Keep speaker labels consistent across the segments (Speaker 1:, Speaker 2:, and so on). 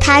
Speaker 1: 他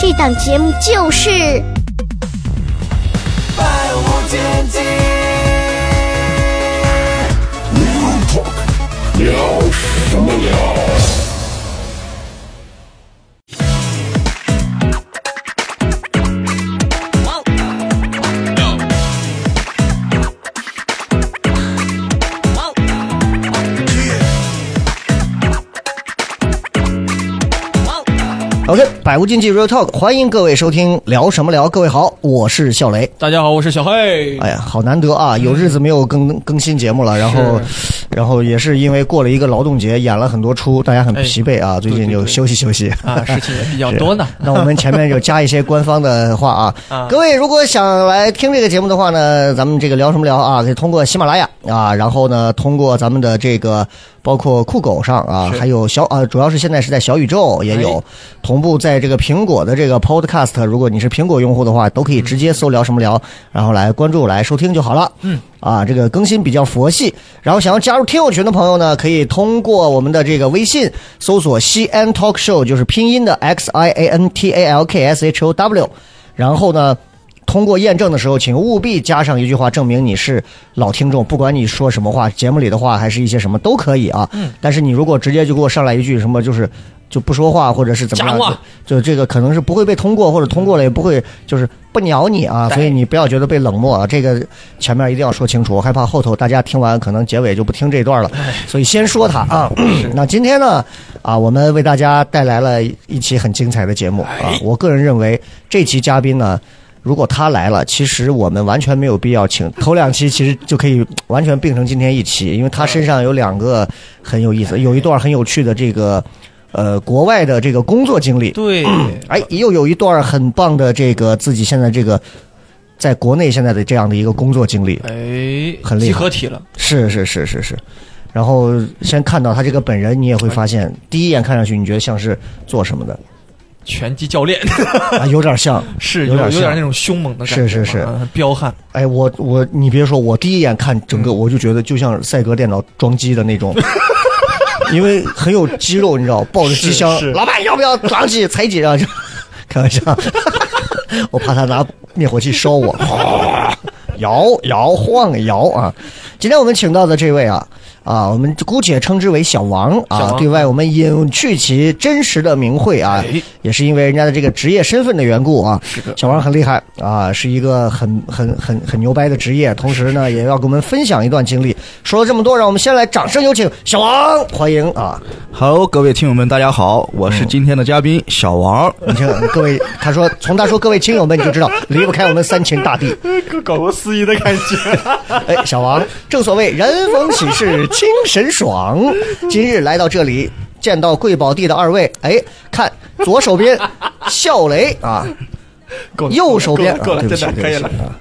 Speaker 1: 这档节目就是《
Speaker 2: 百无禁忌。
Speaker 3: OK，百无禁忌 Real Talk，欢迎各位收听，聊什么聊？各位好，我是笑雷。
Speaker 4: 大家好，我是小黑。
Speaker 3: 哎呀，好难得啊，有日子没有更更新节目了，然后，然后也是因为过了一个劳动节，演了很多出，大家很疲惫啊，最近就休息休息
Speaker 4: 啊，事情也比较多呢。
Speaker 3: 那我们前面就加一些官方的话啊，
Speaker 4: 啊
Speaker 3: 各位如果想来听这个节目的话呢，咱们这个聊什么聊啊？可以通过喜马拉雅啊，然后呢，通过咱们的这个包括酷狗上啊，
Speaker 4: 是
Speaker 3: 还有小啊，主要是现在是在小宇宙也有、
Speaker 4: 哎
Speaker 3: 同步在这个苹果的这个 Podcast，如果你是苹果用户的话，都可以直接搜聊什么聊，然后来关注来收听就好了。嗯。啊，这个更新比较佛系，然后想要加入听友群的朋友呢，可以通过我们的这个微信搜索西安 Talk Show，就是拼音的 X I A N T A L K S H O W，然后呢。通过验证的时候，请务必加上一句话，证明你是老听众。不管你说什么话，节目里的话还是一些什么都可以啊。嗯。但是你如果直接就给我上来一句什么，就是就不说话，或者是怎么样，
Speaker 4: 讲话
Speaker 3: 就就这个可能是不会被通过，或者通过了也不会就是不鸟你啊。
Speaker 4: 对
Speaker 3: 所以你不要觉得被冷漠啊，这个前面一定要说清楚，我害怕后头大家听完可能结尾就不听这段了，所以先说它啊。 那今天呢，啊，我们为大家带来了一期很精彩的节目啊
Speaker 4: 哎。
Speaker 3: 我个人认为这期嘉宾呢。如果他来了，其实我们完全没有必要请。头两期 其实就可以完全并成今天一期，因为他身上有两个很有意思，有一段很有趣的这个，呃，国外的这个工作经历，
Speaker 4: 对，
Speaker 3: 哎，又有一段很棒的这个自己现在这个在国内现在的这样的一个工作经历，
Speaker 4: 哎，
Speaker 3: 很厉
Speaker 4: 集
Speaker 3: 害
Speaker 4: 合体了，
Speaker 3: 是是是是是。然后先看到他这个本人，你也会发
Speaker 4: 哎
Speaker 3: 现，第一眼看上去你觉得像是做什么的
Speaker 4: 拳击教练
Speaker 3: 啊，有点像。
Speaker 4: 是
Speaker 3: 有
Speaker 4: 有
Speaker 3: 点
Speaker 4: 有点
Speaker 3: 像
Speaker 4: 那种凶猛的感觉
Speaker 3: 是
Speaker 4: 嘛，
Speaker 3: 是是
Speaker 4: 啊，很彪悍。
Speaker 3: 哎，我我你别说，我第一眼看
Speaker 4: 嗯
Speaker 3: 整个我就觉得就像赛格电脑装机的那 种。因为很有肌肉，你知道，抱着机箱
Speaker 4: 是是，
Speaker 3: 老板要不要装起踩几张？就 开玩笑，我怕他拿灭火器烧我， 摇摇晃摇啊！今天我们请到的这位啊啊，我们姑且称之为小王
Speaker 4: 小
Speaker 3: 啊，
Speaker 4: 王
Speaker 3: 对外我们隐去其真实的名讳啊，
Speaker 4: 哎
Speaker 3: 也是因为人家的这个职业身份的缘故啊。
Speaker 4: 是的
Speaker 3: 小王很厉害啊，是一个很很很很牛掰的职业，同时呢，也要给我们分享一段经历。说了这么多，让我们先来掌声有请小王，欢迎啊！
Speaker 5: 好，各位听友们，大家好，我
Speaker 4: 嗯
Speaker 5: 是今天的嘉宾小王。
Speaker 3: 你听各位，他说从他说各位亲友们，你就知道离不开我们三秦大地。
Speaker 4: 搞过司仪的感觉，
Speaker 3: 哎，小王，正所谓人逢喜事精神爽，今日来到这里，见到贵宝地的二位，哎，看左手边笑雷啊，
Speaker 4: 够了
Speaker 3: 右手边
Speaker 4: 够了，
Speaker 3: 啊
Speaker 4: 够
Speaker 3: 对不
Speaker 4: 了
Speaker 3: 起
Speaker 4: 真的可以了
Speaker 3: 对。不起啊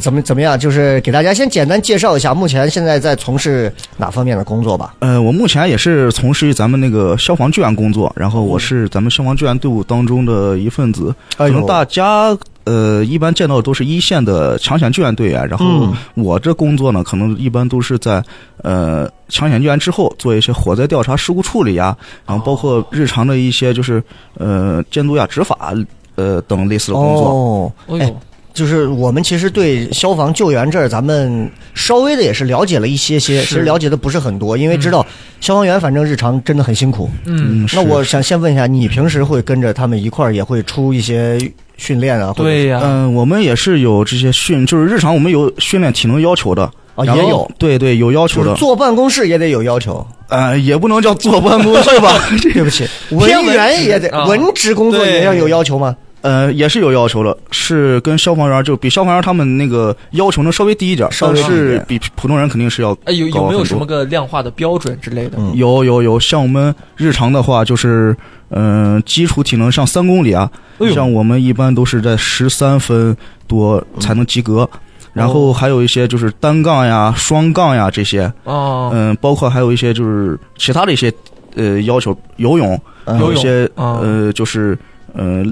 Speaker 3: 怎么怎么样？就是给大家先简单介绍一下，目前现在在从事哪方面的工作吧？
Speaker 5: 呃，我目前也是从事咱们那个消防救援工作，然后
Speaker 4: 嗯
Speaker 5: 我是咱们消防救援队伍当中的一份子。
Speaker 3: 哎
Speaker 5: 可
Speaker 3: 呦
Speaker 5: 能大家呃一般见到的都是一线的抢险救援队啊员，然
Speaker 4: 嗯
Speaker 5: 后我这工作呢，可能一般都是在呃抢险救援之后做一些火灾调查、事故处理呀，然后包括日常的一些就是呃监督呀、执法呃等类似的工作。
Speaker 3: 哦，
Speaker 4: 哎
Speaker 3: 哎
Speaker 4: 呦，
Speaker 3: 就是我们其实对消防救援这儿，咱们稍微的也是了解了一些些，其
Speaker 4: 是
Speaker 3: 实了解的不是很多，因为知道消防员反正日常真的很辛苦。
Speaker 4: 嗯，
Speaker 5: 嗯，
Speaker 3: 那
Speaker 5: 是
Speaker 3: 我想先问一下，你平时会跟着他们一块儿也会出一些训练啊？或者
Speaker 4: 对呀，
Speaker 5: 嗯，我们也是有这些训，就是日常我们有训练体能要求的。
Speaker 3: 啊
Speaker 5: 然后
Speaker 3: 也有，
Speaker 5: 对对，有要
Speaker 3: 就
Speaker 5: 求
Speaker 3: 是
Speaker 5: 的，
Speaker 3: 坐办公室也得有要 求。
Speaker 5: 呃，也不能叫坐办公室吧，
Speaker 3: 对不 起，文
Speaker 4: 偏文
Speaker 3: 员
Speaker 4: 职
Speaker 3: 也得
Speaker 4: 啊
Speaker 3: 文职工作也要有要求吗？
Speaker 5: 呃，也是有要求的，是跟消防员就比消防员他们那个要求呢稍微低一点，
Speaker 3: 稍微
Speaker 5: 但
Speaker 3: 低一点
Speaker 5: 是比普通人肯定是要
Speaker 4: 哎，有
Speaker 5: 高
Speaker 4: 有没有
Speaker 5: 很
Speaker 4: 什
Speaker 5: 多
Speaker 4: 么个量化的标准之类的？
Speaker 3: 嗯
Speaker 5: 有有有，像我们日常的话就是，嗯、基础体能上三公里啊，
Speaker 4: 哎呦
Speaker 5: 像我们一般都是在十三分多才能及格。然后还有一些就是单杠呀、双杠呀这些，
Speaker 4: 哦，
Speaker 5: 嗯，包括还有一些就是其他的一些呃要求，游泳，
Speaker 3: 嗯
Speaker 5: 有一些
Speaker 4: 啊
Speaker 5: 呃就是呃，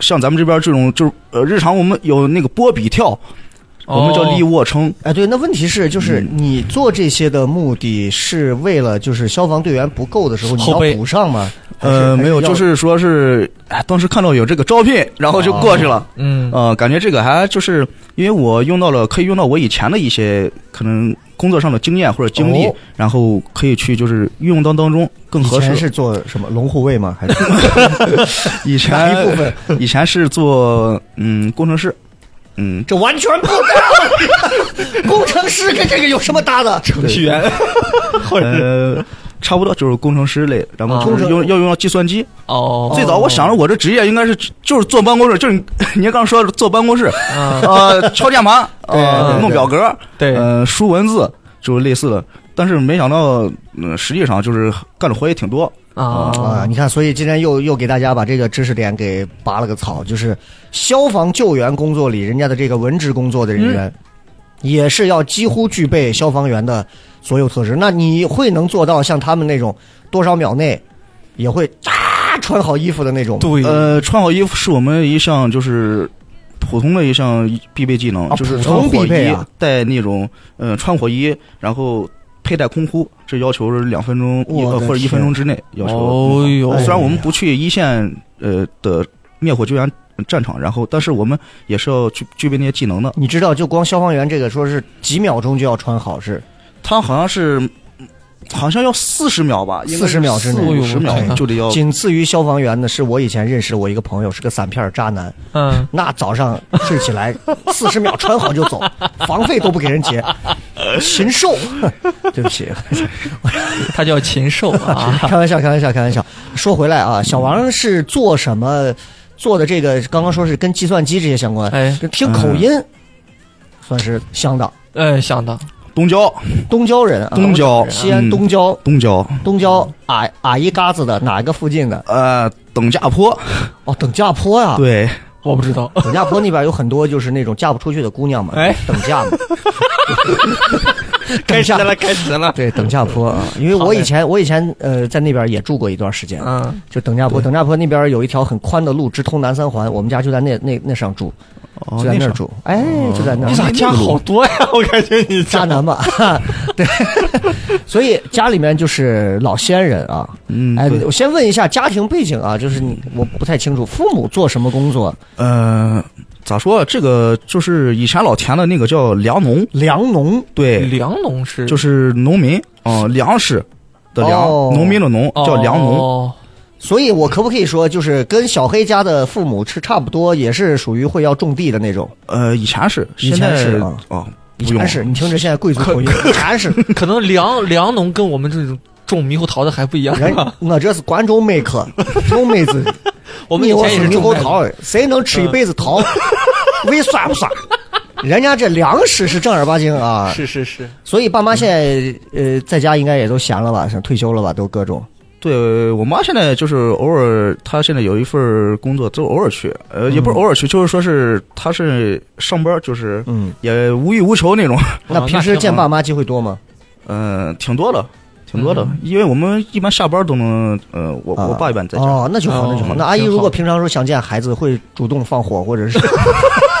Speaker 5: 像咱们这边这种就是呃日常我们有那个波比跳，我们叫
Speaker 4: 哦
Speaker 5: 立卧撑，
Speaker 3: 哎，对，那问题是，就是你做这些的目的是为了，就是消防队员不够的时候，你
Speaker 4: 后
Speaker 3: 要
Speaker 4: 备
Speaker 3: 补上吗？还是
Speaker 5: 呃没有，
Speaker 3: 还要
Speaker 5: 就是说是哎当时看到有这个招聘，然
Speaker 3: 哦
Speaker 5: 后就过去了，
Speaker 4: 嗯
Speaker 5: 呃，感觉这个还就是因为我用到了，可以用到我以前的一些可能工作上的经验或者经历，
Speaker 3: 哦
Speaker 5: 然后可以去就是运用到当中更
Speaker 3: 以
Speaker 5: 合
Speaker 3: 前
Speaker 5: 适。
Speaker 3: 是做什么龙护卫吗？还是
Speaker 5: 以
Speaker 3: 哪
Speaker 5: 前
Speaker 3: 一部分？
Speaker 5: 以前是做嗯工程师， 嗯
Speaker 3: 这完全不搭。 工程师跟这个有什么搭的？
Speaker 4: 程序员
Speaker 5: 呃差不多就是工程师类，然后就是
Speaker 3: 啊
Speaker 5: 用要用到计算机。
Speaker 4: 哦
Speaker 5: 最早我想着我这职业应该是就是坐办公室，就是你你 刚刚说的坐办公室，
Speaker 4: 啊
Speaker 5: 呃敲键盘，
Speaker 3: 对
Speaker 5: 呃
Speaker 3: 对
Speaker 5: 弄表格，
Speaker 4: 对
Speaker 5: 呃输文字，就是类似的。但是没想到，嗯、实际上就是干的活也挺多。
Speaker 3: 啊，
Speaker 4: 啊
Speaker 3: 你看，所以今天又又给大家把这个知识点给拔了个草，就是消防救援工作里人家的这个文职工作的人员，也是要几乎具备消防员的所有特质。那你会能做到像他们那种多少秒内也会啊穿好衣服的那种吗？
Speaker 4: 对
Speaker 5: 呃，穿好衣服是我们一项就是普通的一项必备技能，
Speaker 3: 啊
Speaker 5: 就是
Speaker 3: 普
Speaker 5: 穿
Speaker 3: 通
Speaker 5: 火
Speaker 3: 必备
Speaker 5: 衣，
Speaker 3: 啊
Speaker 5: 带那种呃穿火衣，然后佩戴空呼，这要求是两分钟一
Speaker 3: 我的
Speaker 5: 呃或者一
Speaker 3: 天啊
Speaker 5: 分钟之内要求。
Speaker 4: 哦呦
Speaker 5: 虽然我们
Speaker 3: 哎呀
Speaker 5: 不去一线呃的灭火救援呃战场，然后但是我们也是要具具备那些技能的。
Speaker 3: 你知道，就光消防员这个，说是几秒钟就要穿好是
Speaker 5: 他好像是好像要四十秒吧，应该是
Speaker 3: 40秒之内
Speaker 5: 四五十
Speaker 4: 哎
Speaker 5: 秒
Speaker 4: 呦
Speaker 5: 就得要。
Speaker 3: 仅次于消防员的是我以前认识我一个朋友，是个散片儿渣男。
Speaker 4: 嗯
Speaker 3: 那早上睡起来四十秒穿好就走，房费都不给人结，禽兽！ 对不起，
Speaker 4: 嗯他叫禽兽 啊
Speaker 3: 开玩笑，开玩笑，开玩笑。说回来啊，小王是做什么做的？这个刚刚说是跟计算机这些相关，
Speaker 4: 哎
Speaker 5: 嗯
Speaker 3: 听口音算是香港
Speaker 4: 哎想到
Speaker 5: 东郊，
Speaker 3: 东郊人啊，
Speaker 5: 东郊
Speaker 3: 西安
Speaker 5: 嗯
Speaker 3: 东郊，
Speaker 5: 东郊，
Speaker 3: 东郊哪哪一嘎子的哪一个附近的？
Speaker 5: 呃，等价坡，
Speaker 3: 哦，等价坡呀、
Speaker 5: 对，
Speaker 4: 我不知道
Speaker 3: 等价坡那边有很多就是那种嫁不出去的姑娘嘛，
Speaker 4: 哎
Speaker 3: 等价 嘛，
Speaker 4: 开
Speaker 3: 等
Speaker 4: 始
Speaker 3: 价
Speaker 4: 了开始了
Speaker 3: 对，等价坡啊，因为我以前我以前呃在那边也住过一段时间，
Speaker 4: 嗯
Speaker 3: 就等价坡，等价坡那边有一条很宽的路直通南三环，我们家就在那那那上住，
Speaker 5: 哦
Speaker 3: 就在那儿
Speaker 5: 啥
Speaker 3: 住，哎，就在那
Speaker 4: 你
Speaker 3: 儿。
Speaker 4: 咋加好多呀 我感觉你
Speaker 3: 渣男吧， 对，所以家里面就是老西安人啊。
Speaker 5: 嗯，
Speaker 3: 哎，
Speaker 5: 对
Speaker 3: 我先问一下家庭背景啊，就是你我不太清楚，父母做什么工作？
Speaker 5: 呃，咋说啊？这个就是以前老田的那个叫粮农，
Speaker 3: 粮农，
Speaker 5: 对，
Speaker 4: 梁农是
Speaker 5: 就是农民啊、粮食的粮，
Speaker 3: 哦
Speaker 5: 农民的农，叫粮农。
Speaker 4: 哦
Speaker 3: 所以我可不可以说，就是跟小黑家的父母是差不多，也是属于会要种地的那种？
Speaker 5: 呃，以前是，
Speaker 3: 以
Speaker 5: 现
Speaker 3: 前
Speaker 5: 在
Speaker 3: 是啊
Speaker 5: 啊，哦
Speaker 3: 以
Speaker 5: 不用
Speaker 3: 前是，你听着现在贵族口音，以前是，
Speaker 4: 可能 梁梁农跟我们这种种猕猴桃的还不一样
Speaker 3: 人我这是广州妹客，州妹子，
Speaker 4: 我们以前也是
Speaker 3: 猕
Speaker 4: 种
Speaker 3: 猴
Speaker 4: 麦子嗯
Speaker 3: 桃，谁能吃一辈子桃？胃酸不酸？人家这粮食是正儿八经啊，
Speaker 4: 是是是
Speaker 3: 所以爸妈现在呃在家应该也都闲了吧，想退休了吧，都各种。
Speaker 5: 对我妈现在就是偶尔，她现在有一份工作，就偶尔去，
Speaker 3: 嗯
Speaker 5: 呃，也不是偶尔去，就是说是她是上班，就是
Speaker 3: 嗯，
Speaker 5: 也无欲无求那种，
Speaker 3: 那
Speaker 4: 哦
Speaker 3: 平
Speaker 4: 那
Speaker 3: 时
Speaker 4: 挺
Speaker 3: 见
Speaker 4: 好
Speaker 3: 爸妈机会多吗？
Speaker 5: 呃，挺多的，挺多的
Speaker 4: 嗯，
Speaker 5: 因为我们一般下班都能，呃，我
Speaker 3: 啊
Speaker 5: 我爸一般在家，
Speaker 3: 哦，那就好，那就好。
Speaker 4: 哦
Speaker 3: 那阿姨
Speaker 4: 挺好
Speaker 3: 如果平常说想见孩子，会主动放火，或 者是哎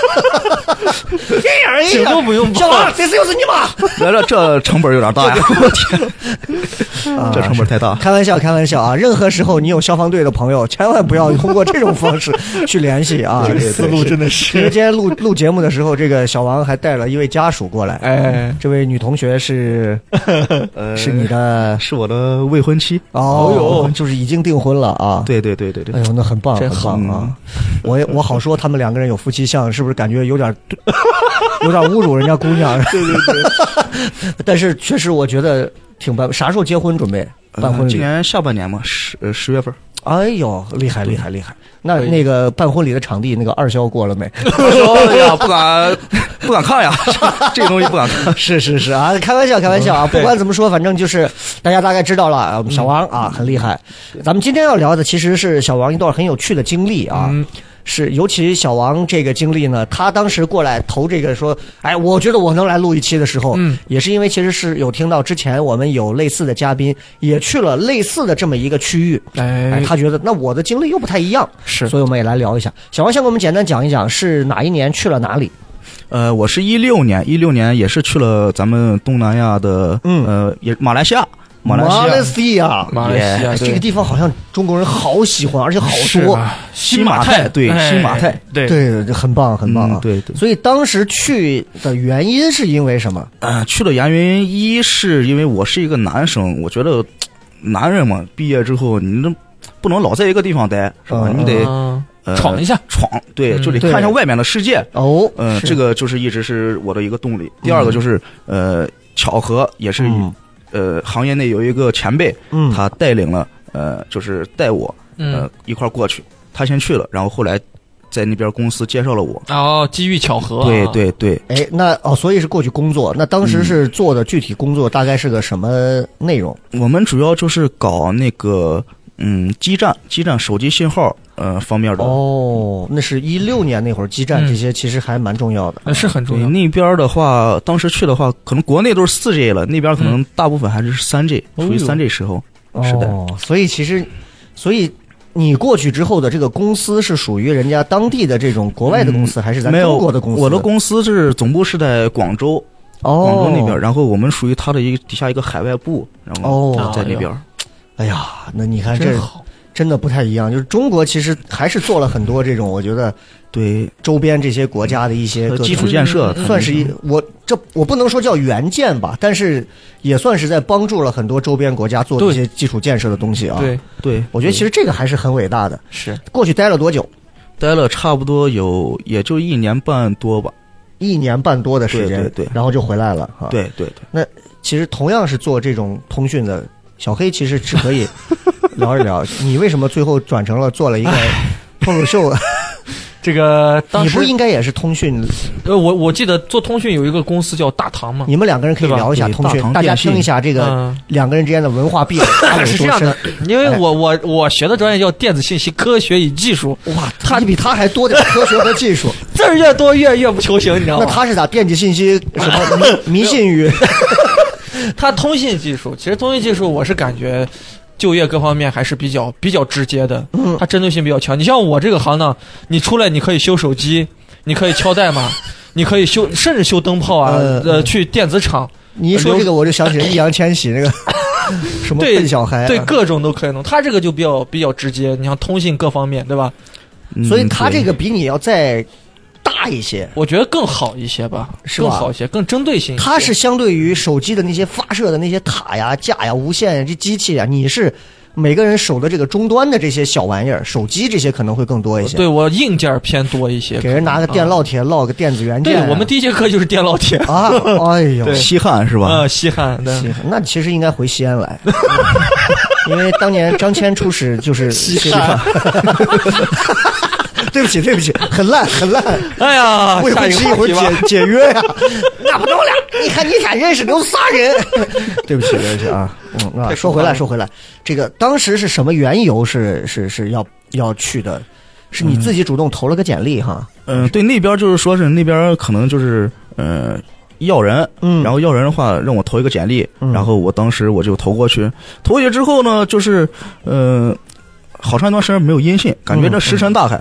Speaker 3: 这样而
Speaker 4: 行都不用
Speaker 3: 小王，这次又是你妈！
Speaker 5: 来了这成本有点大呀，我天，
Speaker 3: 啊
Speaker 5: 这成本太 大。
Speaker 3: 开玩笑，开玩笑啊！任何时候你有消防队的朋友，千万不要通过这种方式去联系啊！
Speaker 5: 这个思路
Speaker 3: 真的是。因为今天录录节目的时候，这个小王还带了一位家属过来。啊
Speaker 4: 哎
Speaker 3: 这位女同学是
Speaker 5: 呃，
Speaker 3: 是你的
Speaker 5: 是我的未婚妻，
Speaker 3: 哦
Speaker 4: 哦哟
Speaker 3: 就是已经订婚了啊。
Speaker 5: 对对对对
Speaker 3: 哎
Speaker 5: 对，
Speaker 3: 呦，那很棒，
Speaker 4: 真
Speaker 3: 很
Speaker 4: 好
Speaker 3: 棒啊！我也我好说他们两个人有夫妻相，是不是感觉有点 有点侮辱人家姑娘？ 对对对。但是确实，我觉得挺办。啥时候结婚准备办
Speaker 5: 呃
Speaker 3: 婚
Speaker 5: 今
Speaker 3: 礼？
Speaker 5: 年下半年嘛，十呃十月份，
Speaker 3: 哎呦，厉害厉害厉害！那
Speaker 4: 可以
Speaker 3: 那个办婚礼的场地那个二销过了没？
Speaker 5: 哎呀，不 敢不敢看呀，这东西不敢看。
Speaker 3: 是是是啊，开玩笑开玩笑啊！不
Speaker 5: 对
Speaker 3: 管怎么说，反正就是大家大概知道了啊。我们小王啊，很厉害。咱们今天要聊的其实是小王一段很有趣的经历啊。
Speaker 4: 嗯
Speaker 3: 是，尤其小王这个经历呢，他当时过来投这个说，哎，我觉得我能来录一期的时候，
Speaker 4: 嗯，
Speaker 3: 也是因为其实是有听到之前我们有类似的嘉宾也去了类似的这么一个区域，哎，
Speaker 4: 哎，
Speaker 3: 他觉得那我的经历又不太一样，
Speaker 4: 是
Speaker 3: 所以我们也来聊一下。小王先给我们简单讲一讲是哪一年去了哪里，
Speaker 5: 呃，我是一六年，一六年也是去了咱们东南亚的，
Speaker 3: 嗯
Speaker 5: 呃，也马来西亚，马来
Speaker 3: 马
Speaker 5: 西
Speaker 3: 来
Speaker 5: 亚。
Speaker 3: 西亚。
Speaker 4: 马来西亚
Speaker 5: 啊
Speaker 3: 哎这个地方好像中国人好喜欢，而且好
Speaker 4: 是
Speaker 3: 多，
Speaker 4: 啊
Speaker 5: 新马泰对
Speaker 4: 哎
Speaker 5: 新马泰
Speaker 4: 对
Speaker 3: 对，这很棒，很棒啊！
Speaker 5: 嗯对对
Speaker 3: 所以当时去的原因是因为什么？
Speaker 5: 呃，去了原因一是因为我是一个男生，我觉得男人嘛，毕业之后你这不能老在一个地方待，是吧？
Speaker 3: 嗯
Speaker 5: 你得、
Speaker 4: 啊
Speaker 5: 呃、
Speaker 4: 闯一下，
Speaker 5: 闯，对，
Speaker 4: 嗯
Speaker 5: 就得
Speaker 3: 对
Speaker 5: 看一下外面的世界。
Speaker 3: 哦，
Speaker 5: 嗯、
Speaker 3: 是
Speaker 5: 这个就是一直是我的一个动力。第二个就是、呃，巧合也是、
Speaker 3: 嗯
Speaker 5: 呃，行业内有一个前辈，
Speaker 3: 嗯，
Speaker 5: 他带领了呃，就是带我呃
Speaker 4: 嗯，
Speaker 5: 一块儿过去，他先去了，然后后来在那边公司介绍了我。
Speaker 4: 哦，机遇巧合啊，
Speaker 5: 对对对，
Speaker 3: 哎，那哦，所以是过去工作。那当时
Speaker 5: 嗯
Speaker 3: 是做的具体工作大概是个什么内容？
Speaker 5: 我们主要就是搞那个嗯，基站基站手机信号呃方面的。
Speaker 3: 哦，那是一六年那会儿，基站
Speaker 4: 嗯
Speaker 3: 这些其实还蛮重要的。
Speaker 4: 呃，是很
Speaker 5: 对
Speaker 4: 重
Speaker 3: 哎
Speaker 4: 要，
Speaker 5: 那边的话，当时去的话，可能国内都是四 G 了，那边可能大部分还是三 G，、
Speaker 3: 哦
Speaker 5: 属于
Speaker 3: 呦
Speaker 5: 三 G 时候。是的
Speaker 3: 哦，所以其实，所以你过去之后的这个公司是属于人家当地的这种国外的公司，还是咱
Speaker 5: 嗯没有
Speaker 3: 中国的公司？
Speaker 5: 我的公司是总部是在广州，
Speaker 3: 哦，
Speaker 5: 广州那边，。然后我们属于它的一个底下一个海外部，然后
Speaker 3: 哦，
Speaker 5: 在那边。
Speaker 3: 哎呀，那你看这
Speaker 4: 真好，
Speaker 3: 真的不太一样。就是中国其实还是做了很多这种，我觉得
Speaker 5: 对，
Speaker 3: 周边这些国家的一些
Speaker 5: 它
Speaker 3: 各种
Speaker 5: 呃基础建设
Speaker 4: 嗯
Speaker 3: 算是一我这我不能说叫援建吧，但是也算是在帮助了很多周边国家做这
Speaker 4: 对
Speaker 3: 些基础建设的东西啊。，
Speaker 4: 对，
Speaker 5: 对，
Speaker 3: 我觉得其
Speaker 5: 实
Speaker 3: 实这个还是很伟大的。
Speaker 4: 是
Speaker 3: 过去待了多久？
Speaker 5: 待了差不多有也就一年半多吧。
Speaker 3: 一年半多的时间，
Speaker 5: 对对对
Speaker 3: 然后就回来了哈。，
Speaker 5: 对对对，
Speaker 3: 其实同样是做这种通讯的，小黑其实是可以聊一聊，你为什么最后转成了做了一个脱口秀？
Speaker 4: 这个当
Speaker 3: 你
Speaker 4: 时
Speaker 3: 不应该也是通讯？
Speaker 4: 呃，我我记得做通讯有一个公司叫大唐嘛，
Speaker 3: 你们两个人可以
Speaker 4: 对吧
Speaker 3: 聊一下
Speaker 5: 对
Speaker 3: 通讯
Speaker 5: 大，唐
Speaker 3: 大家
Speaker 5: 电信
Speaker 3: 听一下这个
Speaker 4: 嗯，
Speaker 3: 两个人之间的文化壁垒到底有
Speaker 4: 是这
Speaker 3: 多
Speaker 4: 样
Speaker 3: 深
Speaker 4: 的。，因
Speaker 3: 哎
Speaker 4: 为我我我学的专业叫电子信息科学与技术，
Speaker 3: 哇，他你比他还多点科学和技术，
Speaker 4: 字儿越多越越不求形，你知道
Speaker 3: 那
Speaker 4: 吗？
Speaker 3: 他是咋惦记信息什么迷迷信于？
Speaker 4: 它通信技术，其实通信技术我是感觉就业各方面还是比较比较直接的，
Speaker 3: 嗯
Speaker 4: 它针对性比较强。你像我这个行当，你出来你可以修手机，你可以敲代码，你可以修甚至修灯泡啊，
Speaker 3: 呃
Speaker 4: 呃，去电子厂，
Speaker 3: 你一说这个，我就想起了易烊千玺那个什么
Speaker 4: 对
Speaker 3: 笨小孩、啊，
Speaker 4: 对各种都可以弄。它这个就比较比较直接，你像通信各方面，对吧？
Speaker 5: 嗯
Speaker 3: 所以他
Speaker 5: 对
Speaker 3: 这个比你要再大一些。
Speaker 4: 我觉得更好一些吧，
Speaker 3: 是吧
Speaker 4: 更好一些，更针对性一些。
Speaker 3: 它是相对于手机的那些发射的那些塔呀、架呀、无线呀、这机器呀，你是每个人手的这个终端的这些小玩意儿，手机这些可能会更多一些。
Speaker 4: 呃对我硬件偏多一些，
Speaker 3: 给人拿个电
Speaker 4: 烙。
Speaker 3: 烙铁烙个电子元
Speaker 4: 啊对
Speaker 3: 件啊、
Speaker 4: 我们第一节课就是电烙铁，
Speaker 3: 啊，哎呦，
Speaker 5: 西汉是吧？
Speaker 4: 呃，西汉的。
Speaker 3: 西那其实应该回西 安来，因为当年张骞出使就是西安。 对不起，对不起，很烂，很烂。
Speaker 4: 哎呀，
Speaker 3: 我啊一会
Speaker 4: 下
Speaker 3: 儿
Speaker 4: 一
Speaker 3: 吃
Speaker 4: 个
Speaker 3: 一
Speaker 4: 话
Speaker 3: 会
Speaker 4: 题吧。
Speaker 3: 儿解解约呀、 那不能了。你看你俩认识留仨人， 对不起，对不起啊。嗯啊，
Speaker 4: 太
Speaker 3: 说回来，
Speaker 4: 可怕了
Speaker 3: 说回来，这个当时是什么缘由是？是是要要去的？是你自己主动投了个简历哈？
Speaker 5: 嗯，对，那边就是说是那边可能就是呃要人，
Speaker 3: 嗯
Speaker 5: 然后要人的话让我投一个简历，
Speaker 3: 嗯
Speaker 5: 然后我当时我就投过去，投过去之后呢，就是呃好长一段时间没有音信，感觉
Speaker 3: 嗯
Speaker 5: 这石沉大海。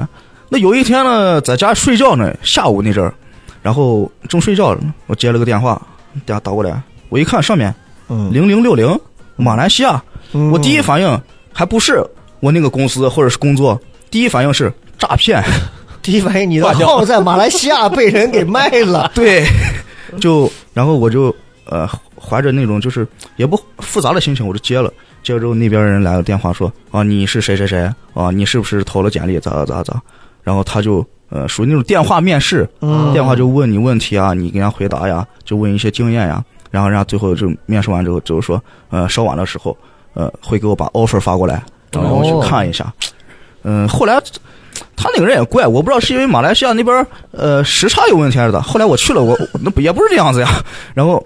Speaker 5: 那有一天呢，在家睡觉呢，下午那阵儿，然后正睡觉，我接了个电话，电话打过来，我一看上面
Speaker 3: 嗯，
Speaker 5: 零零六零马来西亚，
Speaker 3: 嗯
Speaker 5: 我第一反应还不是我那个公司或者是工作，第一反应是诈骗。。
Speaker 3: 第一反应，你的
Speaker 4: 挂掉
Speaker 3: 号在马来西亚被人给卖了
Speaker 5: 对，就然后我就呃怀着那种就是也不复杂的心情，我就接了。接了之后，那边人来了电话说啊，你是谁谁谁啊？你是不是投了简历？咋咋咋咋？然后他就呃属于那种电话面试，
Speaker 3: 嗯
Speaker 5: 电话就问你问题啊，你给人家回答呀，就问一些经验呀。然后人家最后就面试完之后，就是说呃稍晚的时候呃会给我把 offer 发过来。然后
Speaker 3: 哦
Speaker 5: 去看一下。嗯，后来他那个人也怪，我不知道是因为马来西亚那边呃时差有问题还是咋。后来我去了，我我那不也不是这样子呀。然后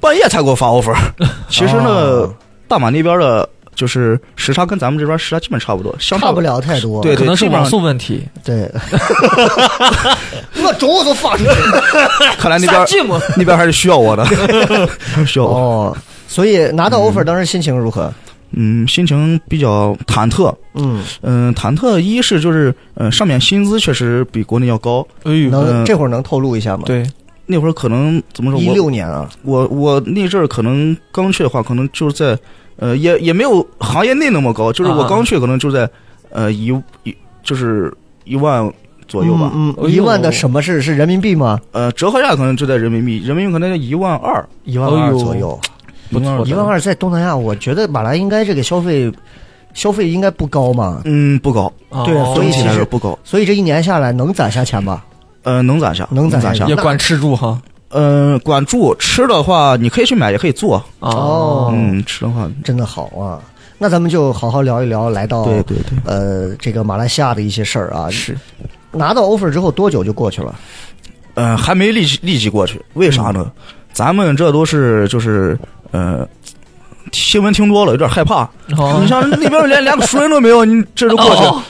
Speaker 5: 半夜才给我发 offer。其实呢
Speaker 3: 哦，
Speaker 5: 大马那边的就是时差跟咱们这边时差基本差不多，相
Speaker 3: 差不了太 多。
Speaker 5: 对
Speaker 4: 可能是
Speaker 5: 基本上
Speaker 4: 网速问题。
Speaker 3: 对，我肘都放出 去了。
Speaker 5: 看
Speaker 3: 哎
Speaker 5: 来那边
Speaker 4: 撒寂寞
Speaker 5: 那边还是需要 我的，需要我。
Speaker 3: 哦，所以拿到 offer 当时心情如何？
Speaker 5: 嗯，心情比较忐忑。
Speaker 3: 嗯，
Speaker 5: 嗯，忐忑一是就是，呃，上面薪资确实比国内要高。
Speaker 4: 哎呦，
Speaker 3: 能
Speaker 5: 嗯
Speaker 3: 这会儿能透露一下吗？，
Speaker 4: 对，
Speaker 5: 那会儿可能怎么说？
Speaker 3: 一
Speaker 5: 我
Speaker 3: 六年啊，
Speaker 5: 我我那阵儿可能刚去的话，可能就是在，呃，也也没有行业内那么高，就是我
Speaker 4: 啊
Speaker 5: 刚去可能就在，呃，一一就是一万左右吧。
Speaker 3: 嗯，嗯
Speaker 4: 哎呦
Speaker 3: 一万的什么是是人民币吗？
Speaker 5: 呃，折合价可能就在人民币，人民币可能在一万二。
Speaker 3: 一万
Speaker 4: 哎
Speaker 3: 二
Speaker 4: 呦
Speaker 3: 左右，
Speaker 4: 不错
Speaker 3: 一万二在东南亚，我觉得马来应该这个消费消费应该不高嘛，
Speaker 5: 嗯，不高，
Speaker 3: 对
Speaker 4: 哦
Speaker 3: 所以
Speaker 5: 整
Speaker 3: 其
Speaker 5: 体
Speaker 3: 实
Speaker 5: 来说不高。
Speaker 3: 所以这一年下来能攒下钱吧？
Speaker 5: 呃，能攒下，
Speaker 3: 能攒
Speaker 5: 攒
Speaker 3: 下
Speaker 5: 下
Speaker 4: 也。管吃住哈。
Speaker 5: 嗯，管住吃的话，你可以去买，也可以做。
Speaker 3: 哦
Speaker 5: 嗯，吃的话，
Speaker 3: 真的好啊！那咱们就好好聊一聊，来到
Speaker 5: 对对对，
Speaker 3: 呃这个马来西亚的一些事儿啊。
Speaker 5: 是。
Speaker 3: 拿到 offer 之后多久就过去了？
Speaker 5: 呃，还没立即立即过去，为啥呢？
Speaker 3: 嗯
Speaker 5: 咱们这都是就是呃，新闻听多了有点害怕。
Speaker 4: 哦
Speaker 5: 你像那边连连个熟人都没有，你这就过去，
Speaker 4: 哦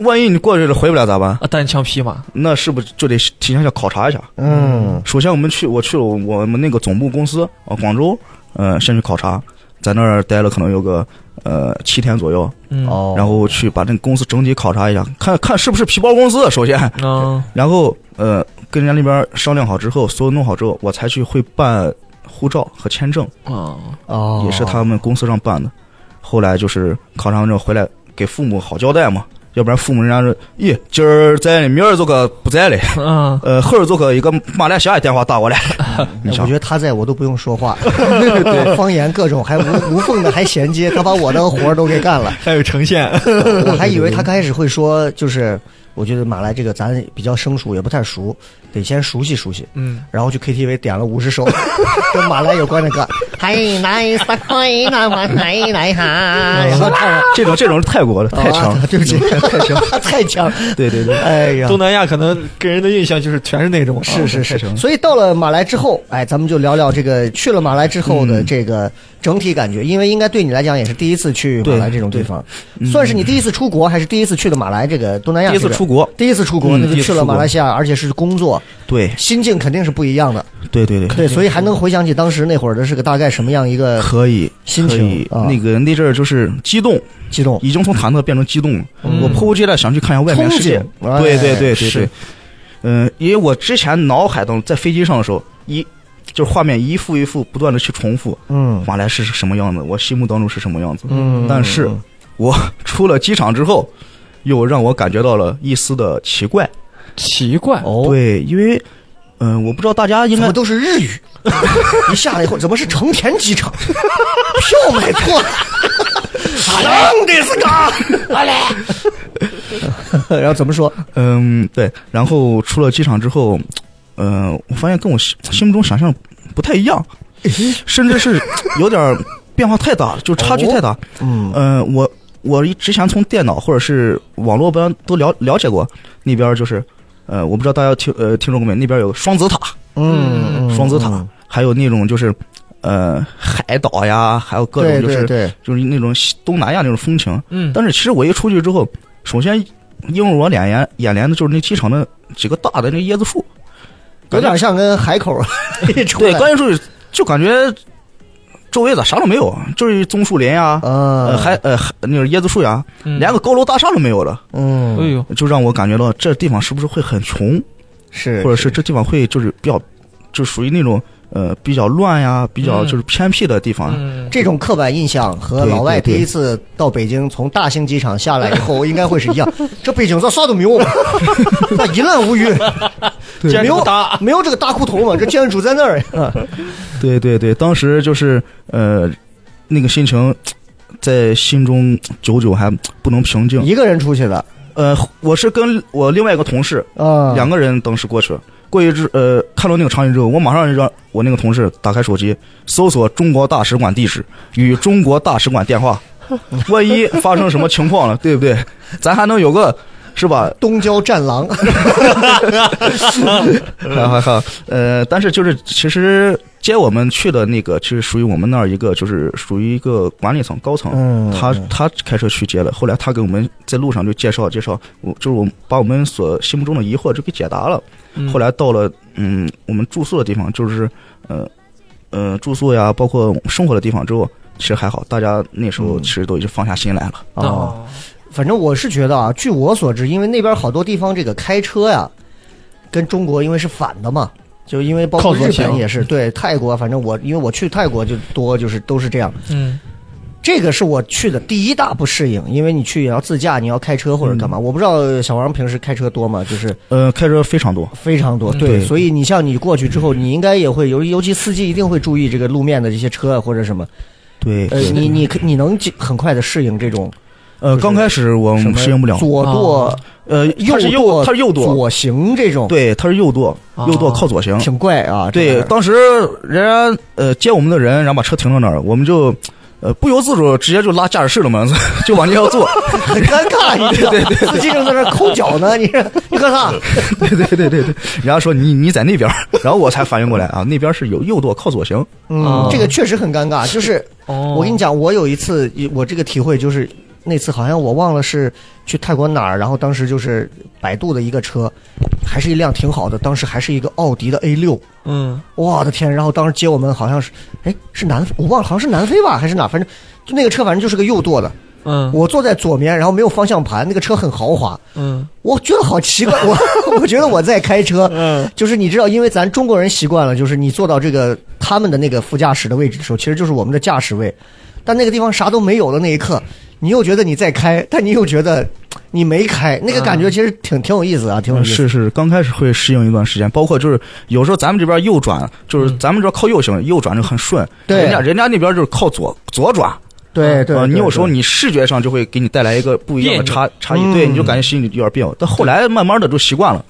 Speaker 5: 万一你过去了回不了咋办？
Speaker 4: 啊，单枪匹马，
Speaker 5: 那是不是就得提前要考察一下？
Speaker 3: 嗯，
Speaker 5: 首先我们去，我去了我们那个总部公司啊、广州，呃，先去考察，在那儿待了可能有个呃七天左右，
Speaker 4: 嗯，
Speaker 3: 哦，
Speaker 5: 然后去把那个公司整体考察一下，看看是不是皮包公司。首先，
Speaker 4: 嗯，
Speaker 5: 然后呃，跟人家那边商量好之后，所有弄好之后，我才去会办护照和签证，
Speaker 4: 哦，
Speaker 3: 哦，
Speaker 5: 也是他们公司让办的。后来就是考察完之后回来给父母好交代嘛，要不然父母人家说，咦，今儿在嘞，明儿这个不在嘞，
Speaker 4: 嗯，
Speaker 5: 呃，后儿这个一个马来西亚电话打过来，
Speaker 3: 哎
Speaker 5: 你
Speaker 3: 我
Speaker 5: 想
Speaker 3: 觉，得他在我都不用说 话， 方言各种还无无缝的还衔接，他把我的活儿都给干了。
Speaker 4: 还有呈现，
Speaker 3: 我还以为他开始会说，就是我觉得马来这个咱比较生疏，也不太熟，得先熟悉熟悉。
Speaker 4: 嗯，
Speaker 3: 然后去 KTV 点了五十 首跟马来有关的歌，嗨来撒快那么来来 哈，然后唱了
Speaker 5: 这种这种是泰国的，太强
Speaker 3: 啊
Speaker 5: 了，
Speaker 3: 哎对不起，太强 太强，
Speaker 5: 对对对，
Speaker 3: 哎呀
Speaker 4: 东。南亚可能给人的印象就是全是那种，哦
Speaker 3: 是是
Speaker 5: 太强
Speaker 3: 是，
Speaker 5: 了
Speaker 3: 所以到了马来之后，哎，咱们就聊聊这个去了马来之后的这个整体感觉，因为应该对你来讲也是第一次去马来这种地方，算是你第一次出国，还是第一次去的马来这个东南亚
Speaker 5: 第一
Speaker 3: 这边？
Speaker 5: 次出国，
Speaker 3: 嗯第一次出国，
Speaker 5: 嗯
Speaker 3: 那
Speaker 5: 第
Speaker 3: 就
Speaker 5: 一次
Speaker 3: 去了
Speaker 5: 出国
Speaker 3: 马来西亚，而且是工作，
Speaker 5: 对
Speaker 3: 心境肯定是不一样的。
Speaker 5: 对对对，
Speaker 3: 对，所以还能回想起当时那会儿的是个大概什么样一个
Speaker 5: 可以，
Speaker 3: 心
Speaker 5: 可
Speaker 3: 情
Speaker 5: 以，
Speaker 3: 啊
Speaker 5: 那个那阵儿就是激动，
Speaker 3: 激动，
Speaker 5: 已经从忐忑变成激动了。
Speaker 4: 嗯
Speaker 5: 我迫不及待想去看一下 外面世界
Speaker 3: 憧。憬
Speaker 5: 对
Speaker 3: 哎
Speaker 5: 对对对
Speaker 3: 是
Speaker 5: 对，嗯、因为我之前脑海当中在飞机上的时候，一就是画面一幅一幅不断的去重复，
Speaker 3: 嗯
Speaker 5: 马来是什么样子，我心目当中是什么样子。
Speaker 3: 嗯
Speaker 5: 但是我 出了机场之后，又让我感觉到了一丝的奇怪。
Speaker 4: 奇怪，
Speaker 3: 哦，
Speaker 5: 对，因为嗯、我不知道大家应
Speaker 3: 怎
Speaker 5: 该
Speaker 3: 么都是日语， 一下来以后怎么是成田机场？票买错了。浪的是个，阿来， 然后怎么说？
Speaker 5: 嗯，对。然后出了机场之后，嗯、我发现跟我心心目中想象不太一样，甚至是有点儿变化太大了，就差距太大。
Speaker 3: 嗯
Speaker 5: 嗯、我我之前从电脑或者是网络端都了了解过，那边儿就是，呃，我不知道大家听呃听众朋友们，那边儿有双子塔，
Speaker 3: 嗯，嗯
Speaker 5: 双子塔，还有那种就是。呃，海岛呀，还有各
Speaker 3: 对
Speaker 5: 种就
Speaker 3: 对
Speaker 5: 是
Speaker 3: 对，
Speaker 5: 就是那种西东南亚那种风情，
Speaker 4: 嗯，
Speaker 5: 但是其实我一出去之后，首先映入我眼帘眼帘的就是那机场的几个大的那椰子树，
Speaker 3: 有
Speaker 5: 感觉
Speaker 3: 点像跟海口 一出
Speaker 5: 对，
Speaker 3: 来，
Speaker 5: 刚一出去就感觉周围咋啥都没有，就是一棕树林呀、
Speaker 3: 嗯
Speaker 5: 呃，还呃还那个椰子树呀，
Speaker 4: 嗯
Speaker 5: 连个，高楼大厦都没有了，
Speaker 3: 嗯，
Speaker 4: 哎呦，
Speaker 5: 就让我感觉到这地方是不是会很穷，
Speaker 3: 是，
Speaker 5: 或者是这地方会就是比较就属于那种呃比较乱呀，比较
Speaker 4: 嗯
Speaker 5: 就是偏僻的地方。
Speaker 4: 嗯，
Speaker 3: 这种刻板印象和老外第一次到北京从大兴机场下来以后，应该会是一样。这北京这啥都没有嘛， 那一览无余，
Speaker 4: 建
Speaker 3: 没
Speaker 4: 筑
Speaker 3: 有
Speaker 4: 搭，
Speaker 3: 没有这个大胡同嘛，这建筑在那儿。
Speaker 5: 对对对，当时就是呃那个心情。在心中久久还不能平静，
Speaker 3: 嗯一个人出去的
Speaker 5: 呃，我是跟我另外一个同事，
Speaker 3: 啊，
Speaker 5: 两个人当时过去了。过去之呃，看到那个场景之后，我马上就让 我那个同事打开手机，搜索中国大使馆地址与中国大使馆电话，万一发生什么情况了，对不对？咱还能有个是 吧？
Speaker 3: 东郊战狼，
Speaker 5: 还还还呃，但是就是其实接我们去的那个，其实属于我们那儿一个，就是属于一个管理层高层，
Speaker 3: 嗯
Speaker 5: 他他开车去接了，后来他给我们在路上就介绍介绍，我就是我们把我们所心目中的疑惑就给解答了。
Speaker 4: 嗯
Speaker 5: 后来到了嗯我们住宿的地方，就是呃呃住宿呀，包括生活的地方之后，其实还好，大家那时候
Speaker 3: 嗯
Speaker 5: 其实都已经放下心来了。
Speaker 3: 哦，反正我是觉得啊，据我所知，因为那边好多地方这个开车呀，跟中国因为是反的嘛，就因为包括
Speaker 4: 靠左
Speaker 3: 日本
Speaker 4: 行
Speaker 3: 也是，对泰国，反正我因为我去泰国就多就是都是这样。
Speaker 4: 嗯，
Speaker 3: 这个是我去的第一大不适应，因为你去也要自驾，你要开车或者干
Speaker 5: 嗯
Speaker 3: 嘛。我不知道小王平时开车多吗？就是
Speaker 5: 呃，开车非常多，
Speaker 3: 非常多，
Speaker 4: 嗯
Speaker 3: 对，
Speaker 5: 对
Speaker 3: 所以你像你过去之后，你应该也会尤尤其司机一定会注意这个路面的这些车啊或者什么。
Speaker 5: 对，
Speaker 3: 呃，你你可你能很快的适应这种
Speaker 5: 哎呃
Speaker 3: 就是
Speaker 5: 刚开始我
Speaker 3: 什
Speaker 5: 们
Speaker 3: 么
Speaker 5: 适应不了，
Speaker 3: 左舵
Speaker 4: 啊、
Speaker 5: 呃
Speaker 3: 右
Speaker 5: 它
Speaker 3: 舵、
Speaker 5: 是右它是右舵，啊
Speaker 3: 左行这种，，
Speaker 5: 对，它是右舵，右舵靠左行，
Speaker 3: 挺怪啊。这
Speaker 5: 对，
Speaker 3: 玩意儿
Speaker 5: 当时人家呃接我们的人，然后把车停到那儿了，我们就呃不由自主直接就拉驾驶室了嘛， 就往那要坐。
Speaker 3: 很尴尬，你知道，司机正在那儿抠脚呢，你说你啊干 啥？
Speaker 5: 对对对对对，人家说你你在那边儿，然后我才反应过来啊，那边是有右舵靠左行。
Speaker 3: 嗯
Speaker 4: 哦，
Speaker 3: 这个确实很尴尬。就是
Speaker 4: 哦，
Speaker 3: 我跟你讲，我有一次，我这个体会就是。那次好像我忘了是去泰国哪儿，然后当时就是百度的一个车，还是一辆挺好的，当时还是一个奥迪的 A 六，
Speaker 4: 嗯，
Speaker 3: 我的天！然后当时接我们好像是，哎，是南，我忘了，好像是南非吧，还是哪？反正就那个车，反正就是个右舵的。
Speaker 4: 嗯
Speaker 3: 我坐在左面，然后没有方向盘，那个车很豪华，
Speaker 4: 嗯
Speaker 3: 我觉得好奇怪。我 我觉得我在开车，
Speaker 4: 嗯
Speaker 3: 就是你知道，因为咱中国人习惯了，就是你坐到这个他们的那个副驾驶的位置的时候，其实就是我们的驾驶位，但那个地方啥都没有的那一刻，你又觉得你在开，但你又觉得你没开，那个感觉其实挺挺有意思啊，挺有意思。
Speaker 5: 呃是是，刚开始会适应一段时间，包括就是有时候咱们这边右转，就是咱们这边靠右行，右转就很顺。
Speaker 3: 嗯对
Speaker 5: 人家人家那边就是靠左左转。
Speaker 3: 对对
Speaker 5: 啊，你有时候
Speaker 3: 对
Speaker 5: 你视觉上就会给你带来一个不一样
Speaker 4: 别
Speaker 5: 的
Speaker 4: 扭
Speaker 5: 差差
Speaker 3: 嗯
Speaker 5: 异，对，你就感觉心里有点别扭。但后来慢慢的就习惯了，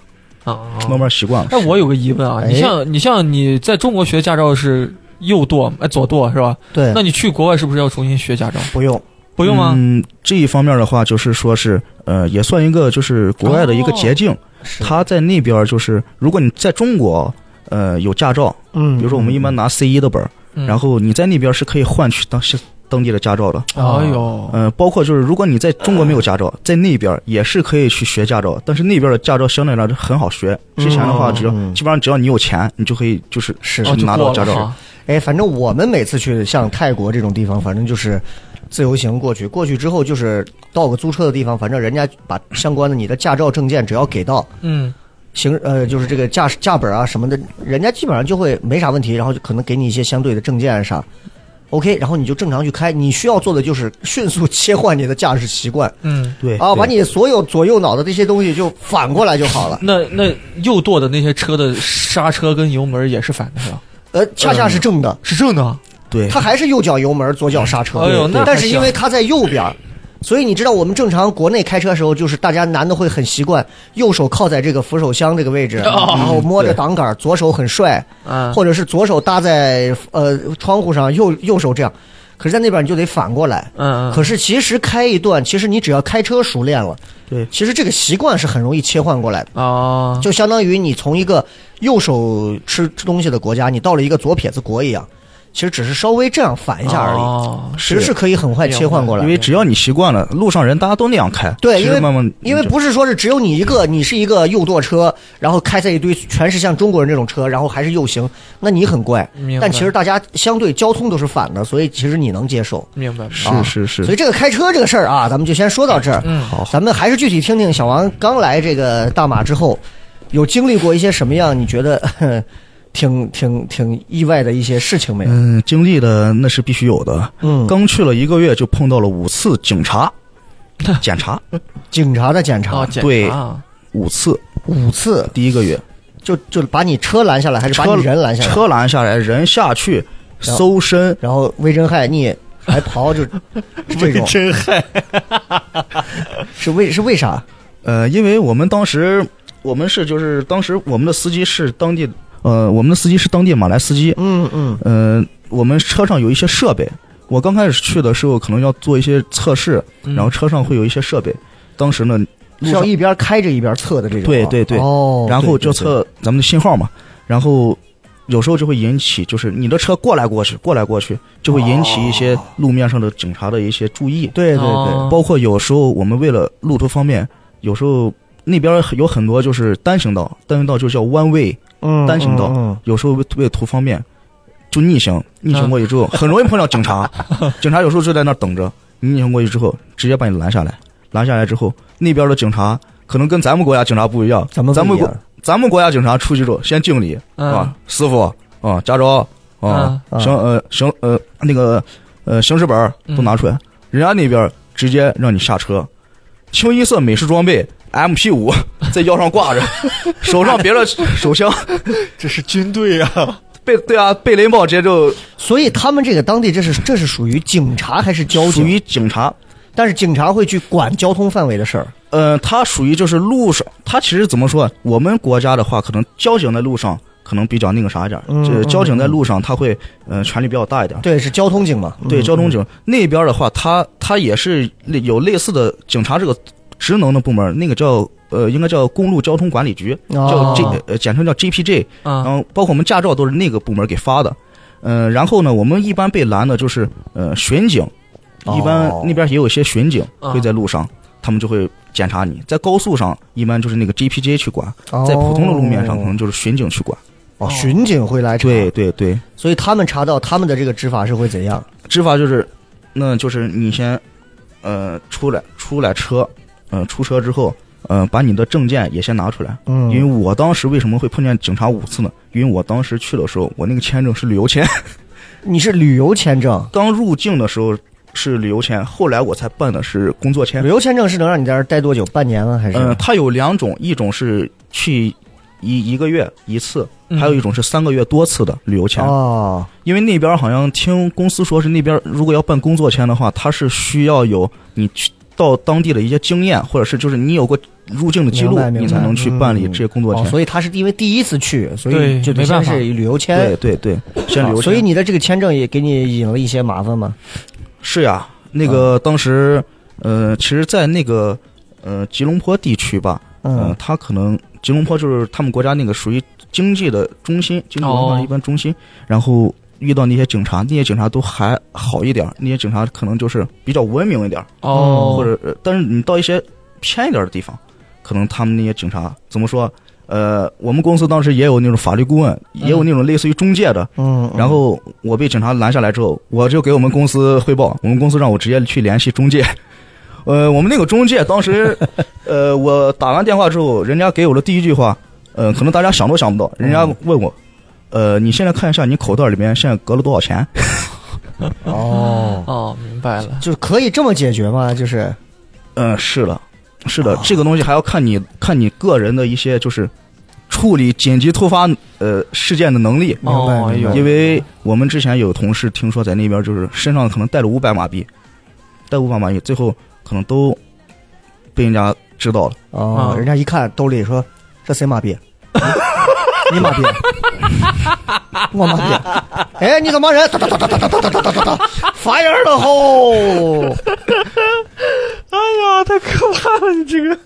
Speaker 4: 啊，
Speaker 3: 哦
Speaker 5: 慢慢习惯了。
Speaker 4: 但我有个疑问啊，
Speaker 3: 哎
Speaker 4: 你像你像你在中国学驾照是右舵哎左舵是吧？
Speaker 3: 对，
Speaker 4: 那你去国外是不是要重新学驾照？
Speaker 3: 不用。
Speaker 4: 不用啊吗？
Speaker 5: 嗯，这一方面的话，就是说是呃，也算一个就是国外的一个捷径。
Speaker 3: 哦是
Speaker 5: 他在那边就是，如果你在中国呃有驾照，
Speaker 3: 嗯，
Speaker 5: 比如说我们一般拿 C 一的本儿，
Speaker 4: 嗯
Speaker 5: 然后你在那边是可以换取当时当地的驾照的。
Speaker 4: 哎呦，
Speaker 5: 嗯、包括就是如果你在中国没有驾照，在那边也是可以去学驾照，但是那边的驾照相对来说很好学。之前的话，
Speaker 3: 嗯
Speaker 5: 只要、
Speaker 3: 嗯
Speaker 5: 基本上只要你有钱，你就可以就是
Speaker 3: 是
Speaker 4: 哦就
Speaker 5: 嗯拿到
Speaker 4: 过了
Speaker 5: 驾照。
Speaker 4: 哈
Speaker 3: 哎，反正我们每次去像泰国这种地方，反正就是自由行过去，过去之后就是到个租车的地方，反正人家把相关的你的驾照证件只要给到
Speaker 4: 嗯
Speaker 3: 行呃，就是这个驾驶驾本啊什么的，人家基本上就会没啥问题，然后就可能给你一些相对的证件啊啥。OK，然后你就正常去开，你需要做的就是迅速切换你的驾驶习惯
Speaker 4: 嗯，
Speaker 5: 对
Speaker 3: 啊，把
Speaker 5: 对
Speaker 3: 你所有左右脑的这些东西就反过来就好了。
Speaker 4: 那那右舵的那些车的刹车跟油门也是反的是吧？
Speaker 3: 呃，恰恰是正的，
Speaker 4: 是正的啊，
Speaker 5: 对
Speaker 3: 他还是右脚油门，左脚刹车。
Speaker 4: 哎呦
Speaker 3: 对
Speaker 4: 那
Speaker 3: 但
Speaker 4: 还
Speaker 3: 是
Speaker 4: 行
Speaker 3: 因为他在右边儿，所以你知道我们正常国内开车时候，就是大家男的会很习惯右手靠在这个扶手箱这个位置，
Speaker 4: 哦
Speaker 3: 然后摸着
Speaker 5: 对
Speaker 3: 挡杆儿，左手很帅，
Speaker 4: 嗯
Speaker 3: 或者是左手搭在呃窗户上，右右手这样。可是，在那边你就得反过来。
Speaker 4: 嗯，
Speaker 3: 可是，其实开一段，其实你只要开车熟练了，
Speaker 5: 对
Speaker 3: 其实这个习惯是很容易切换过来的。
Speaker 4: 啊，
Speaker 3: 就相当于你从一个右手吃吃东西的国家，你到了一个左撇子国一样，其实只是稍微这样反一下而已，
Speaker 4: 哦
Speaker 3: 其实是可以很快切换过来
Speaker 5: 因。为只要你习惯了，路上人大家都那样开，
Speaker 3: 对，
Speaker 5: 其
Speaker 3: 因
Speaker 5: 实
Speaker 3: 为
Speaker 5: 慢慢
Speaker 3: 因为不是说是只有你一个，你是一个右舵车，然后开在一堆全是像中国人这种车，然后还是右行，那你很怪
Speaker 4: 明。白
Speaker 3: 但其实大家相对交通都是反的，所以其实你能接受。
Speaker 4: 明白，
Speaker 5: 是
Speaker 3: 啊
Speaker 5: 是是
Speaker 3: 所以这个开车这个事儿啊，咱们就先说到这儿。
Speaker 4: 嗯
Speaker 5: 好
Speaker 3: 咱们还是具体听听小王刚来这个大马之后，有经历过一些什么样你觉得 呵挺挺挺意外的一些事情没有？
Speaker 5: 嗯，经历的那是必须有的。
Speaker 3: 嗯
Speaker 5: 刚去了一个月就碰到了五次警察检查，
Speaker 3: 嗯警察的检
Speaker 4: 啊，
Speaker 3: 查
Speaker 4: 检
Speaker 5: 对
Speaker 4: 查啊
Speaker 5: 五次。
Speaker 3: 五次，
Speaker 5: 第一个月，
Speaker 3: 就就把你车拦下来，还是把
Speaker 5: 车
Speaker 3: 你人拦下来？
Speaker 5: 车拦下来，人下去
Speaker 3: 然后
Speaker 5: 搜身，
Speaker 3: 然后威震害你还刨， 就是这种
Speaker 4: 真害
Speaker 3: 是为是为啥？
Speaker 5: 呃，因为我们当时我们是就是当时我们的司机是当地呃，我们的司机是当地马来司机，
Speaker 3: 嗯嗯
Speaker 5: 呃，我们车上有一些设备，我刚开始去的时候，可能要做一些测试，
Speaker 4: 嗯
Speaker 5: 然后车上会有一些设备。当时呢，
Speaker 3: 是
Speaker 5: 路
Speaker 3: 要
Speaker 5: 上
Speaker 3: 一边开着一边测的这种啊。
Speaker 5: 对对对
Speaker 3: 哦，
Speaker 5: 然后就
Speaker 3: 对对对
Speaker 5: 测咱们的信号嘛，然后有时候就会引起，就是你的车过来过去，过来过去，就会引起一些
Speaker 3: 哦
Speaker 5: 路面上的警察的一些注意。
Speaker 3: 对对
Speaker 4: 哦
Speaker 3: 对，
Speaker 5: 包括有时候我们为了路途方便，有时候那边有很多就是单行道，单行道就叫 one way，
Speaker 3: 嗯，
Speaker 5: 单行道
Speaker 3: 嗯，嗯
Speaker 5: 有时候为为了图方便，就逆行，逆行过去之 后，很容易碰到警察，警察有时候就在那儿等着，你逆行过去之后，直接把你拦下来，拦下来之后，那边的警察可能跟咱们国家警察不一样，
Speaker 3: 咱们
Speaker 5: 咱
Speaker 3: 不
Speaker 5: 们
Speaker 3: 一样
Speaker 5: 国咱们国家警察出去之后先敬礼
Speaker 4: 嗯
Speaker 5: 啊，师傅啊，驾照啊，
Speaker 3: 嗯
Speaker 5: 行呃行呃那个呃行驶本儿都拿出来，人家那边直接让你下车，清一色美式装备 MP 五 在腰上挂着，手上别着 手枪。
Speaker 4: 这是军队呀、啊，
Speaker 5: 被对啊，被雷暴直接就
Speaker 3: 所以他们这个当地这是这是属于警察还是交
Speaker 5: 属
Speaker 3: 警？
Speaker 5: 于警察。
Speaker 3: 但是警察会去管交通范围的事儿。
Speaker 5: 呃，他属于就是路上，他其实怎么说？我们国家的话，可能交警在路上可能比较那个啥一点，
Speaker 3: 嗯
Speaker 5: 就是
Speaker 3: 嗯
Speaker 5: 交警在路上他会呃权力比较大一点。
Speaker 3: 对，是交通警嘛？
Speaker 5: 对，
Speaker 3: 嗯
Speaker 5: 交通。警那边的话，他他也是类有类似的警察这个职能的部门，那个叫呃，应该叫公路交通管理局，叫
Speaker 3: 哦啊
Speaker 5: G 呃，简称叫 GPJ。然
Speaker 4: 嗯
Speaker 5: 后包括我们驾照都是那个部门给发的。嗯、然后呢，我们一般被拦的就是呃巡警，
Speaker 3: 哦
Speaker 5: 一般那边也有一些巡警
Speaker 4: 啊
Speaker 5: 会在路上，他们就会检查你。在高速上，一般就是那个 GPJ 去管，在普通的路面上，可能就是巡警去管。
Speaker 3: 哦，巡警会来查。
Speaker 5: 对，对对，
Speaker 3: 所以他们查到他们的这个执法是会怎样？
Speaker 5: 执法就是，那就是你先，呃，出来出来车，嗯、出车之后，嗯、把你的证件也先拿出来。
Speaker 3: 嗯
Speaker 5: 因为我当时为什么会碰见警察五次呢？因为我当时去的时候，我那个签证是旅游签，
Speaker 3: 你是旅游签证，
Speaker 5: 刚入境的时候是旅游签，后来我才办的是工作签
Speaker 3: 旅。游签证是能让你在这儿待多久？半年吗？啊还是？
Speaker 5: 嗯，它有两种，一种是去一一个月一次，
Speaker 4: 嗯
Speaker 5: 还有一种是三个月多次的旅游签。
Speaker 3: 哦，
Speaker 5: 因为那边好像听公司说是那边如果要办工作签的话，它是需要有你去到当地的一些经验，或者是就是你有过入境的记录
Speaker 3: 明白，明白
Speaker 5: 你才能去办理这些工作
Speaker 3: 哦
Speaker 5: 签。
Speaker 3: 所以他是因为第一次去，所以
Speaker 4: 对
Speaker 3: 就得
Speaker 4: 没
Speaker 3: 先
Speaker 4: 办法
Speaker 3: 是以旅游签。
Speaker 5: 对对对，先旅游签。
Speaker 3: 啊所以你的这个签证也给你引了一些麻烦吗？
Speaker 5: 是呀，那个当时，呃，其实，在那个呃吉隆坡地区吧，嗯，
Speaker 3: 嗯，
Speaker 5: 他可能吉隆坡就是他们国家那个属于经济的中心，经济文化
Speaker 4: 哦
Speaker 5: 一般中心。然后遇到那些警察，那些警察都还好一点儿，那些警察可能就是比较文明一点儿，
Speaker 4: 哦，
Speaker 5: 或者呃但是你到一些偏一点儿的地方，可能他们那些警察怎么说？呃，我们公司当时也有那种法律顾问，也有那种类似于中介的。
Speaker 3: 嗯，
Speaker 5: 然后我被警察拦下来之后，我就给我们公司汇报，我们公司让我直接去联系中介。 呃，我们那个中介当时，呃，我打完电话之后，人家给我的第一句话，呃，可能大家想都想不到，人家问我，呃，你现在看一下你口袋里面现在隔了多少钱？
Speaker 3: 哦，
Speaker 4: 哦，明白了，
Speaker 3: 就是可以这么解决吗？就是
Speaker 5: 嗯、是了，是
Speaker 3: 哦
Speaker 5: 的，这个东西还要看你看你个人的一些就是处理紧急突发呃事件的能力。
Speaker 3: 明白
Speaker 4: 哦哎
Speaker 3: 明
Speaker 4: 呦
Speaker 3: 白
Speaker 5: 因为我们之前有同事听说在那边就是身上可能带了五百马币，带五百马币，最后可能都被人家知道了。
Speaker 3: 哦，
Speaker 4: 啊
Speaker 3: 人家一看兜里说这谁 麻痹？你麻痹？我麻痹？哎，你怎么人？哒哒哒哒哒哒哒哒哒哒哒，烦人了吼！
Speaker 4: 哎呀，太可怕了，你 这个，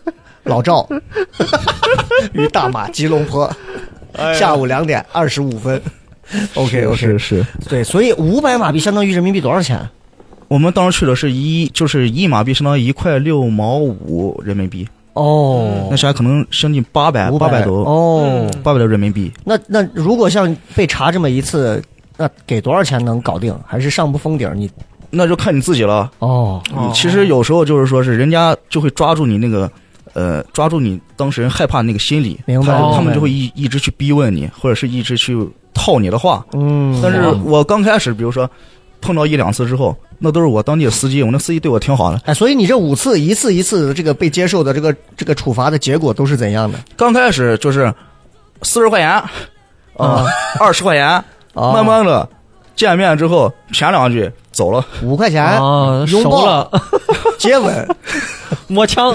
Speaker 3: 老赵与大马吉隆坡，下午两点二十五分。OK OK，
Speaker 5: 是，
Speaker 3: 对，所以五百马币相当于人民币多少钱？
Speaker 5: 我们当时去的是一就是一马币相当于一块六毛五人民币，
Speaker 3: 哦
Speaker 5: 那，现在可能将近八百
Speaker 3: 五
Speaker 5: 八百多
Speaker 3: 哦。
Speaker 5: 八百多人民币。
Speaker 3: 那那如果像被查这么一次，那给多少钱能搞定？还是上不封顶？你
Speaker 5: 那就看你自己了。
Speaker 3: 哦
Speaker 4: 哦
Speaker 5: 嗯其实有时候就是说是人家就会抓住你那个，呃，抓住你当事人害怕那个心理，
Speaker 3: 哦明白
Speaker 5: 他
Speaker 4: 明白
Speaker 5: 他们就会一一直去逼问你，或者是一直去套你的话。
Speaker 3: 嗯，
Speaker 5: 但是
Speaker 4: 嗯
Speaker 5: 我刚开始，比如说碰到一两次之后，那都是我当地的司机，我那司机对我挺好的。
Speaker 3: 哎，所以你这五次一次一次的这个被接受的这个这个处罚的结果都是怎样的？
Speaker 5: 刚开始就是四十块 钱，啊、
Speaker 3: 啊
Speaker 5: 二十块钱，
Speaker 3: 哦
Speaker 5: 慢慢的见面之后谝两句走 了。
Speaker 3: 五块钱
Speaker 4: 啊，
Speaker 3: 拥
Speaker 4: 熟
Speaker 3: 抱
Speaker 4: 了，
Speaker 3: 接吻
Speaker 4: 摸枪，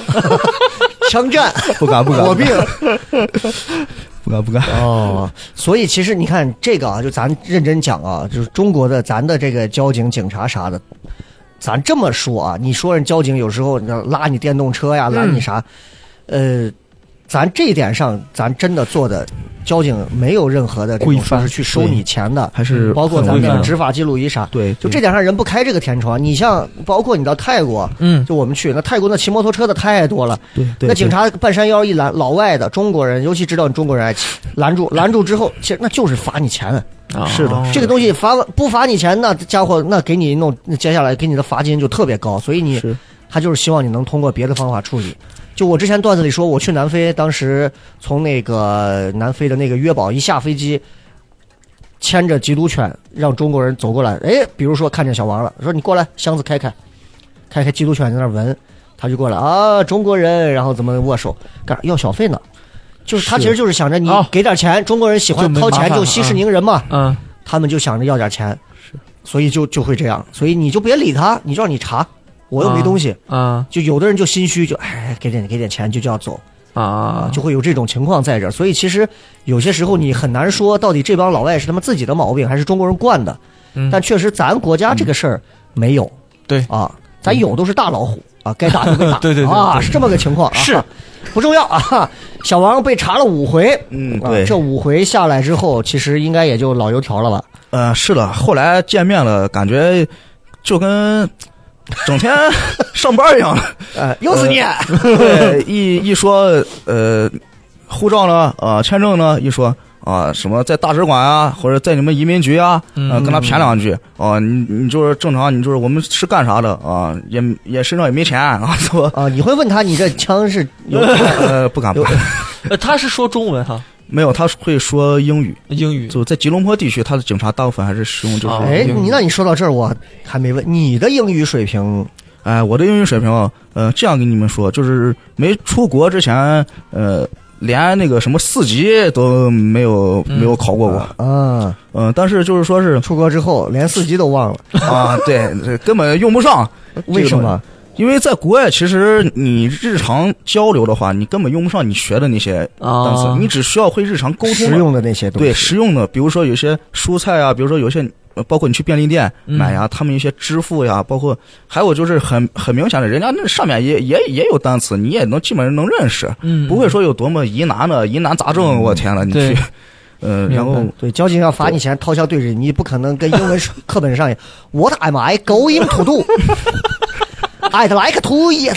Speaker 3: 枪战
Speaker 5: 不敢不敢
Speaker 3: 火并，
Speaker 5: 不敢不敢。
Speaker 3: 哦，所以其实你看这个啊，就咱认真讲啊，就是中国的咱的这个交警、警察啥的，咱这么说啊，你说人交警有时候那拉你电动车呀，
Speaker 5: 嗯
Speaker 3: 拦你啥，呃，咱这一点上，咱真的做的交警没有任何的这种
Speaker 4: 规范
Speaker 3: 说是去收你钱的，
Speaker 5: 还是
Speaker 3: 嗯包括
Speaker 5: 很
Speaker 3: 咱
Speaker 5: 危
Speaker 3: 们
Speaker 5: 险
Speaker 3: 的
Speaker 5: 的
Speaker 3: 执法记录仪啥，
Speaker 5: 对，
Speaker 3: 就
Speaker 5: 对
Speaker 3: 这点上人不开这个天窗。你像包括你到泰国，
Speaker 4: 嗯，
Speaker 3: 就我们去那泰国那骑摩托车的太多了。
Speaker 5: 对对，
Speaker 3: 那警察半山腰一拦，老外的中国人，尤其知道你中国人爱骑，拦住，拦住之后，其实那就是罚你钱。
Speaker 4: 啊
Speaker 5: 是的
Speaker 3: 这个东西罚不罚你钱，那家伙那给你弄，那接下来给你的罚金就特别高。所以
Speaker 5: 对
Speaker 3: 你
Speaker 5: 是
Speaker 3: 他就是希望你能通过别的方法处理。就我之前段子里说，我去南非，当时从那个南非的那个约堡一下飞机，牵着缉毒犬让中国人走过来，哎，比如说看见小王了，说你过来，箱子开开，开开，缉毒犬在那儿闻，他就过来啊，中国人，然后怎么握手，干啥要小费呢？就是他
Speaker 5: 是
Speaker 3: 其实就是想着你
Speaker 4: 哦
Speaker 3: 给点钱，中国人喜欢
Speaker 4: 就没
Speaker 3: 掏
Speaker 4: 麻
Speaker 3: 钱
Speaker 4: 烦
Speaker 3: 就
Speaker 4: 了
Speaker 3: 息事
Speaker 4: 嗯
Speaker 3: 宁人嘛，
Speaker 4: 嗯，
Speaker 3: 他们就想着要点钱，所以就就会这样，所以你就别理他，你就让你查，我又没
Speaker 4: 啊
Speaker 3: 东西。
Speaker 4: 啊
Speaker 3: 就有的人就心虚，就哎给点给点钱就就要走
Speaker 4: 啊，
Speaker 3: 就会有这种情况在这儿。所以其实有些时候你很难说到底这帮老外是他们自己的毛病还是中国人惯的，
Speaker 4: 嗯
Speaker 3: 但确实咱国家这个事儿没有。
Speaker 4: 对
Speaker 3: 啊，咱有都是大老虎啊，该打就被
Speaker 4: ，
Speaker 3: 打
Speaker 4: 对对对
Speaker 3: 啊，
Speaker 4: 对
Speaker 3: 是这么个情况啊，
Speaker 4: 是
Speaker 3: 不重要啊。小王被查了五回。
Speaker 5: 嗯
Speaker 3: 啊
Speaker 5: 对，
Speaker 3: 这五回下来之后，其实应该也就老油条了吧？
Speaker 5: 呃是的，后来见面了，感觉就跟整天上班一样了。
Speaker 3: 呃，又是你，
Speaker 5: 对，一一说呃，护照呢，呃，签证呢，一说啊、什么在大使馆啊，或者在你们移民局啊，呃，
Speaker 4: 嗯
Speaker 5: 跟他谝两句啊、你你就是正常，你就是我们是干啥的啊、也也身上也没钱啊，说
Speaker 3: 啊！你会问他，你这枪是有
Speaker 5: 呃不敢不敢，
Speaker 4: 呃他是说中文哈，
Speaker 5: 没有，他会说英语，
Speaker 4: 英语
Speaker 5: 就在吉隆坡地区，他的警察大部分还是使用就是
Speaker 4: 哦
Speaker 3: 哎，
Speaker 4: 英语
Speaker 3: 你那你说到这儿，我还没问你的英语水平
Speaker 5: 哎，我的英语水平啊，呃，这样跟你们说，就是没出国之前，呃，连那个什么四级都没有、
Speaker 4: 嗯
Speaker 5: 没有考过我，
Speaker 3: 啊。
Speaker 5: 嗯、但是就是 说是
Speaker 3: 出国之后连四级都忘了，
Speaker 5: 啊，对，这根本用不上，
Speaker 3: 为什么？
Speaker 5: 因为在国外其实你日常交流的话，你根本用不上你学的那些单词，
Speaker 4: 啊，
Speaker 5: 你只需要会日常沟通
Speaker 3: 实
Speaker 5: 的
Speaker 3: 用的那些东西。
Speaker 5: 对实用的，比如说有些蔬菜啊，比如说有些呃包括你去便利店
Speaker 4: 嗯
Speaker 5: 买呀，他们一些支付呀，包括还有就是很很明显的，人家那上面也也也有单词，你也能基本上能认识，
Speaker 4: 嗯
Speaker 5: 不会说有多么疑难的疑难杂症。我天呐，你
Speaker 4: 对
Speaker 5: 去， 呃，然后
Speaker 4: 明白
Speaker 3: 对，交警要罚你钱，掏枪对着你，你不可能跟英文 课本上也 What am I going to do? I'd like to eat 。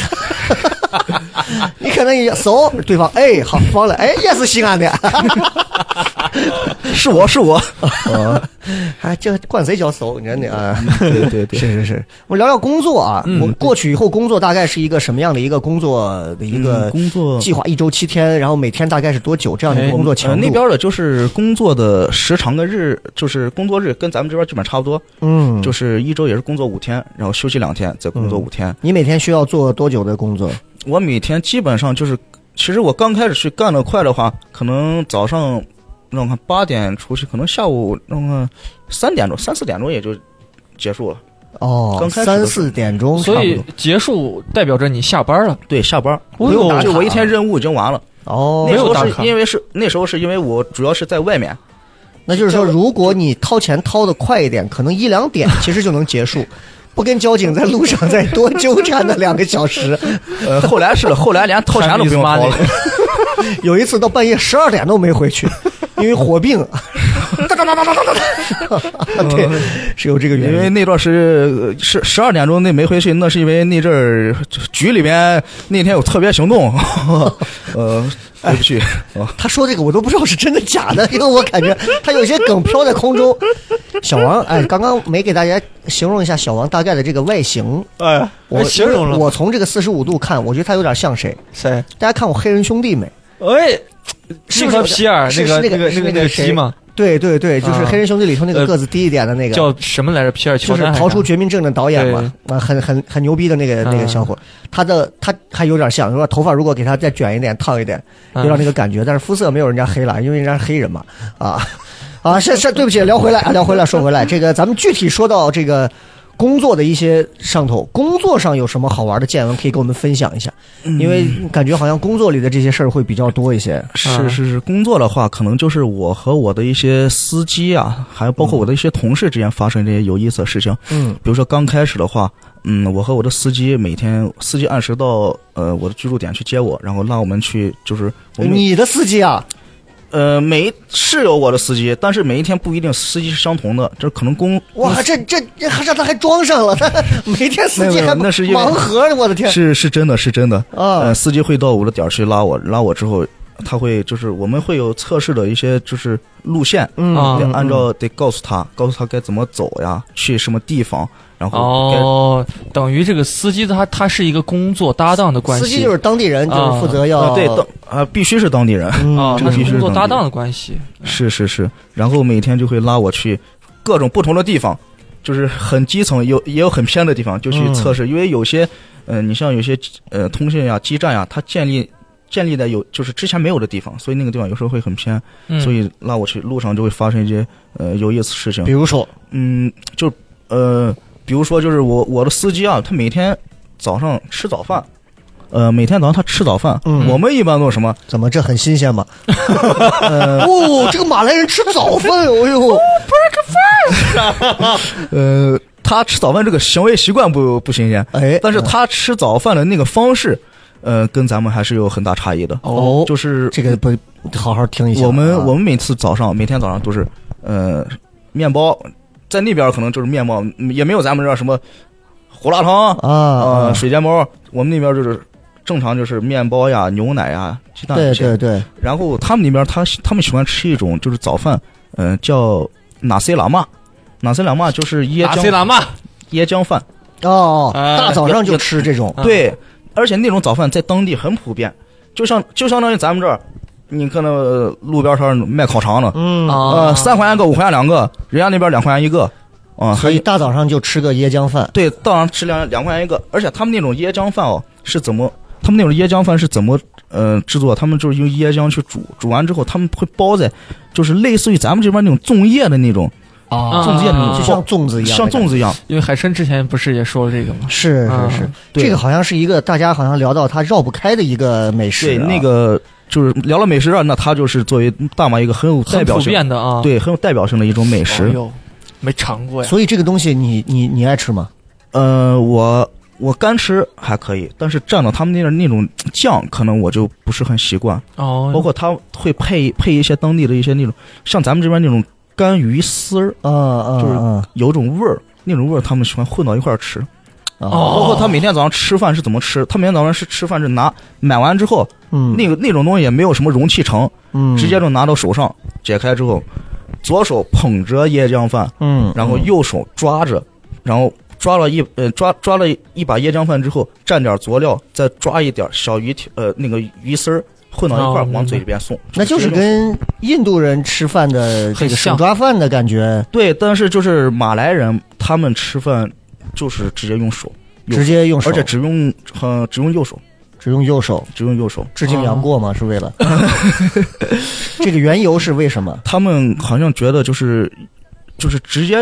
Speaker 3: 你可能也 so 对方哎好忘了哎也是西安的，
Speaker 5: 是我是我，
Speaker 3: 哎这管谁叫 so 真的啊。
Speaker 5: 对 对
Speaker 3: 是，是是，我聊聊工作啊。
Speaker 4: 嗯
Speaker 3: 我过去以后，工作大概是一个什么样的一个工作的一个
Speaker 5: 嗯工作
Speaker 3: 计划？一周七天，然后每天大概是多久这样的一
Speaker 4: 哎
Speaker 3: 个工作
Speaker 5: 呃
Speaker 3: 强度？
Speaker 5: 那边的就是工作的时长跟日，就是工作日跟咱们这边基本差不多，
Speaker 3: 嗯，
Speaker 5: 就是一周也是工作五天，然后休息两天，再工作
Speaker 3: 嗯
Speaker 5: 五天。
Speaker 3: 你每天需要做多久的工作？
Speaker 5: 我每天基本上就是，其实我刚开始去干的快的话，可能早上让我看八点出去，可能下午让我看三点钟、三四点钟也就结束了。
Speaker 3: 哦
Speaker 5: 刚，开始的时
Speaker 3: 三
Speaker 5: 候
Speaker 3: 四点钟差不
Speaker 4: 所
Speaker 3: 多，
Speaker 4: 以结束代表着你下班了，哎
Speaker 5: 对，下班
Speaker 4: 不用打卡
Speaker 5: 就我一天任务已经完了。
Speaker 3: 哦
Speaker 5: 那，时
Speaker 4: 没有
Speaker 5: 候
Speaker 4: 打
Speaker 5: 是
Speaker 4: 卡
Speaker 5: 因为是那时候是因为我主要是在外面，
Speaker 3: 那就是说，如果你掏钱掏的快一点，可能一两 点其实就能结束。不跟交警在路上再多纠缠那两个小 时，
Speaker 5: 呃，后来是了，后来连掏钱都 不用掏
Speaker 4: Time
Speaker 5: 了
Speaker 4: is money。
Speaker 3: 有一次到半夜十二点都没回去，因为火 并，哒哒哒哒哒哒哒， 对，是有这个原
Speaker 5: 因
Speaker 3: 因
Speaker 5: 为。那段是是十二点钟那没回去，那是因为那阵儿呃局里边那天有特别行动， 呃，回不去。哦
Speaker 3: 他说这个我都不知道是真的假的， 因为我感觉他有些梗飘在空中。小王，哎，刚刚没给大家形容一下小王大概的这个外形，
Speaker 4: 哎，
Speaker 3: 我
Speaker 4: 形容了
Speaker 3: 我从这个四十五度看，我觉得他有点像谁？
Speaker 4: 谁？
Speaker 3: 大家看我黑人兄弟没？
Speaker 4: 哎，
Speaker 3: 是
Speaker 4: 尼
Speaker 3: 不是
Speaker 4: 克皮尔
Speaker 3: 是
Speaker 4: 个那
Speaker 3: 是那个是
Speaker 4: 那个
Speaker 3: 那个
Speaker 4: 个
Speaker 3: 谁
Speaker 4: 鸡嘛，
Speaker 3: 对对对，就是
Speaker 4: 啊
Speaker 3: 黑人兄弟里头那个
Speaker 4: 呃
Speaker 3: 个子低一点的那个，
Speaker 4: 叫什么来着？皮尔
Speaker 3: 就
Speaker 4: 乔
Speaker 3: 是
Speaker 4: 丹还是啥，
Speaker 3: 逃出绝命镇的导演嘛，啊，很很很牛逼的那个那个
Speaker 4: 嗯
Speaker 3: 小伙，他的他还有点像，说头发如果给他再卷一点、烫一点，
Speaker 4: 嗯
Speaker 3: 有点那个感觉，但是肤色没有人家黑了，因为人家是黑人嘛，啊啊，是是，对不起，聊回来啊，聊回来，说回来，这个咱们具体说到这个工作的一些上头，工作上有什么好玩的见闻可以跟我们分享一下？
Speaker 5: 嗯
Speaker 3: 因为感觉好像工作里的这些事儿会比较多一些。
Speaker 5: 是是是，工作的话，可能就是我和我的一些司机啊，还有包括我的一些同事之间发生这些有意思的事情。
Speaker 3: 嗯
Speaker 5: 比如说刚开始的话，嗯，我和我的司机每天司机按时到呃我的居住点去接我，然后拉我们去就是我们
Speaker 3: 你的司机啊，
Speaker 5: 呃每一是有我的司机，但是每一天不一定司机是相同的，这可能嗯公
Speaker 3: 哇，这这这还让他还装上了，他 每天司
Speaker 5: 没
Speaker 3: 机
Speaker 5: 有没有
Speaker 3: 还
Speaker 5: 那是因为
Speaker 3: 盲盒，我的天
Speaker 5: 是是真的是真的，
Speaker 3: 啊
Speaker 5: 呃，！司机会到我的点儿去拉我，拉我之后，他会就是我们会有测试的一些就是路线，
Speaker 3: 嗯
Speaker 4: 啊
Speaker 5: 得按照得告诉他，告诉他该怎么走呀，去什么地方，然后该、
Speaker 4: 哦，等于这个司机他他是一个工作搭档的关系，
Speaker 3: 司机就是当地人，就是负责要、嗯
Speaker 5: 呃对当啊、必须是当地人，
Speaker 4: 啊，
Speaker 5: 这
Speaker 4: 他
Speaker 5: 个
Speaker 4: 是
Speaker 5: 必须
Speaker 4: 工
Speaker 5: 是
Speaker 4: 作
Speaker 5: 当
Speaker 4: 搭
Speaker 5: 地
Speaker 4: 档的关系。
Speaker 5: 是是是，然后每天就会拉我去各种不同的地方，就是很基层，有也有很偏的地方，就去
Speaker 3: 嗯
Speaker 5: 测试，因为有些，嗯、你像有些呃通信呀、基站呀，它建立。建立在有就是之前没有的地方，所以那个地方有时候会很偏，
Speaker 4: 嗯，
Speaker 5: 所以拉我去路上就会发生一些呃有意思的事情
Speaker 3: 比。如说，
Speaker 5: 嗯，就呃，比如说就是我我的司机啊，他每天早上吃早饭，呃，每天早上他吃早饭，
Speaker 3: 嗯
Speaker 5: 我们一般都是什么？
Speaker 3: 怎么这很新 鲜吗？哦，这个马来人吃早饭，哎呦，嗯
Speaker 5: 呃，他吃早饭这个行为习惯不不新鲜，
Speaker 3: 哎，
Speaker 5: 但是他吃早饭的那个方式，呃，跟咱们还是有很大差异的。
Speaker 3: 哦
Speaker 5: 就是
Speaker 3: 这个不好好听一下啊。
Speaker 5: 我们、我们每次早上每天早上都是呃面包，在那边可能就是面包，嗯也没有咱们这儿什么胡辣汤啊、
Speaker 3: 啊
Speaker 5: 水煎包，我们那边就是。正常就是面包呀、牛奶呀、鸡蛋
Speaker 3: 对
Speaker 5: 这些。
Speaker 3: 对对，
Speaker 5: 然后他们那边他他们喜欢吃一种就是早饭，呃，叫纳塞拉玛，纳塞拉玛就是椰
Speaker 4: 打 C
Speaker 5: 浆
Speaker 4: 喇嘛，
Speaker 5: 椰浆饭。
Speaker 3: 哦，
Speaker 4: 哎
Speaker 3: 大早上就吃这种，
Speaker 4: 啊
Speaker 5: 对，而且那种早饭在当地很普遍，就像就相当于咱们这儿，你看那呃路边摊卖烤肠的，
Speaker 3: 嗯
Speaker 5: 呃，
Speaker 4: 啊，
Speaker 5: 三块钱一个，五块钱两个，人家那边两块钱一个，啊，
Speaker 3: 所
Speaker 5: 还
Speaker 3: 以大早上就吃个椰浆饭，
Speaker 5: 对，当然吃两两块钱一个，而且他们那种椰浆饭哦是怎么？他们那种椰浆饭是怎么呃制作？他们就是用椰浆去煮，煮完之后他们会包在，就是类似于咱们这边那种粽叶的那种，
Speaker 3: 啊
Speaker 5: 粽子也能
Speaker 3: 就
Speaker 5: 做
Speaker 3: 像粽子一样，
Speaker 5: 像粽。子一样。
Speaker 4: 因为海参之前不是也说了这个吗？
Speaker 3: 是
Speaker 4: 啊
Speaker 3: 是是，
Speaker 5: 对
Speaker 3: 这个好像是一个大家好像聊到他绕不开的一个美食
Speaker 5: 对，
Speaker 3: 啊。
Speaker 5: 那个就是聊了美食啊，那它就是作为大马一个很有代
Speaker 4: 很
Speaker 5: 表
Speaker 4: 普
Speaker 5: 性，
Speaker 4: 遍的啊，
Speaker 5: 对，很有代表性的一种美
Speaker 4: 哎
Speaker 5: 食。
Speaker 4: 呦，没尝过呀。
Speaker 3: 所以这个东西你你你爱吃吗？
Speaker 5: 呃，我我干吃还可以，但是蘸到他们那那种酱，可能我就不是很习惯。
Speaker 4: 哦，
Speaker 3: 嗯
Speaker 5: 包括他会配配一些当地的一些那种，像咱们这边那种干鱼丝儿，
Speaker 3: 啊啊
Speaker 5: 就是
Speaker 3: 啊！
Speaker 5: 有种味儿，那种味儿他们喜欢混到一块儿吃。
Speaker 3: 哦，
Speaker 4: 哦
Speaker 5: 包括他每天早上吃饭是怎么吃，他每天早上是吃饭是拿买完之后，
Speaker 3: 嗯，
Speaker 5: 那个那种东西也没有什么容器盛，
Speaker 3: 嗯
Speaker 5: 直接就拿到手上，解开之后，左手捧着椰浆饭，
Speaker 3: 嗯，
Speaker 5: 然后右手抓着，然后抓了一呃抓抓了一把椰浆饭之后，蘸点佐料，再抓一点小鱼条呃那个鱼丝儿混到一块儿
Speaker 4: 哦
Speaker 5: 往嘴里边送，
Speaker 3: 那就是
Speaker 5: 直接用
Speaker 3: 跟印度人吃饭的这
Speaker 4: 很
Speaker 3: 个手
Speaker 4: 像
Speaker 3: 抓饭的感觉，
Speaker 5: 对，但是就是马来人他们吃饭就是直接用手，有
Speaker 3: 直接用手，
Speaker 5: 而且只用呃只用右手，
Speaker 3: 只用右手，
Speaker 5: 只用右手。
Speaker 3: 致敬杨过嘛，是为了这个缘由是为什么？
Speaker 5: 他们好像觉得就是就是直接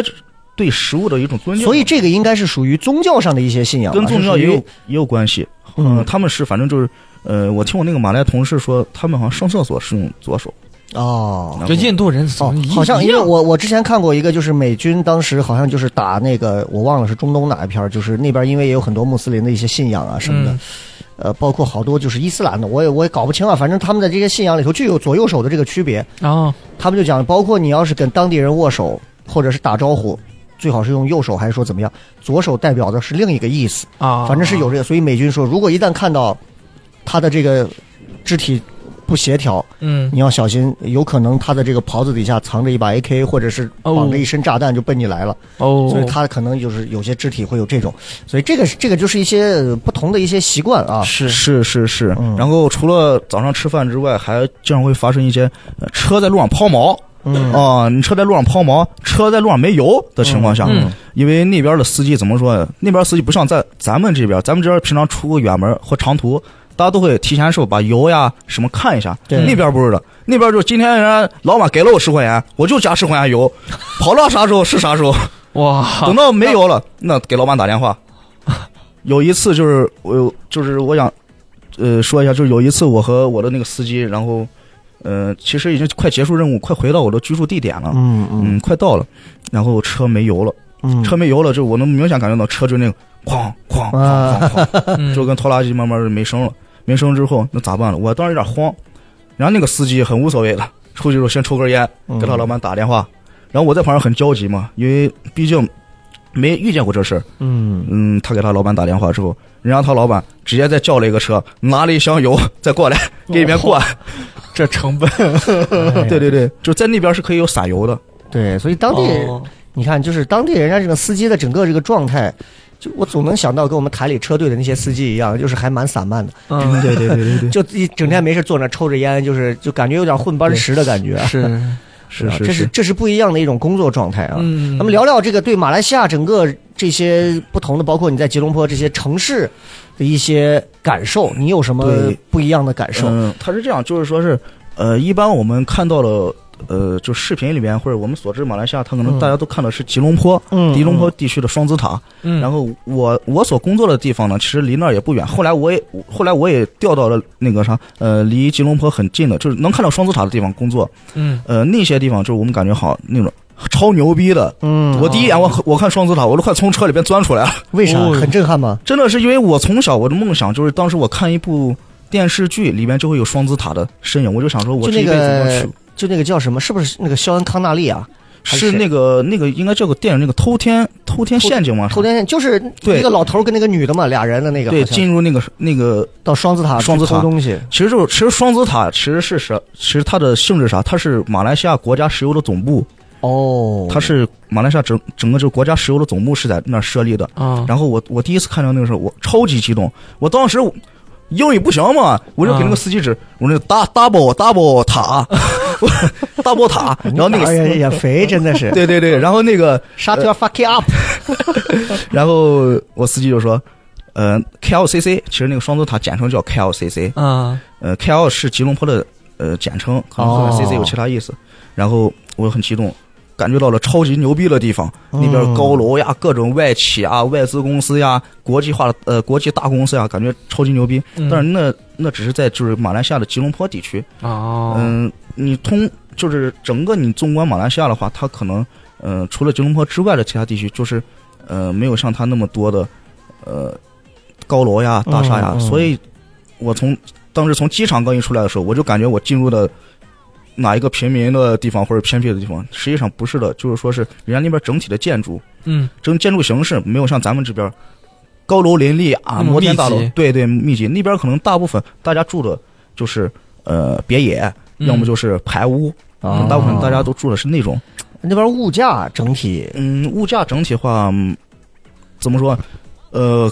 Speaker 5: 对食物的一种尊敬，
Speaker 3: 所以这个应该是属于宗教上的一些信仰吧，
Speaker 5: 跟宗教
Speaker 3: 是
Speaker 5: 也
Speaker 3: 属于
Speaker 5: 有也有关系。
Speaker 3: 嗯
Speaker 5: 他们是反正就是呃，我听我那个马来同事说，他们好像上厕所是用左手。
Speaker 3: 哦。
Speaker 5: 然
Speaker 4: 就
Speaker 5: 后
Speaker 4: 印度人怎
Speaker 3: 哦
Speaker 4: 么一，
Speaker 3: 好像
Speaker 4: 一
Speaker 3: 因为
Speaker 4: 样
Speaker 3: 我我之前看过一个，就是美军当时好像就是打那个，我忘了是中东哪一片儿，就是那边因为也有很多穆斯林的一些信仰啊什么的，
Speaker 4: 嗯
Speaker 3: 呃，包括好多就是伊斯兰的，我也我也搞不清啊，反正他们的这些信仰里头就有左右手的这个区别，
Speaker 4: 然后
Speaker 3: 他们就讲，包括你要是跟当地人握手或者是打招呼，最好是用右手，还是说怎么样？左手代表的是另一个意思，
Speaker 4: 啊，
Speaker 3: 反正是有这个。所以美军说，如果一旦看到他的这个肢体不协调，
Speaker 4: 嗯
Speaker 3: 你要小心，有可能他的这个袍子底下藏着一把 AK，或者是绑着一身炸弹就奔你来了。
Speaker 4: 哦，
Speaker 3: 所以他可能就是有些肢体会有这种，所以这个是这个就是一些呃不同的一些习惯啊。
Speaker 4: 哦是
Speaker 5: 是是是
Speaker 3: 嗯，
Speaker 5: 然后除了早上吃饭之外，还经常会发生一些呃车在路上抛锚，
Speaker 3: 嗯
Speaker 5: 啊、你车在路上抛锚，车在路上没油的情况下，
Speaker 4: 嗯
Speaker 5: 因为那边的司机怎么说呀？那边司机不像在咱们这边，咱们这边平常出个远门或长途，大家都会提前是把油呀什么看一下。
Speaker 3: 对
Speaker 5: 那边不是的，那边就今天人家老板给了我十块钱，我就加十块钱油，跑到啥时候是啥时候。
Speaker 4: 哇
Speaker 5: 等，到没油了，那给老板打电话。有一次就是我有就是我想，呃，说一下，就是有一次我和我的那个司机，然后，呃，其实已经快结束任务，快回到我的居住地点了，
Speaker 3: 嗯嗯
Speaker 5: 嗯，快到了，然后车没油了，
Speaker 3: 嗯，
Speaker 5: 车没油了，就我能明显感觉到车就那个哐哐
Speaker 3: 啊
Speaker 5: 哐哐哐，
Speaker 4: 嗯
Speaker 5: 就跟拖拉机慢慢就没声了，没声之后那咋办了？我当时有点慌，然后那个司机很无所谓了，出去之后先抽根烟，
Speaker 4: 嗯
Speaker 5: 给他老板打电话，然后我在旁边很焦急嘛，因为毕竟没遇见过这事儿。
Speaker 3: 嗯，
Speaker 5: 嗯，他给他老板打电话之后，人家他老板直接再叫了一个车，拿了一箱油再过来给里面灌。
Speaker 4: 这成本
Speaker 3: 嗯，
Speaker 5: 对对对，就在那边是可以有撒油的。
Speaker 3: 对，所以当地
Speaker 4: 哦
Speaker 3: 你看，就是当地人家这个司机的整个这个状态，就我总能想到跟我们台里车队的那些司机一样，就是还蛮散漫的，
Speaker 4: 嗯，
Speaker 5: 对对对对 对，
Speaker 3: 就一整天没事坐那抽着烟，就是就感觉有点混班时的感觉。
Speaker 4: 是，
Speaker 5: 是
Speaker 3: 啊
Speaker 5: 是
Speaker 3: 这是这是不一样的一种工作状态啊。
Speaker 4: 嗯，
Speaker 3: 咱们聊聊这个对马来西亚整个这些不同的，包括你在吉隆坡这些城市的一些感受，你有什么
Speaker 5: 对
Speaker 3: 不一样的感受？
Speaker 5: 嗯，他是这样，就是说是，呃，一般我们看到了，呃，就视频里面或者我们所知马来西亚，他可
Speaker 3: 嗯
Speaker 5: 能大家都看的是吉隆坡，
Speaker 3: 嗯
Speaker 5: 吉隆坡地区的双子塔。
Speaker 4: 嗯，
Speaker 5: 然
Speaker 4: 后
Speaker 5: 后我我所工作的地方呢，其实离那儿也不远。后来我也后来我也调到了那个啥，呃，离吉隆坡很近的，就是能看到双子塔的地方工作。
Speaker 4: 嗯，
Speaker 5: 呃，那些地方就是我们感觉好那种超牛逼的。
Speaker 3: 嗯，
Speaker 5: 我第一眼我我看双子塔，我都快从车里边钻出来了。
Speaker 3: 为啥
Speaker 4: 哦
Speaker 3: 很震撼吗？
Speaker 5: 真的是因为我从小我的梦想就是，当时我看一部电视剧，里面就会有双子塔的身影，我就想说，我
Speaker 3: 就
Speaker 5: 这
Speaker 3: 那
Speaker 5: 一辈子都要
Speaker 3: 个
Speaker 5: 去。
Speaker 3: 就那个叫什么？是不是那个肖恩康纳利啊？还是
Speaker 5: 是那个那个应该叫个电影，那个偷天偷天陷阱吗？
Speaker 3: 头天线就是
Speaker 5: 啊对
Speaker 3: 一个老头跟那个女的嘛，俩人的那个，
Speaker 5: 对，
Speaker 3: 啊好像
Speaker 5: 进入那个那个
Speaker 3: 到双子塔去
Speaker 5: 双子塔
Speaker 3: 偷东西，
Speaker 5: 其实就是，其实双子塔其实是啥？其实它的性质是啥？它是马来西亚国家石油的总部，
Speaker 3: 哦，
Speaker 5: 它是马来西亚整整个这个国家石油的总部是在那儿设立的。
Speaker 4: 啊，
Speaker 5: 然后我我第一次看到那个时候，我超级激动，我当时我英语不行嘛，我就给那个司机指，我那 dou- double double 塔我，double 塔，然后那个呃
Speaker 3: 哎呀
Speaker 5: 司。
Speaker 3: 也肥，真的是
Speaker 5: 对对对，然后那个，
Speaker 3: ，Shut your fucking up，
Speaker 5: 然后我司机就说，呃，KLCC，其实那个双子塔简称叫 KLCC，
Speaker 4: 啊，
Speaker 5: 呃，KL 是吉隆坡的呃简称，可能
Speaker 3: 哦
Speaker 5: 和 CC 有其他意思。然后我很激动，感觉到了超级牛逼的地方，
Speaker 3: 嗯
Speaker 5: 那边高楼呀，各种外企啊、外资公司呀、国际化的呃国际大公司呀，感觉超级牛逼。
Speaker 4: 嗯
Speaker 3: 嗯
Speaker 5: 但是那那只是在就是马来西亚的吉隆坡地区，
Speaker 4: 哦，
Speaker 5: 嗯，你通就是整个你纵观马来西亚的话，它可能呃除了吉隆坡之外的其他地区，就是呃没有像它那么多的呃高楼呀、大厦呀，
Speaker 3: 嗯嗯
Speaker 5: 所以我从当时从机场刚一出来的时候，我就感觉我进入的。哪一个平民的地方或者偏僻的地方，实际上不是的，就是说是人家那边整体的建筑，
Speaker 4: 嗯
Speaker 5: 整建筑形式没有像咱们这边高楼林立啊，
Speaker 4: 那么
Speaker 5: 摩
Speaker 4: 嗯
Speaker 5: 天
Speaker 4: 密
Speaker 5: 大楼
Speaker 4: 集，
Speaker 5: 对对，密集。那边可能大部分大家住的就是呃别野，
Speaker 4: 嗯哦
Speaker 5: 要么就是排屋，
Speaker 3: 啊
Speaker 5: 大部分大家都住的是那种。
Speaker 3: 那边物价整体
Speaker 5: 嗯，物价整体话，嗯怎么说？呃，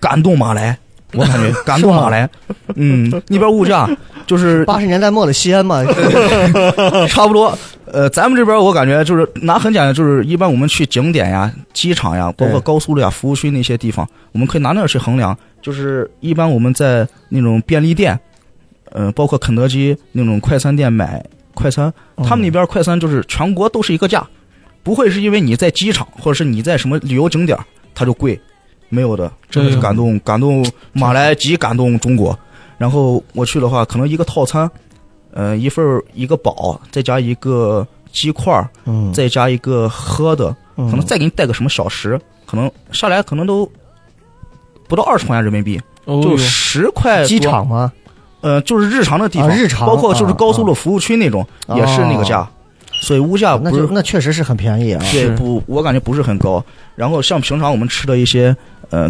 Speaker 5: 感动马来，我感 觉感动马来。嗯，那边物价就 是
Speaker 3: 八十年代末的西安 嘛，
Speaker 5: 差不多。呃，咱们这边我感觉就是拿很简单，就是一般我们去景点呀、机场呀，包
Speaker 3: 对
Speaker 5: 括高速路呀、服务区那些地方，我们可以拿那儿去衡量。就是一般我们在那种便利店，呃，包括肯德基那种快餐店买快餐，
Speaker 3: 嗯
Speaker 5: 他们那边快餐就是全国都是一个价，不会是因为你在机场或者是你在什么旅游景点儿它就贵，没有的，真的是
Speaker 4: 对
Speaker 5: 感动感动马来及感动中国。然后我去的话，可能一个套餐，呃，一份儿一个堡，再加一个鸡块儿，
Speaker 3: 嗯，
Speaker 5: 再加一个喝的，
Speaker 3: 可
Speaker 5: 可能再给你带个什么小食，可能下来可能都不到二十块钱人民币，
Speaker 4: 哦
Speaker 5: 就
Speaker 4: 哟
Speaker 5: 十块
Speaker 3: 机
Speaker 5: 多
Speaker 3: 场吗？
Speaker 5: 呃，就是日常的地方，
Speaker 3: 啊日常
Speaker 5: 包括就是高速路服务区那种，
Speaker 4: 哦
Speaker 3: 啊
Speaker 5: 也是那个价，所以物价
Speaker 3: 那
Speaker 5: 不
Speaker 3: 就是那确实是很便宜啊，
Speaker 4: 嗯
Speaker 5: 对
Speaker 4: 是
Speaker 5: 不，我感觉不是很高。然后像平常我们吃的一些呃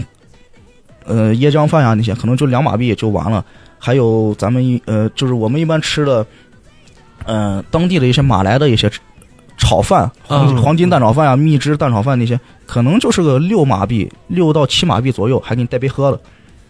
Speaker 5: 呃椰浆饭呀、那些，可能就两马币就完了。还有咱们一呃，就是我们一般吃的，呃，当地的一些马来的一些炒饭，黄金
Speaker 4: 嗯
Speaker 5: 黄金蛋炒饭呀、蜜汁蛋炒饭那些，可能就是个六马币，六到七马币左右，还给你带杯喝的。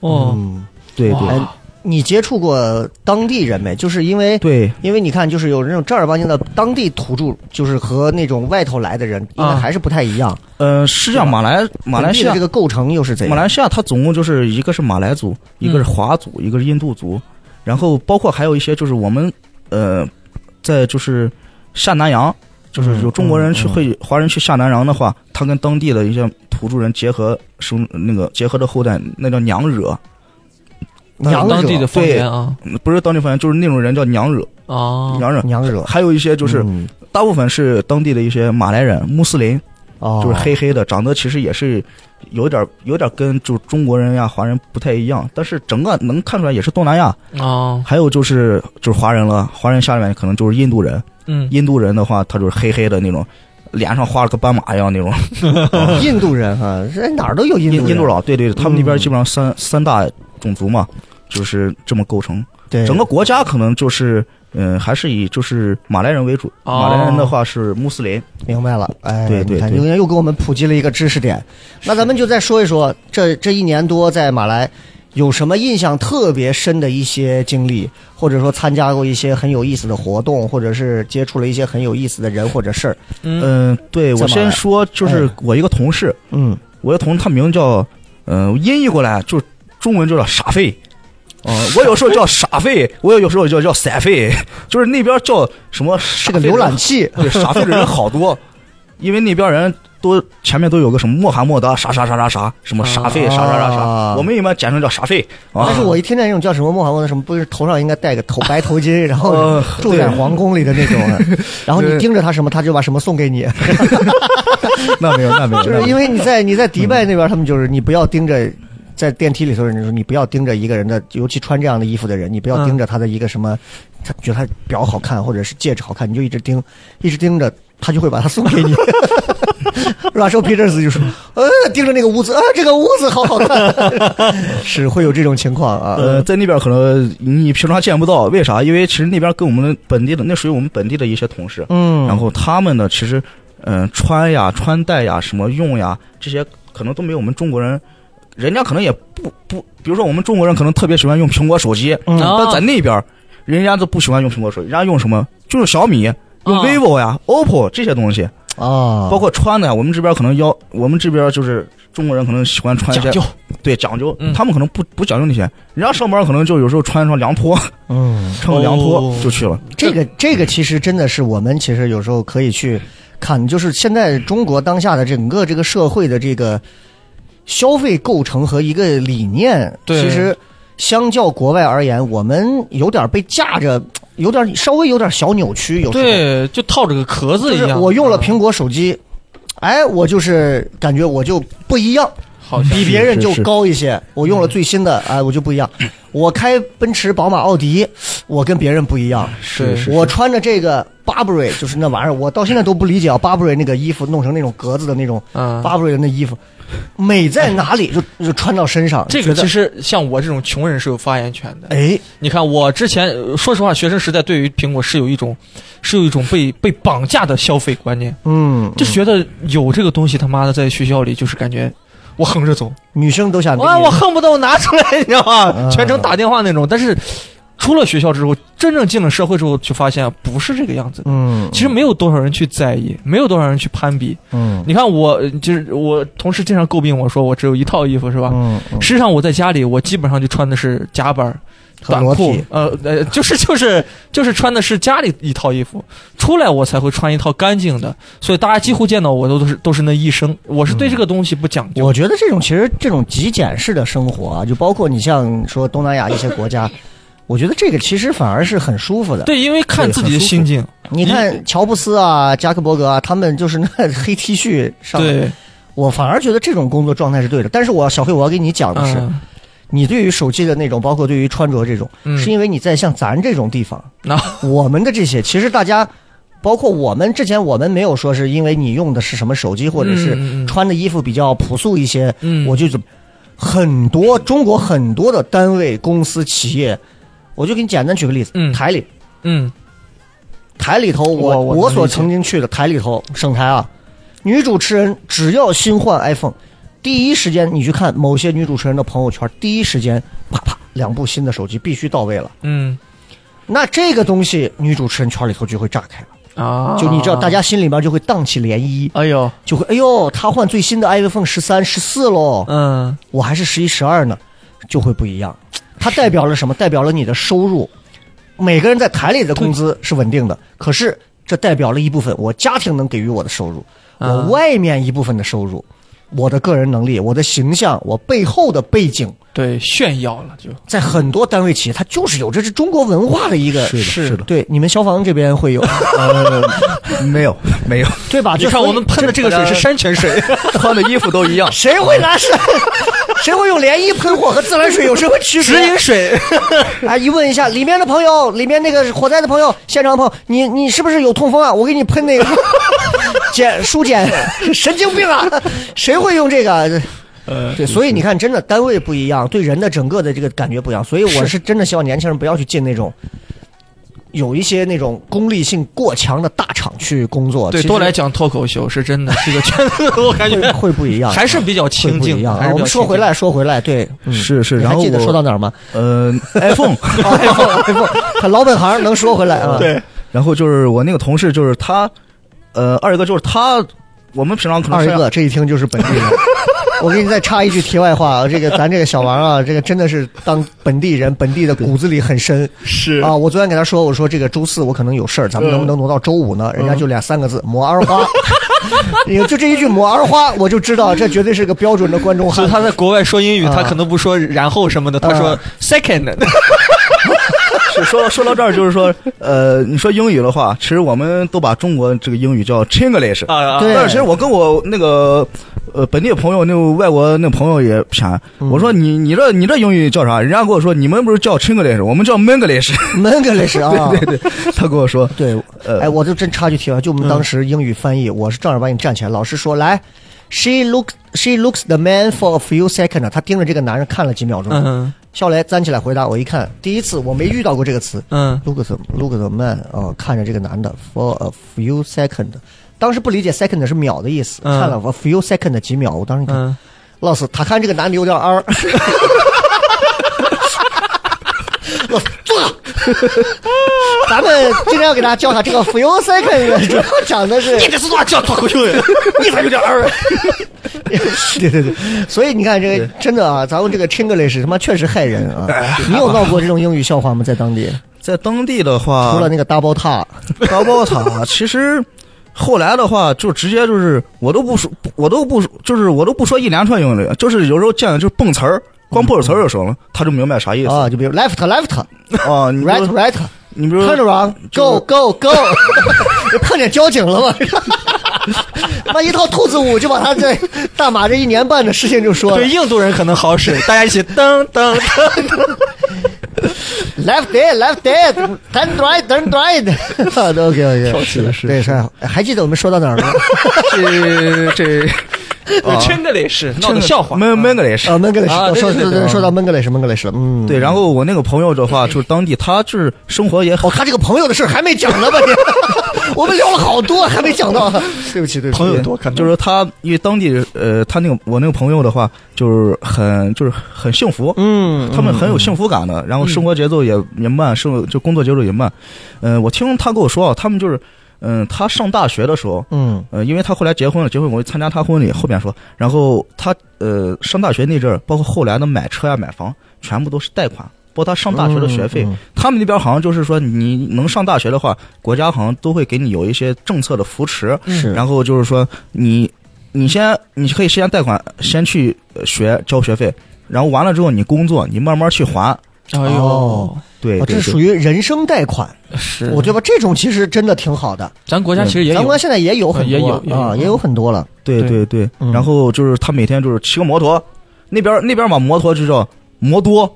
Speaker 4: 哦，
Speaker 3: 嗯，
Speaker 5: 对对
Speaker 4: 哇
Speaker 3: 你接触过当地人没？就是因为。
Speaker 5: 对，
Speaker 3: 因为你看，就是有那种正儿八经的当地土著，就是和那种外头来的人，应该
Speaker 4: 啊
Speaker 3: 还是不太一样。
Speaker 5: 呃，实际上马来马来西
Speaker 3: 本地的
Speaker 5: 亚
Speaker 3: 这个构成又是怎样？
Speaker 5: 马来西亚它总共就是一个是马来族，一个是华族，一个是印度族，然后包括还有一些就是我们呃，在就是下南洋就是有中国人去会华人去下南洋的话，他跟当地的一些土著人结合生那个结合的后代，那叫娘惹，
Speaker 3: 娘
Speaker 4: 当地
Speaker 3: 惹
Speaker 4: 的方言啊
Speaker 5: 不是当地方言，就是那种人叫娘惹，
Speaker 4: 啊，
Speaker 5: 娘惹。
Speaker 3: 娘嗯惹，
Speaker 5: 还有一些就是
Speaker 3: 嗯
Speaker 5: 大部分是当地的一些马来人、穆斯林，
Speaker 3: 哦，
Speaker 5: 就是黑黑的，长得其实也是有点有点跟就中国人呀、华人不太一样，但是整个能看出来也是东南亚。
Speaker 4: 啊，
Speaker 5: 还有就是就是华人了，华人下面可能就是印度人，
Speaker 4: 嗯，
Speaker 5: 印度人的话他就是黑黑的那种，脸上画了个斑马一样那种。
Speaker 3: 印度人啊，这哪儿都有印
Speaker 5: 嗯印
Speaker 3: 度
Speaker 5: 印度
Speaker 3: 人，
Speaker 5: 佬，对对，对他们那边
Speaker 3: 嗯
Speaker 5: 基本上三、三大种族嘛，就是这么构成。
Speaker 3: 对，
Speaker 5: 整个国家可能就是嗯、还是以就是马来人为主，
Speaker 4: 哦
Speaker 5: 马来人的话是穆斯林。
Speaker 3: 明白了，哎，
Speaker 5: 对对
Speaker 3: 你看，
Speaker 5: 对
Speaker 3: 又又给我们普及了一个知识点。那咱们就再说一说，这这一年多在马来有什么印象特别深的一些经历，或者说参加过一些很有意思的活动，或者是接触了一些很有意思的人或者事儿。
Speaker 4: 嗯
Speaker 5: 嗯、对
Speaker 3: 在马
Speaker 5: 我
Speaker 3: 来
Speaker 5: 先说，就是
Speaker 3: 哎
Speaker 5: 我一个同事，
Speaker 3: 嗯，
Speaker 5: 我一个同事他名叫嗯、呃音译过来就中文就叫傻废。哦、我有时候叫傻 废，我有时候就叫傻废，就是那边叫什么
Speaker 3: 是
Speaker 5: 这
Speaker 3: 个浏览器，
Speaker 5: 对，傻废的人好 多，因为那边人都前面都有个什么穆罕默德啊啥啥啥啥啥，什么傻废啥啥啥
Speaker 3: 啊
Speaker 5: 啥，我们一般简称叫傻废啊
Speaker 3: 但。是我一听见那种叫什么穆罕默德什么，不是头上应该戴个头白头巾，然后
Speaker 5: 呃
Speaker 3: 住在皇宫里的那种，啊然后你盯着他什么，他就把什么送给你。
Speaker 5: 那没有那没有，
Speaker 3: 就
Speaker 5: 那
Speaker 3: 是
Speaker 5: 没有
Speaker 3: 因为你在你在迪拜那边，他们就是你不要盯着。在电梯里头，人说你不要盯着一个人的，尤其穿这样的衣服的人，你不要盯着他的一个什么，他觉得他表好看或者是戒指好看，你就一直盯，一直盯着，他就会把它送给你。Russell Peters 就说：“呃，盯着那个屋子，啊，这个屋子好好看。” 是会有这种情况啊。
Speaker 5: 呃，在那边可能你平常见不到，为啥？因为其实那边跟我们本地的那属于我们本地的一些同事，啊
Speaker 3: 嗯，
Speaker 5: 然后他们呢，其实嗯、呃穿呀、穿戴呀、什么用呀这些，可能都没有我们中国人，人家可能也不不，比如说我们中国人可能特别喜欢用苹果手机，
Speaker 3: 嗯
Speaker 4: 啊
Speaker 5: 但在那边儿，人家都不喜欢用苹果手机，人家用什么？就是小米、
Speaker 3: 嗯
Speaker 5: 用
Speaker 4: 啊
Speaker 5: vivo 呀、OPPO 这些东西，
Speaker 3: 啊，
Speaker 5: 包括穿的呀。我们这边可能要，我们这边就是中国人可能喜欢穿一
Speaker 4: 讲
Speaker 5: 些
Speaker 4: 究，
Speaker 5: 对讲究
Speaker 4: 嗯，
Speaker 5: 他们可能不不讲究那些，人家上班可能就有时候穿上凉拖，
Speaker 3: 嗯，
Speaker 5: 穿个凉拖
Speaker 4: 哦
Speaker 5: 就去了。
Speaker 3: 这个这个其实真的是我们其实有时候可以去看，就是现在中国当下的整个这个社会的这个消费构成和一个理念，
Speaker 4: 对
Speaker 3: 其实相较国外而言，我们有点被架着，有点稍微有点小扭曲，有时候
Speaker 4: 对，就套着个壳子
Speaker 3: 就
Speaker 4: 一
Speaker 3: 是
Speaker 4: 样。嗯啊
Speaker 3: 我用了苹果手机，哎，我就是感觉我就不一样，
Speaker 4: 好像
Speaker 3: 比
Speaker 5: 是
Speaker 3: 别人
Speaker 5: 是
Speaker 3: 就是高一些。我
Speaker 4: 嗯
Speaker 3: 用了最新的，哎，我就不一样。我开奔驰、宝马、奥迪，我跟别人不一样。
Speaker 4: 是是
Speaker 3: 我穿着这个 Burberry，就是那玩意儿，我到现在都不理解啊，Burberry 那个衣服弄成那种格子的那种
Speaker 4: 嗯，
Speaker 3: Burberry 的那衣服，美在哪里？就就穿到身上，
Speaker 4: 这个
Speaker 3: 就
Speaker 4: 其实像我这种穷人是有发言权的。
Speaker 3: 哎，
Speaker 4: 你看，我之前呃说实话，学生时代对于苹果是有一种，是有一种被被绑架的消费观念，
Speaker 3: 嗯，
Speaker 4: 就觉得有这个东西他妈的在学校里就是感觉我横着走，
Speaker 3: 嗯女生都想理
Speaker 4: 哇，
Speaker 3: 你
Speaker 4: 我恨不得我拿出来， 你知道
Speaker 3: 嗯
Speaker 4: 吗？全程打电话那种。但是出了学校之后，真正进了社会之后，就发现不是这个样子。
Speaker 3: 嗯，
Speaker 4: 其实没有多少人去在意，没有多少人去攀比。
Speaker 3: 嗯，
Speaker 4: 你看我，呃就是我同事经常诟病我说我只有一套衣服是吧？
Speaker 3: 嗯，嗯
Speaker 4: 实际上我在家里，我基本上就穿的是夹板儿、
Speaker 3: 很
Speaker 4: 短
Speaker 3: 裸
Speaker 4: 裤
Speaker 3: 体，，
Speaker 4: 呃呃，就是就是就是穿的是家里一套衣服，出来我才会穿一套干净的。所以大家几乎见到我都都是都是那一身，我是对这个东西不讲究。
Speaker 3: 嗯我觉得这种其实这种极简式的生活啊，就包括你像说东南亚一些 国家，我觉得这个其实反而是很舒服的。
Speaker 4: 对，因为看自己的心境，
Speaker 3: 你看乔布斯啊、扎克伯格啊，他们就是那黑 T 恤上，
Speaker 4: 对，
Speaker 3: 我反而觉得这种工作状态是对的。但是我小黑，我要跟你讲 的是，
Speaker 4: 嗯
Speaker 3: 你对于手机的那种，包括对于穿着这种，
Speaker 4: 嗯，
Speaker 3: 是因为你在像咱这种地方，
Speaker 4: 那
Speaker 3: 我们的这些，其实大家，包括我们之前，我们没有说是因为你用的是什么手机，或者是
Speaker 4: 嗯嗯嗯
Speaker 3: 穿的衣服比较朴素一些，
Speaker 4: 嗯
Speaker 3: 我就怎么很多中国很多的单位、公司、企业，我就给你简单举个例子，
Speaker 4: 嗯
Speaker 3: 台里
Speaker 4: 嗯
Speaker 3: 台里头我，
Speaker 4: 我
Speaker 3: 我
Speaker 4: 我能
Speaker 3: 所
Speaker 4: 理解
Speaker 3: 曾经去的台里头省台啊，女主持人只要新换 iPhone，第一时间你去看某些女主持人的朋友圈，第一时间啪啪两部新的手机必须到位了。
Speaker 4: 嗯
Speaker 3: 那这个东西，女主持人圈里头就会炸开了，
Speaker 4: 啊，
Speaker 3: 就你知道，大家心里面就会荡起涟漪，
Speaker 4: 哎呦，
Speaker 3: 就会哎呦，她换最新的 iPhone 十三、十四喽，
Speaker 4: 嗯
Speaker 3: 我还是十一、十二呢，就会不一样。它代表了什么？代表了你的收入。每个人在台里的工资是稳定的，可是这代表了一部分我家庭能给予我的收入，我
Speaker 4: 啊
Speaker 3: 外面一部分的收入，我的个人能力、我的形象、我背后的背景，
Speaker 4: 对，炫耀了就
Speaker 3: 在很多单位企业它就是有，这是中国文化的一个。
Speaker 5: 是的，
Speaker 4: 是
Speaker 5: 是的，
Speaker 3: 对，你们消防这 边会有，
Speaker 5: 呃，没有没有，
Speaker 3: 对吧？
Speaker 4: 你
Speaker 3: 就
Speaker 4: 看
Speaker 3: 所以。
Speaker 4: 我们喷的这个水是山泉水，
Speaker 5: 穿的衣服都一样
Speaker 3: 谁会拿是？ 谁会用涟漪喷火和自来水有什么区
Speaker 4: 直饮
Speaker 3: 别？
Speaker 4: 水，
Speaker 3: 啊，一问一下里面的朋友，里面那个火灾的朋友，现场朋友，你你是不是有痛风啊？我给你 喷那个碱舒碱， 神经 病啊！谁会用这个？
Speaker 4: 呃，
Speaker 3: 对，所以你看，真的单位不一样，对人的整个的这个感觉不一样。所以我是真的希望年轻人不要去进那种有一些那种功利性过强的大厂去工作，
Speaker 4: 对，
Speaker 3: 其实
Speaker 4: 多来讲脱口秀是真的，这个圈子 我感
Speaker 3: 会
Speaker 4: 觉
Speaker 3: 会不一样，
Speaker 4: 还是比较
Speaker 3: 会
Speaker 4: 清
Speaker 3: 不一
Speaker 4: 静，
Speaker 3: 样
Speaker 4: 还
Speaker 3: 啊。
Speaker 4: 是
Speaker 3: 我
Speaker 4: 比较
Speaker 3: 们说
Speaker 4: 清
Speaker 3: 回
Speaker 4: 静
Speaker 3: 来，说回来，对，嗯
Speaker 5: 是是，
Speaker 3: 你
Speaker 5: 然
Speaker 3: 还
Speaker 5: 后
Speaker 3: 记得
Speaker 5: 我
Speaker 3: 说到哪儿吗？
Speaker 5: 呃 iPhone，
Speaker 3: 哦 iPhone iPhone，他老本行能说回来啊。
Speaker 4: 对，
Speaker 5: 然后就是我那个同事，就是他，呃，二一个就是他，我们平常可能啊
Speaker 3: 二一
Speaker 5: 是
Speaker 3: 个这一听就是本地人。我给你再插一句题外话啊，这个咱这个小王啊，这个真的是当本地人，本地的骨子里很深
Speaker 4: 是
Speaker 3: 啊。我昨天给他说，我说这个周四我可能有事儿，咱们能不能挪到周五呢？人家就俩三个字，抹儿花。 你就这一句抹儿花，我就知道这绝对是个标准的关中
Speaker 4: 所以
Speaker 3: 汉。
Speaker 4: 他在国外说英语，
Speaker 3: 啊
Speaker 4: 他可能不说然后什么的，他说
Speaker 3: 啊
Speaker 4: second，
Speaker 5: 是说说到这儿，就是说，呃，你说英语的话，其实我们都把中国这个英语叫 Chinglish，
Speaker 4: 啊，
Speaker 3: 对
Speaker 5: 但是其实我跟我那个呃本地朋友，那个外国那朋友也谝，
Speaker 3: 嗯
Speaker 5: 我说你你这你这英语叫啥？人家跟我说你们不是 叫 Chinglish，我们叫 Manglish。
Speaker 3: 闷个嘞是啊。
Speaker 5: 对对，他跟我说，
Speaker 3: 对，
Speaker 5: 呃
Speaker 3: 哎，我就真插句题外话，就我们
Speaker 4: 嗯
Speaker 3: 当时英语翻译，我是正儿八经站起来，老师说来，she looks she looks the man for a few seconds，他盯着这个男人看了几秒钟，
Speaker 4: 嗯
Speaker 3: 笑雷站起来回答，我一看，第一次我没遇到过这个词
Speaker 4: 嗯，
Speaker 3: ，look at the look at the man，哦、看着这个男的 for a few second，当时不理解 second 是秒的意思，
Speaker 4: 嗯
Speaker 3: 看了 a few second 几秒，我当时看，
Speaker 4: 嗯，
Speaker 3: 老师，他看这个男的有点二。老师，坐下。 咱们经常给大家教他这个 few second，主要讲的是
Speaker 4: 这是多少叫脱口秀人？
Speaker 3: 你才有点二。 对对对，所以你看这个真的啊，咱们这个 Chinglish 他妈确实害人啊！
Speaker 4: 哎
Speaker 3: 你有闹过这种英语笑话吗？在当地，
Speaker 4: 啊
Speaker 5: 在当地的话，
Speaker 3: 除了那个 double tap，
Speaker 5: 高爆塔，其实后来的话，就直接就是我都不说，我都不说就是我都不说一连串英语，就是有时候见了就是蹦词儿，光蹦词儿就熟了，他就明白啥意思
Speaker 3: 啊，就比如 left left
Speaker 5: 啊。你比
Speaker 3: right
Speaker 5: 如
Speaker 3: right
Speaker 5: 你比如
Speaker 3: turn around go go go，你 碰见交警了吗？ 妈一套兔子舞就把他这大马这一年半的事情就说了
Speaker 4: 对，印度人可能好使，大家一起噔噔噔，
Speaker 3: left there left there turn right turn right，都 OK OK，
Speaker 4: 跳起来是
Speaker 3: 对是，啊还记得我们说到哪儿 吗？
Speaker 5: 这这啊
Speaker 4: 真的得是闹的笑话，
Speaker 5: 闷闷个也是
Speaker 3: 啊，。蒙格雷
Speaker 4: 啊
Speaker 3: 什，
Speaker 4: 对
Speaker 3: 说
Speaker 4: 对对对
Speaker 3: 说说到蒙格雷什，蒙格雷什，嗯，
Speaker 5: 对，然后我那个朋友的话，就是当地他就是生活也好
Speaker 3: 哦，，他这个朋友的事儿还没讲呢吧？你， 我们聊了好多，还没讲到。对不起，对不起，
Speaker 4: 朋友多可能
Speaker 5: 就是他因为当地呃，他那个我那个朋友的话，就是很就是很幸福，
Speaker 3: 嗯，
Speaker 5: 他们很有幸福感的，然后生活节奏也也慢，生就工作节奏也慢。嗯、我听他跟我说啊，他们就是，嗯、他上大学的时候，
Speaker 3: 嗯，
Speaker 5: 呃，因为他后来结婚了，结婚我就参加他婚礼，后边说，然后他呃上大学那阵儿，包括后来的买车呀、买房，全部都是贷款，包括他上大学的学费，
Speaker 3: 嗯嗯
Speaker 5: 他们那边好像就是说，你能上大学的话，国家好像都会给你有一些政策的扶持，
Speaker 3: 嗯是，
Speaker 5: 然后就是说你你先你可以先贷款，先去呃学交学费，然后完了之后你工作，你慢慢去还。
Speaker 4: 哎呦
Speaker 3: 哦，
Speaker 5: 对，
Speaker 3: 哦这
Speaker 5: 对
Speaker 3: 属
Speaker 5: 对，
Speaker 3: 于人生贷款，
Speaker 4: 是，
Speaker 3: 我觉得这种其实真的挺好的。
Speaker 4: 咱国家其实也
Speaker 3: 咱
Speaker 4: 有
Speaker 3: 国，现在也有很
Speaker 4: 也有
Speaker 3: 多
Speaker 4: 也有
Speaker 3: 啊，也有很多了。
Speaker 5: 对对对
Speaker 3: 嗯。
Speaker 5: 然后就是他每天就是骑个摩托，那边那边把摩托就叫摩多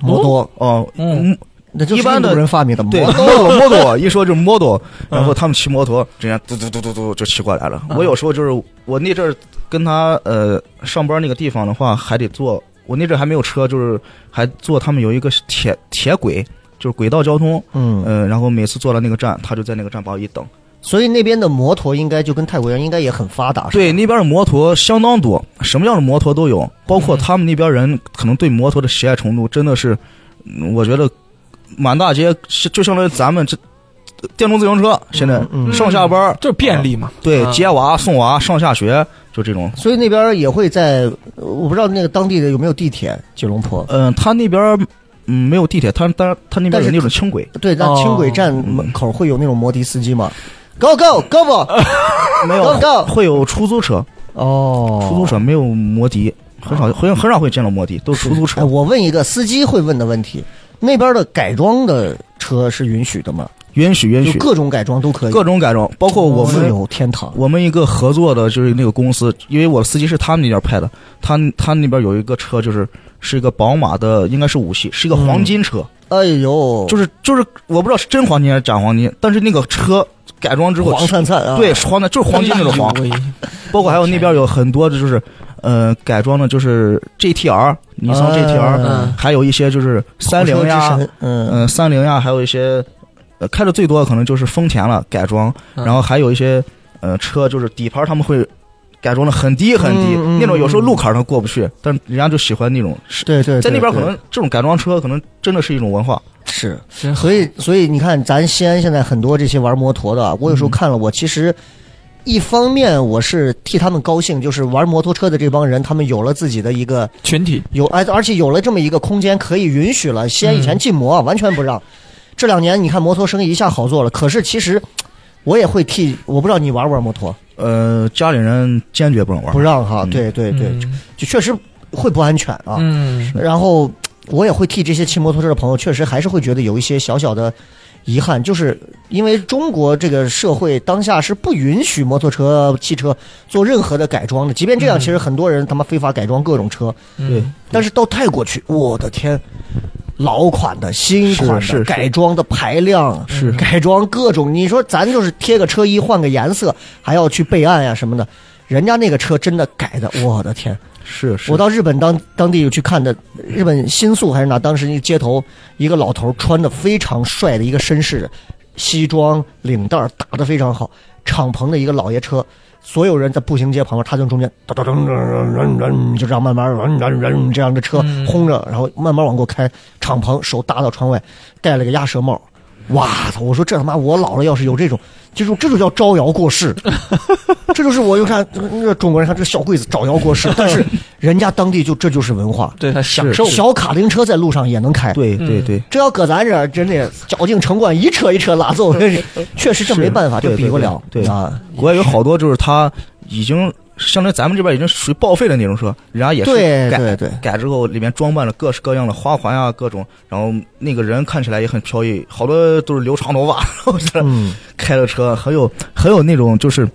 Speaker 3: 摩多，
Speaker 5: 哦，
Speaker 4: 嗯，
Speaker 3: 那就是
Speaker 5: 一般的
Speaker 3: 印度人发明的摩
Speaker 5: 对，摩
Speaker 3: 多。
Speaker 5: 多摩多，一说就是摩多，然后他们骑摩托，直接嘟嘟嘟嘟嘟就骑过来了。我有时候就是我那阵儿跟他呃上班那个地方的话，还得坐，我那阵儿还没有车，就是还坐他们有一个铁铁轨，就是轨道交通，
Speaker 3: 嗯，
Speaker 5: 嗯、然后每次坐到那个站，他就在那个站把我一等。
Speaker 3: 所以那边的摩托应该就跟泰国一样，应该也很发达。是吧
Speaker 5: 对，，那边的摩托相当多，什么样的摩托都有，包
Speaker 3: 嗯
Speaker 5: 括他们那边人可能对摩托的喜爱程度真的是，嗯我觉得满大街是就相当于咱们这电动自行车现在
Speaker 3: 嗯嗯
Speaker 5: 上下班儿
Speaker 4: 就是便利嘛，
Speaker 5: 对
Speaker 4: 啊
Speaker 5: 接娃送娃上下学就这种。
Speaker 3: 所以那边也会在，呃我不知道那个当地的有没有地铁，吉隆坡。
Speaker 5: 嗯，他那边嗯没有地铁，他但他那
Speaker 3: 但
Speaker 5: 边
Speaker 3: 是
Speaker 5: 有那种轻轨，
Speaker 3: 对，那
Speaker 4: 哦
Speaker 3: 轻轨站门口会有那种摩的司机吗？ ，Go Go Go 不？
Speaker 5: 没
Speaker 3: 有
Speaker 5: 会有出租车，
Speaker 3: 哦，
Speaker 5: 出租车没有摩的，很少很很少会见到摩的，都是出租
Speaker 3: 哎，
Speaker 5: 车
Speaker 3: 我问一个司机会问的问题：那边的改装的车是允许的吗？
Speaker 5: 允许允
Speaker 3: 就
Speaker 5: 许
Speaker 3: 各哦种改装都可以，
Speaker 5: 各种改装，包括我
Speaker 3: 自
Speaker 5: 们
Speaker 3: 由天堂。
Speaker 5: 我们一个合作的就是那个公司，因为我司机是他们那边派的，他他那边有一个车就是是一个宝马的，应该是五系，是一个黄金车，
Speaker 3: 哎呦，
Speaker 5: 就是就是我不知道是真黄金还是假黄金，但是那个车改装之后
Speaker 3: 黄灿灿啊，
Speaker 5: 对，黄的就是黄金那种 黄，包括还有那边有很多的就是呃改装的，就是 GTR 尼桑 GTR，、
Speaker 4: 嗯
Speaker 5: 还有一些就是三菱
Speaker 3: 火
Speaker 5: 呀
Speaker 3: 车之，神，嗯，
Speaker 5: 嗯、三菱呀，还有一些呃开的最多的可能就是丰田了改装，
Speaker 4: 嗯
Speaker 5: 然后还有一些呃车就是底盘他们会。改装的很低很低，
Speaker 3: 嗯嗯
Speaker 5: 那种有时候路坎儿上过不去，但人家就喜欢那种。
Speaker 3: 对对，
Speaker 5: 在那边
Speaker 3: 对
Speaker 5: 可能哎这种改装车可能真的是一种文化。
Speaker 3: 对是，
Speaker 4: 真好
Speaker 3: 所以所以你看，咱西安现在很多这些玩摩托的啊，我有时候看了，我其实。一方面，我是替他们高兴，就是玩摩托车的这帮人，他们有了自己的一个
Speaker 4: 群体，
Speaker 3: 有哎，而且有了这么一个空间，可以允许了。西安
Speaker 4: 嗯
Speaker 3: 以前禁摩、啊完全不让，这两年你看摩托生意一下好做了。可是其实我也会替，我不知道你玩不玩摩托，
Speaker 5: 呃，家里人坚决不能玩，
Speaker 3: 不让哈。
Speaker 5: 嗯
Speaker 3: 对对对，
Speaker 4: 嗯
Speaker 3: 就确实会不安全啊。
Speaker 4: 嗯，
Speaker 3: 然后我也会替这些骑摩托车的朋友，确实还是会觉得有一些小小的遗憾，就是因为中国这个社会当下是不允许摩托车、汽车做任何的改装的。即便这样，
Speaker 4: 嗯
Speaker 3: 其实很多人他妈非法改装各种车，
Speaker 5: 对
Speaker 4: 嗯
Speaker 3: 但是到泰国去，我的天，老款的、新款的、
Speaker 5: 是是是
Speaker 3: 改装的排量，
Speaker 5: 是
Speaker 3: 改装各种，你说咱就是贴个车衣、换个颜色，还要去备案呀、什么的。人家那个车真的改的，我的天！
Speaker 5: 是是，
Speaker 3: 我到日本当当地去看的，日本新宿还是哪，当时一街头一个老头穿的非常帅的一个绅士，西装领带儿打的非常好，敞篷的一个老爷车，所有人在步行街旁边，他从中间噔噔噔噔噔噔，就这样慢慢噔噔噔这样的车
Speaker 4: 嗯
Speaker 3: 轰着，然后慢慢往过开，敞篷手搭到窗外，戴了个鸭舌帽。哇操！我说这他妈，我老了要是有这种，这种这就叫招摇过 市，这就是我又看那个中国人看这小柜子招摇过市，但是人家当地就这就是文 化，
Speaker 4: 对他享受，
Speaker 3: 小卡丁车在路上也能开，
Speaker 5: 对对
Speaker 4: 嗯
Speaker 5: 对，
Speaker 3: 这要搁咱这儿，真的绞尽城管，一车一车拉走，真是确实这没办法，
Speaker 5: 是
Speaker 3: 这
Speaker 5: 对
Speaker 3: 比不了。
Speaker 5: 对对对
Speaker 3: 啊，
Speaker 5: 国外有好多就是他已经相当于咱们这边已经属于报废的那种车，人家也是
Speaker 3: 对
Speaker 5: 改
Speaker 3: 对对，
Speaker 5: 改之后里面装扮了各式各样的花环呀、各种，然后那个人看起来也很飘逸，好多都是留长头发，然后在那
Speaker 3: 嗯，
Speaker 5: 开着车，很有 很有那种就是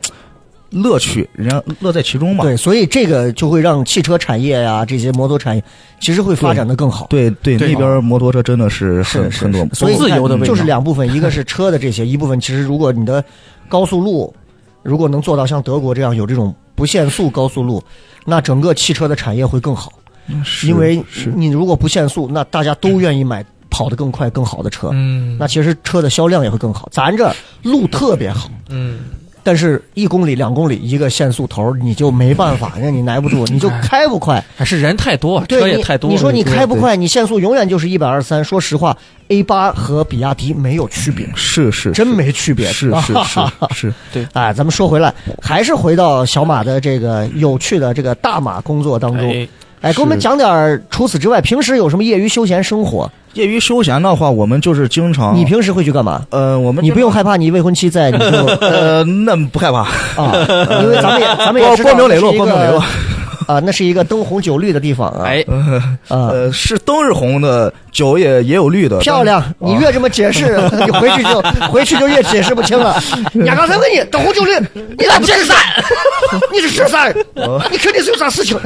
Speaker 5: 乐趣，人家乐在其中嘛。
Speaker 3: 对，所以这个就会让汽车产业呀、这些摩托产业，其实会发展的更好。
Speaker 5: 对对
Speaker 4: 对
Speaker 5: 那边摩托车真的是
Speaker 3: 是
Speaker 5: 很
Speaker 3: 是
Speaker 5: 很多
Speaker 3: 是，，所以
Speaker 4: 自由的
Speaker 3: 你
Speaker 4: 味
Speaker 3: 看
Speaker 4: 道
Speaker 3: 就是两部分，一个是车的这些，一部分其实如果你的高速路如果能做到像德国这样有这种不限速高速路，那整个汽车的产业会更好，
Speaker 5: 是
Speaker 3: 因为
Speaker 5: 是
Speaker 3: 你如果不限速，那大家都愿意买跑得更快更好的车，
Speaker 4: 嗯
Speaker 3: 那其实车的销量也会更好。咱这路特别好，
Speaker 4: 嗯，
Speaker 3: 但是一公里两公里一个限速头儿，你就没办法，让你耐不住，你就开不快。
Speaker 4: 还是人太多，车
Speaker 3: 对
Speaker 4: 也
Speaker 3: 你
Speaker 4: 太，多，
Speaker 3: 你说你开不快，你限速永远就是一百二十三。说实话，A 八和比亚迪没有区别，
Speaker 5: 是嗯是
Speaker 3: 真没区别。啊
Speaker 5: 是 是是是，
Speaker 3: 哎，咱们说回来，还是回到小马的这个有趣的这个大马工作当中。
Speaker 4: 哎
Speaker 3: 哎，给我们
Speaker 5: 是
Speaker 3: 讲点儿除此之外，平时有什么业余休闲生活？
Speaker 5: 业余休闲的话，我们就是经常
Speaker 3: 你平时会去干嘛？
Speaker 5: 呃我们
Speaker 3: 你
Speaker 5: 经
Speaker 3: 不用害怕，你未婚妻在，你 就
Speaker 5: 呃那不害怕，
Speaker 3: 啊，因为咱们也咱们也
Speaker 5: 光
Speaker 3: 知道
Speaker 5: 光明磊
Speaker 3: 那
Speaker 5: 落，
Speaker 3: 是一
Speaker 5: 光明
Speaker 3: 个
Speaker 5: 磊落。
Speaker 3: 啊，那是一个灯红酒绿的地方啊，
Speaker 4: 哎，
Speaker 3: 啊，
Speaker 5: 呃，是灯是红的，酒也也有绿的，
Speaker 3: 漂亮！
Speaker 5: 呃
Speaker 3: 你越这么解 释，你回去就回去就越解释不清了。俺刚才问你，灯红酒绿，你咋解释 啥？你是十三，
Speaker 5: 哦
Speaker 3: 你肯定是有啥事情。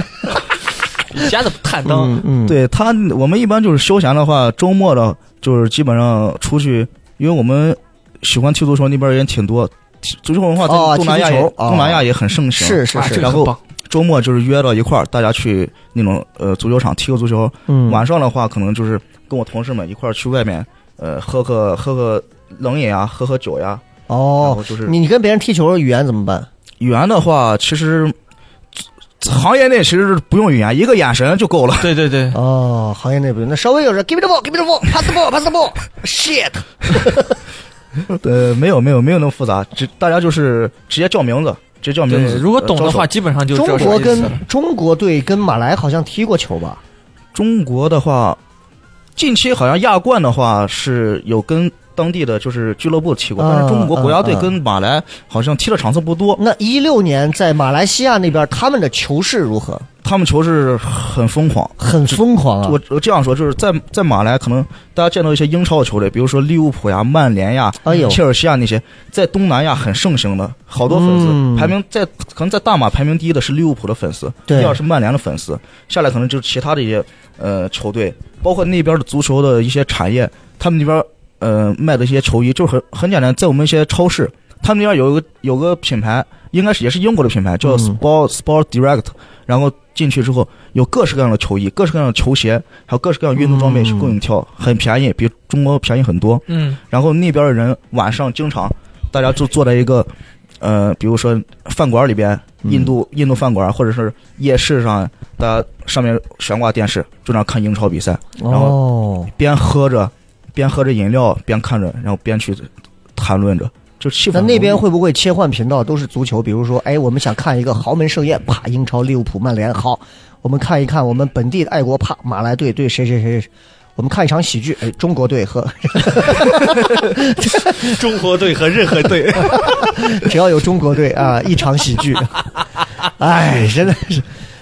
Speaker 4: 一下子坦荡，
Speaker 3: 嗯嗯，
Speaker 5: 对他，我们一般就是休闲的话，周末的，就是基本上出去，因为我们喜欢踢足球，那边人挺多，踢足球文化在
Speaker 3: 哦
Speaker 5: 东南亚
Speaker 3: 踢足
Speaker 5: 也、
Speaker 3: 球哦
Speaker 5: 东南亚也很盛行。
Speaker 3: 是是
Speaker 4: 啊这
Speaker 3: 是
Speaker 4: 个，
Speaker 5: 然
Speaker 4: 很
Speaker 5: 后
Speaker 4: 棒
Speaker 5: 周末就是约到一块儿，大家去那种呃足球场踢个足球。
Speaker 3: 嗯
Speaker 5: 晚上的话，可能就是跟我同事们一块儿去外面，呃，喝个喝个冷饮啊，喝喝酒呀。然
Speaker 3: 哦
Speaker 5: 后，就是
Speaker 3: 你你跟别人踢球语言怎么办？
Speaker 5: 语言的话，其实行业内其实不用语言，一个眼神就够了。
Speaker 4: 对对对，
Speaker 5: 啊
Speaker 3: 哦，行业内部那稍微有人 give me the ball，give me the ball，pass the ball，pass the ball，shit。
Speaker 5: 呃，没有没有没有那么复杂，只大家就是直接叫名字，直接叫名
Speaker 4: 对，
Speaker 5: 字。
Speaker 4: 如果懂
Speaker 5: 呃
Speaker 4: 的
Speaker 5: 招手
Speaker 4: 话，基本上就
Speaker 3: 中
Speaker 4: 这
Speaker 3: 国
Speaker 4: 意思
Speaker 3: 跟
Speaker 4: 了
Speaker 3: 中国队跟马来好像踢过球吧？
Speaker 5: 中国的话，近期好像亚冠的话是有跟当地的就是俱乐部踢过，但是中
Speaker 4: 嗯
Speaker 5: 国国家队跟马来好像踢的场次不多，
Speaker 3: 那一六年在马来西亚那边，他们的球市如何？
Speaker 5: 他们球是很疯狂。
Speaker 3: 很疯狂啊！
Speaker 5: 我我这样说，就是在在马来，可能大家见到一些英超的球队，比如说利物浦呀、曼联呀、
Speaker 3: 哎呦
Speaker 5: 切尔西啊那些，在东南亚很盛行的，好多粉丝、
Speaker 3: 嗯
Speaker 5: 排名在可能在大马排名第一的是利物浦的粉丝，第
Speaker 3: 对
Speaker 5: 二是曼联的粉丝，下来可能就是其他的一些呃球队，包括那边的足球的一些产业，他们那边呃卖的一些球衣，就是很很简单，在我们一些超市，他们那边有一个有个品牌，应该是也是英国的品牌，叫
Speaker 3: 嗯
Speaker 5: Sport、Sport Direct，然后进去之后有各式各样的球衣、各式各样的球鞋，还有各式各样的运动装备
Speaker 3: 嗯
Speaker 5: 去供你挑，很便宜，比中国便宜很多。
Speaker 4: 嗯，
Speaker 5: 然后那边的人晚上经常大家就坐在一个呃，比如说饭馆里边，
Speaker 3: 嗯
Speaker 5: 印度、印度饭馆或者是夜市上，大家上面悬挂电视，就那样看英超比赛。然后
Speaker 3: 哦，
Speaker 5: 边喝着边喝着饮料，边看着，然后边去谈论着，就气氛
Speaker 3: 那
Speaker 5: 很浓郁。
Speaker 3: 那边会不会切换频道都是足球？比如说，哎，我们想看一个豪门盛宴，啪，英超、利物浦、曼联，好，我们看一看我们本地的爱国，啪，马来队对谁谁谁谁。我们看一场喜剧，哎，中国队和
Speaker 4: 中国队和任何队，
Speaker 3: 只要有中国队啊，一场喜剧， 哎，真的是。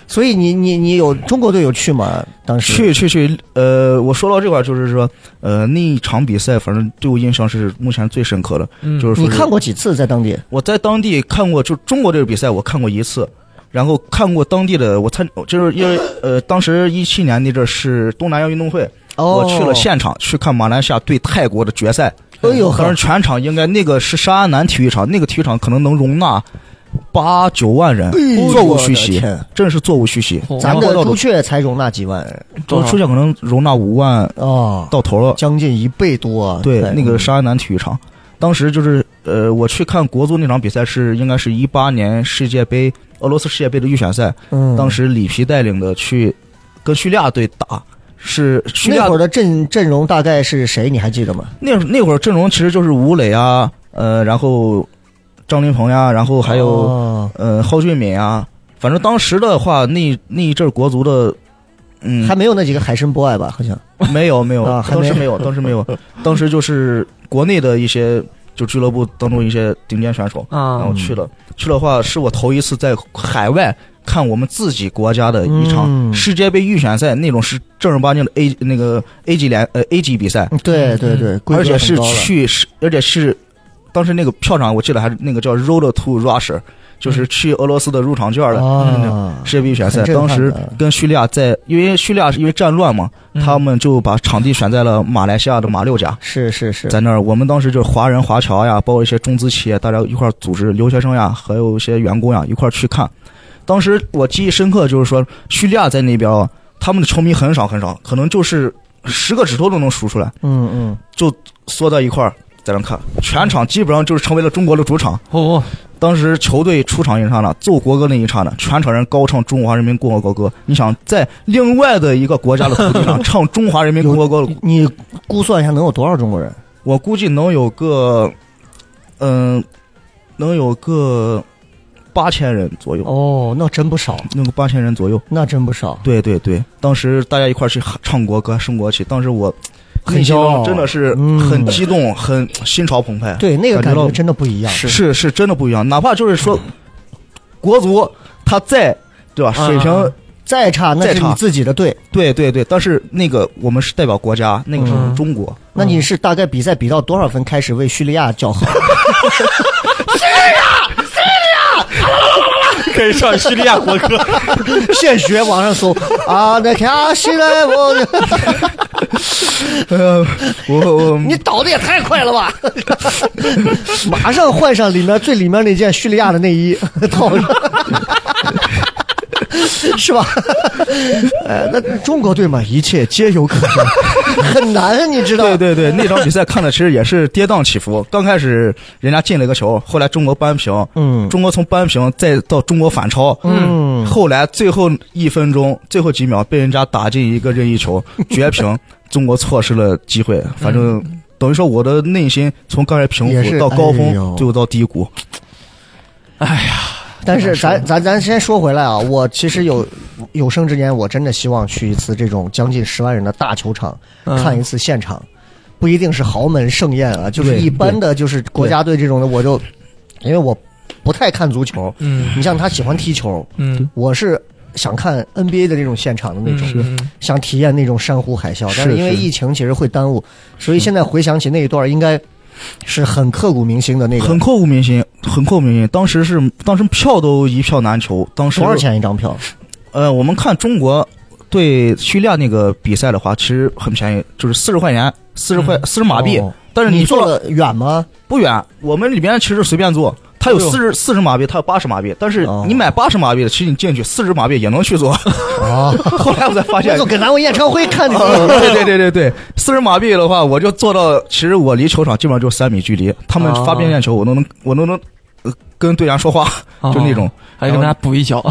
Speaker 3: 所以你你你有中国队有去吗？当时
Speaker 5: 去去去，呃，我说到这块儿就是说，呃，那一场比赛，反正对我印象是目前最深刻的，
Speaker 4: 嗯
Speaker 5: 就是说
Speaker 3: 你
Speaker 5: 是
Speaker 3: 看过几次在当地？
Speaker 5: 我在当地看过，就中国队的比赛我看过一次，然后看过当地的，我参就是因为呃，当时一七年那阵儿是东南亚运动会，
Speaker 3: 哦，
Speaker 5: 我去了现场去看马来西亚对泰国的决赛，
Speaker 3: 哎呦呵
Speaker 5: 当时全场应该那个是沙南体育场，那个体育场可能能容纳八九万人，
Speaker 3: 哎呦
Speaker 5: 座无虚
Speaker 3: 我的
Speaker 5: 席
Speaker 3: 天，哦
Speaker 5: 真的是座无虚席。
Speaker 3: 咱们
Speaker 5: 然
Speaker 3: 的
Speaker 5: 后到
Speaker 3: 朱雀才容纳几万人
Speaker 5: 到出现可能容纳五万
Speaker 3: 哦，
Speaker 5: 到头了，
Speaker 3: 将近一倍多啊。
Speaker 5: 对，那个沙南体育场，当时就是呃，我去看国足那场比赛是应该是一八年世界杯俄罗斯世界杯的预选赛，
Speaker 3: 嗯，
Speaker 5: 当时里皮带领的去跟叙利亚队打，是叙利亚
Speaker 3: 那会儿的阵阵容大概是谁？你还记得吗？
Speaker 5: 那那会儿阵容其实就是吴磊啊，呃，然后张琳芃呀，然后还有、
Speaker 3: 哦
Speaker 5: 呃蒿俊闵啊，反正当时的话，那那一阵儿国足的。嗯
Speaker 3: 还，没有那几个海参 boy 吧？好像
Speaker 5: 没有没有，
Speaker 3: 啊还
Speaker 5: 当时
Speaker 3: 没
Speaker 5: 没有，当时 没有，当时就是国内的一些就俱乐部当中一些顶尖选手，然
Speaker 4: 啊
Speaker 5: 后去了，
Speaker 3: 嗯
Speaker 5: 去了的话是我头一次在海外看我们自己国家的一
Speaker 3: 嗯
Speaker 5: 场世界杯预选赛，那种是正儿八经的 A 那个 A 级联呃 A 级比赛，
Speaker 3: 对对对，嗯规
Speaker 5: 嗯而
Speaker 3: 格
Speaker 5: 且
Speaker 3: 很
Speaker 5: 是
Speaker 3: 高了
Speaker 5: 去是而且是当时那个票场我记得还是那个叫 Road to Russia，就是去俄罗斯的入场券的。
Speaker 3: 啊，
Speaker 5: 世界杯预选
Speaker 3: 嗯
Speaker 5: 赛
Speaker 3: 很，震撼
Speaker 5: 当时
Speaker 3: 的嗯
Speaker 5: 跟叙利亚在，因为叙利亚是因为战乱嘛，
Speaker 4: 嗯
Speaker 5: 他们就把场地选在了马来西亚的马六甲。
Speaker 3: 是是是，
Speaker 5: 在那儿，我们当时就是华人、华侨呀，包括一些中资企业，大家一块儿组织留学生呀，还有一些员工呀，一块儿去看。当时我记忆深刻，就是说叙利亚在那边啊，他们的球迷很少很少，可能就是十个指头都能数出来，
Speaker 3: 嗯嗯，
Speaker 5: 缩在一块儿在那看，全场基本上就是成为了中国的主场。
Speaker 4: 哦，
Speaker 5: 当时球队出场一刹那，奏国歌那一刹那，全场人高唱《中华人民共和国歌》。你想在另外的一个国家的土地上唱《中华人民共和国》的
Speaker 3: 你估算一下能有多少中国人？
Speaker 5: 我估计能有个，嗯、能有个八千人左右，
Speaker 3: 哦，那真不少，
Speaker 5: 能有八千人左右。
Speaker 3: 那真不少。
Speaker 5: 对对对，当时大家一块儿去喊唱国歌、升国旗，当时我
Speaker 3: 很骄傲
Speaker 5: 内心真的是
Speaker 3: 嗯
Speaker 5: 很激动、很心潮澎湃。
Speaker 3: 对，那个感
Speaker 5: 感觉
Speaker 3: 觉
Speaker 5: 到
Speaker 3: 真的不一样。
Speaker 4: 是
Speaker 5: 是是真的不一样，哪怕就是说，国足他在对吧，
Speaker 4: 啊
Speaker 5: 水平、
Speaker 4: 啊
Speaker 3: 再差那
Speaker 5: 再
Speaker 3: 是
Speaker 5: 差
Speaker 3: 你自己的队，
Speaker 5: 对对对，但是那个我们是代表国家，那个是
Speaker 4: 嗯
Speaker 5: 中 国。
Speaker 3: 那你是大概比赛比到多少分开始为叙利亚 叫好？
Speaker 4: 可以唱叙利亚国歌，
Speaker 3: 现学网上搜啊，那卡西来我，
Speaker 5: 呃，我我
Speaker 3: 你倒的也太快了吧！ 马上换上里面最里面那件叙利亚的内衣套上， 是吧？呃，那中国队嘛，一切皆有可能，很难，你知道？
Speaker 5: 对对嗯对，那场比赛看的其实也是跌宕起伏。刚开始人家进了一个球，后来中国扳平，
Speaker 3: 嗯
Speaker 5: 中国从扳平再到中国反超，
Speaker 3: 嗯，
Speaker 5: 后来最后一分钟、最后几秒被人家打进一个任意球绝 平，中国错失了机会。反正等于说我的内心从刚才平
Speaker 3: 嗯也是
Speaker 5: 复到高
Speaker 3: 哎
Speaker 5: 峰
Speaker 3: 呦，
Speaker 5: 最后到低谷。
Speaker 3: 但是咱咱咱先说回来啊，我其实有有生之年，我真的希望去一次这种将近十万人的大球场、
Speaker 4: 嗯
Speaker 3: 看一次现场。不一定是豪门盛宴啊，就是
Speaker 5: 对
Speaker 3: 一般的，就是国家队这种的，我就因为我不太看足球，
Speaker 4: 嗯
Speaker 3: 你像他喜欢踢球，
Speaker 4: 嗯，
Speaker 3: 我是想看 NBA 的那种现场的那种，
Speaker 4: 嗯，嗯
Speaker 3: 想体验那种山呼海啸，
Speaker 5: 是
Speaker 3: 但是因为
Speaker 5: 是
Speaker 3: 疫情其实会耽误，所以现在回想起那一段，应该是很刻骨铭心的那个。
Speaker 5: 很刻骨铭心，很刻骨铭心。当时是当时票都一票难求，当时
Speaker 3: 多少钱一张票？哦
Speaker 5: 呃，我们看中国对叙利亚那个比赛的话，其实很便宜，就是四十块钱，四十块
Speaker 4: 嗯
Speaker 5: 四十马币。
Speaker 3: 哦
Speaker 5: 但是
Speaker 3: 你
Speaker 5: 坐
Speaker 3: 坐
Speaker 5: 了
Speaker 3: 的远 吗？
Speaker 5: 不远，我们里面其实随便坐，它有
Speaker 4: 哎呦
Speaker 5: 四十四十马币，它有八十马币。但是
Speaker 3: 哦
Speaker 5: 你买八十马币的，其实你进去四十马币也 能去坐。
Speaker 3: 啊，
Speaker 5: 后来我才发 现
Speaker 3: 我，总跟咱们演唱会看的。
Speaker 5: 对对对对对，四十马币的话，我就坐到，其实我离球场基本上就三米距离，他们
Speaker 4: 哦
Speaker 5: 发边线球，我都能，我都能。呃跟队员说话，
Speaker 4: 哦
Speaker 5: 就那种，
Speaker 4: 还跟大家补一脚，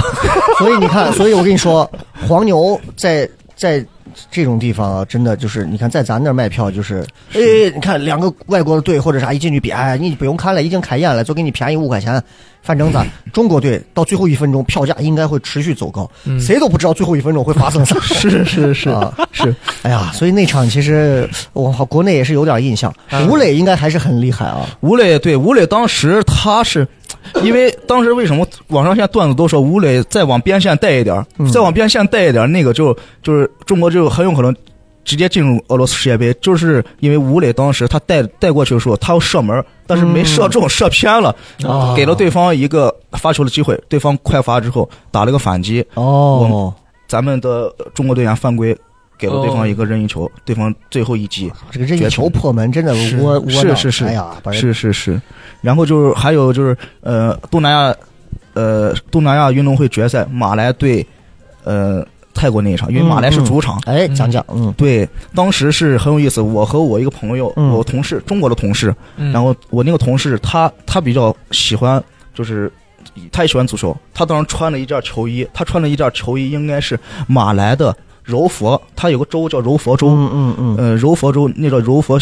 Speaker 3: 所以你看，所以我跟你说，黄牛在在这种地方啊，真的就是你看，在咱那儿卖票就是，哎，你看两个外国的队或者啥一进去比，哎，你不用看了，已经开演了，就给你便宜五块钱。反正咱中国队到最后一分钟票价应该会持续走高，
Speaker 4: 嗯
Speaker 3: 谁都不知道最后一分钟会发生啥。
Speaker 5: 是是是
Speaker 3: 啊
Speaker 5: 是，
Speaker 3: 哎呀，所以那场其实我好国内也是有点印象，
Speaker 5: 嗯
Speaker 3: 吴磊应该还是很厉害啊。
Speaker 5: 吴磊对吴磊当时他是，因为当时为什么网上现在段子都说吴磊再往边线带一点儿，
Speaker 3: 嗯
Speaker 5: 再往边线带一点儿，那个就就是中国就很有可能直接进入俄罗斯世界杯，就是因为吴磊当时他带带过去的时候，他要射门，但是没射中，射偏了，
Speaker 3: 啊
Speaker 5: 给了对方一个发球的机会，对方快发之后打了个反击，
Speaker 3: 哦，
Speaker 5: 咱们的中国队员犯规。给了对方一个任意球，对方最后一击，
Speaker 3: 这个任意球破门真的
Speaker 5: 是
Speaker 3: 窝窝囊
Speaker 5: 是是是
Speaker 3: 哎呀，把人
Speaker 5: 是是是，然后就是还有就是呃，东南亚呃东南亚运动会决赛，马来对呃泰国那一场，因为
Speaker 3: 嗯
Speaker 5: 马来是主场。
Speaker 3: 哎讲讲，嗯
Speaker 5: 对，当时是很有意思。我和我一个朋友，
Speaker 3: 嗯
Speaker 5: 我同事，中国的同事，
Speaker 4: 嗯
Speaker 5: 然后我那个同事他他比较喜欢，就是他也喜欢足球。他当时穿了一件球衣，他穿了一件球衣应该是马来的柔佛，他有个州叫柔佛州，
Speaker 3: 嗯嗯嗯，
Speaker 5: 呃柔佛州那叫柔佛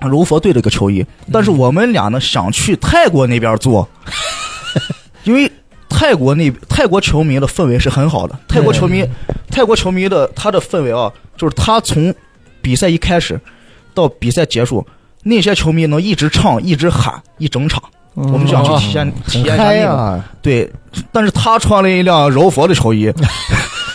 Speaker 5: 柔佛队的一个球衣，但是我们俩呢想去泰国那边做，因为泰国那泰国球迷的氛围是很好的，泰国球迷泰国球迷的他的氛围啊，就是他从比赛一开始到比赛结束。那些球迷能一直唱、一直喊一整场，我
Speaker 3: 我
Speaker 5: 们
Speaker 4: 想
Speaker 5: 想去体验、体验
Speaker 3: 嗯
Speaker 5: 一下
Speaker 3: 开
Speaker 5: 那种
Speaker 3: 啊，
Speaker 5: 对，但是他穿了一辆柔佛的球衣，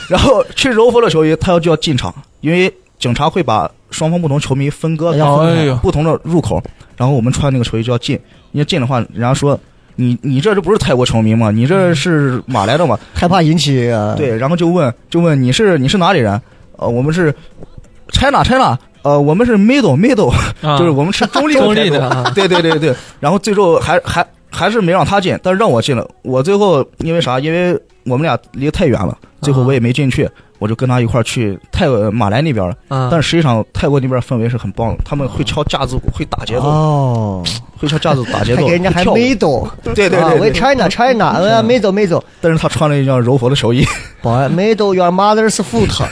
Speaker 5: 然后去柔佛的球衣，他要就要进场，因为警察会把双方不同球迷分割
Speaker 3: 哎
Speaker 5: 到
Speaker 3: 呀
Speaker 4: 哎呦，
Speaker 5: 不同的入口，然后我们穿那个球衣就要进，因为进的话，人家说你你这就不是泰国球迷嘛，你这是马来的嘛？
Speaker 3: 害怕引起呃
Speaker 5: 对，然后就问就问你是你是哪里人？呃，我们是 China China，呃，我们是 Middle Middle，
Speaker 4: 啊
Speaker 5: 就是我们是中立
Speaker 4: 中
Speaker 5: 态
Speaker 4: 立
Speaker 5: 度
Speaker 4: 的啊
Speaker 5: 对对对对，然后最后还还还是没让他进，但是让我进了。我最后因为啥？因为我们俩离得太远了，最后我也没进
Speaker 3: 啊
Speaker 5: 去，我就跟他一块儿去泰国马来那边了。
Speaker 4: 啊，
Speaker 5: 但是实际上泰国那边氛围是很棒的，他们会敲架子鼓，会打节奏，
Speaker 3: 哦，
Speaker 5: 会敲架子鼓打 节
Speaker 3: 还
Speaker 5: 奏，
Speaker 3: 给人家
Speaker 5: 会
Speaker 3: 还
Speaker 5: 跳舞。
Speaker 3: 没走，
Speaker 5: 对对
Speaker 3: 啊
Speaker 5: 对嗯
Speaker 3: 喂
Speaker 5: 对，
Speaker 3: China China，呃没走没走，
Speaker 5: 但是他穿了一件柔佛的球衣，
Speaker 3: 保安没走 your mother's foot，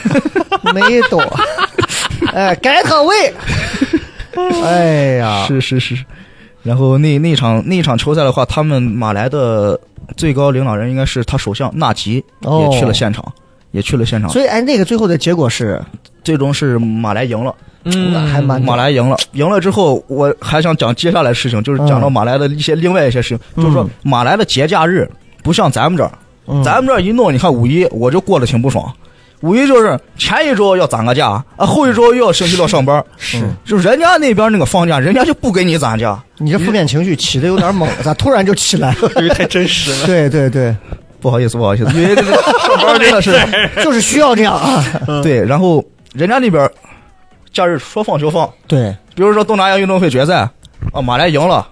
Speaker 3: 没走，哎改岗 位，哎呀，
Speaker 5: 是是是。然后那那场那场球赛的话，他们马来的最高领导人应该是他首相纳吉，
Speaker 3: 哦
Speaker 5: 也去了现场，也去了现场。
Speaker 3: 所以哎那个最后的结果是
Speaker 5: 最终是马来赢了，
Speaker 4: 嗯，
Speaker 3: 还蛮
Speaker 5: 马来赢了，赢了之后，我还想讲接下来的事情，就是讲到马来的一些另外一些事情，
Speaker 3: 嗯
Speaker 5: 就是说马来的节假日不像咱们这儿，
Speaker 3: 嗯
Speaker 5: 咱们这儿一弄，你看五一我就过得挺不爽，五一就是前一周要攒个假啊，后一周又要星期六上班，
Speaker 4: 嗯
Speaker 3: 是
Speaker 5: 就是人家那边那个放假，人家就不给你攒假，
Speaker 3: 你这负面情绪起的有点 猛，咋突然就起来了？
Speaker 4: 因为太真实了，
Speaker 3: 对对对，
Speaker 5: 不好意思，不好意思，因为这个上班真的是
Speaker 3: 就是需要这样啊，
Speaker 5: 对，然后人家那边假日说放就放，
Speaker 3: 对，
Speaker 5: 比如说东南亚运动会决赛，啊，马来赢了，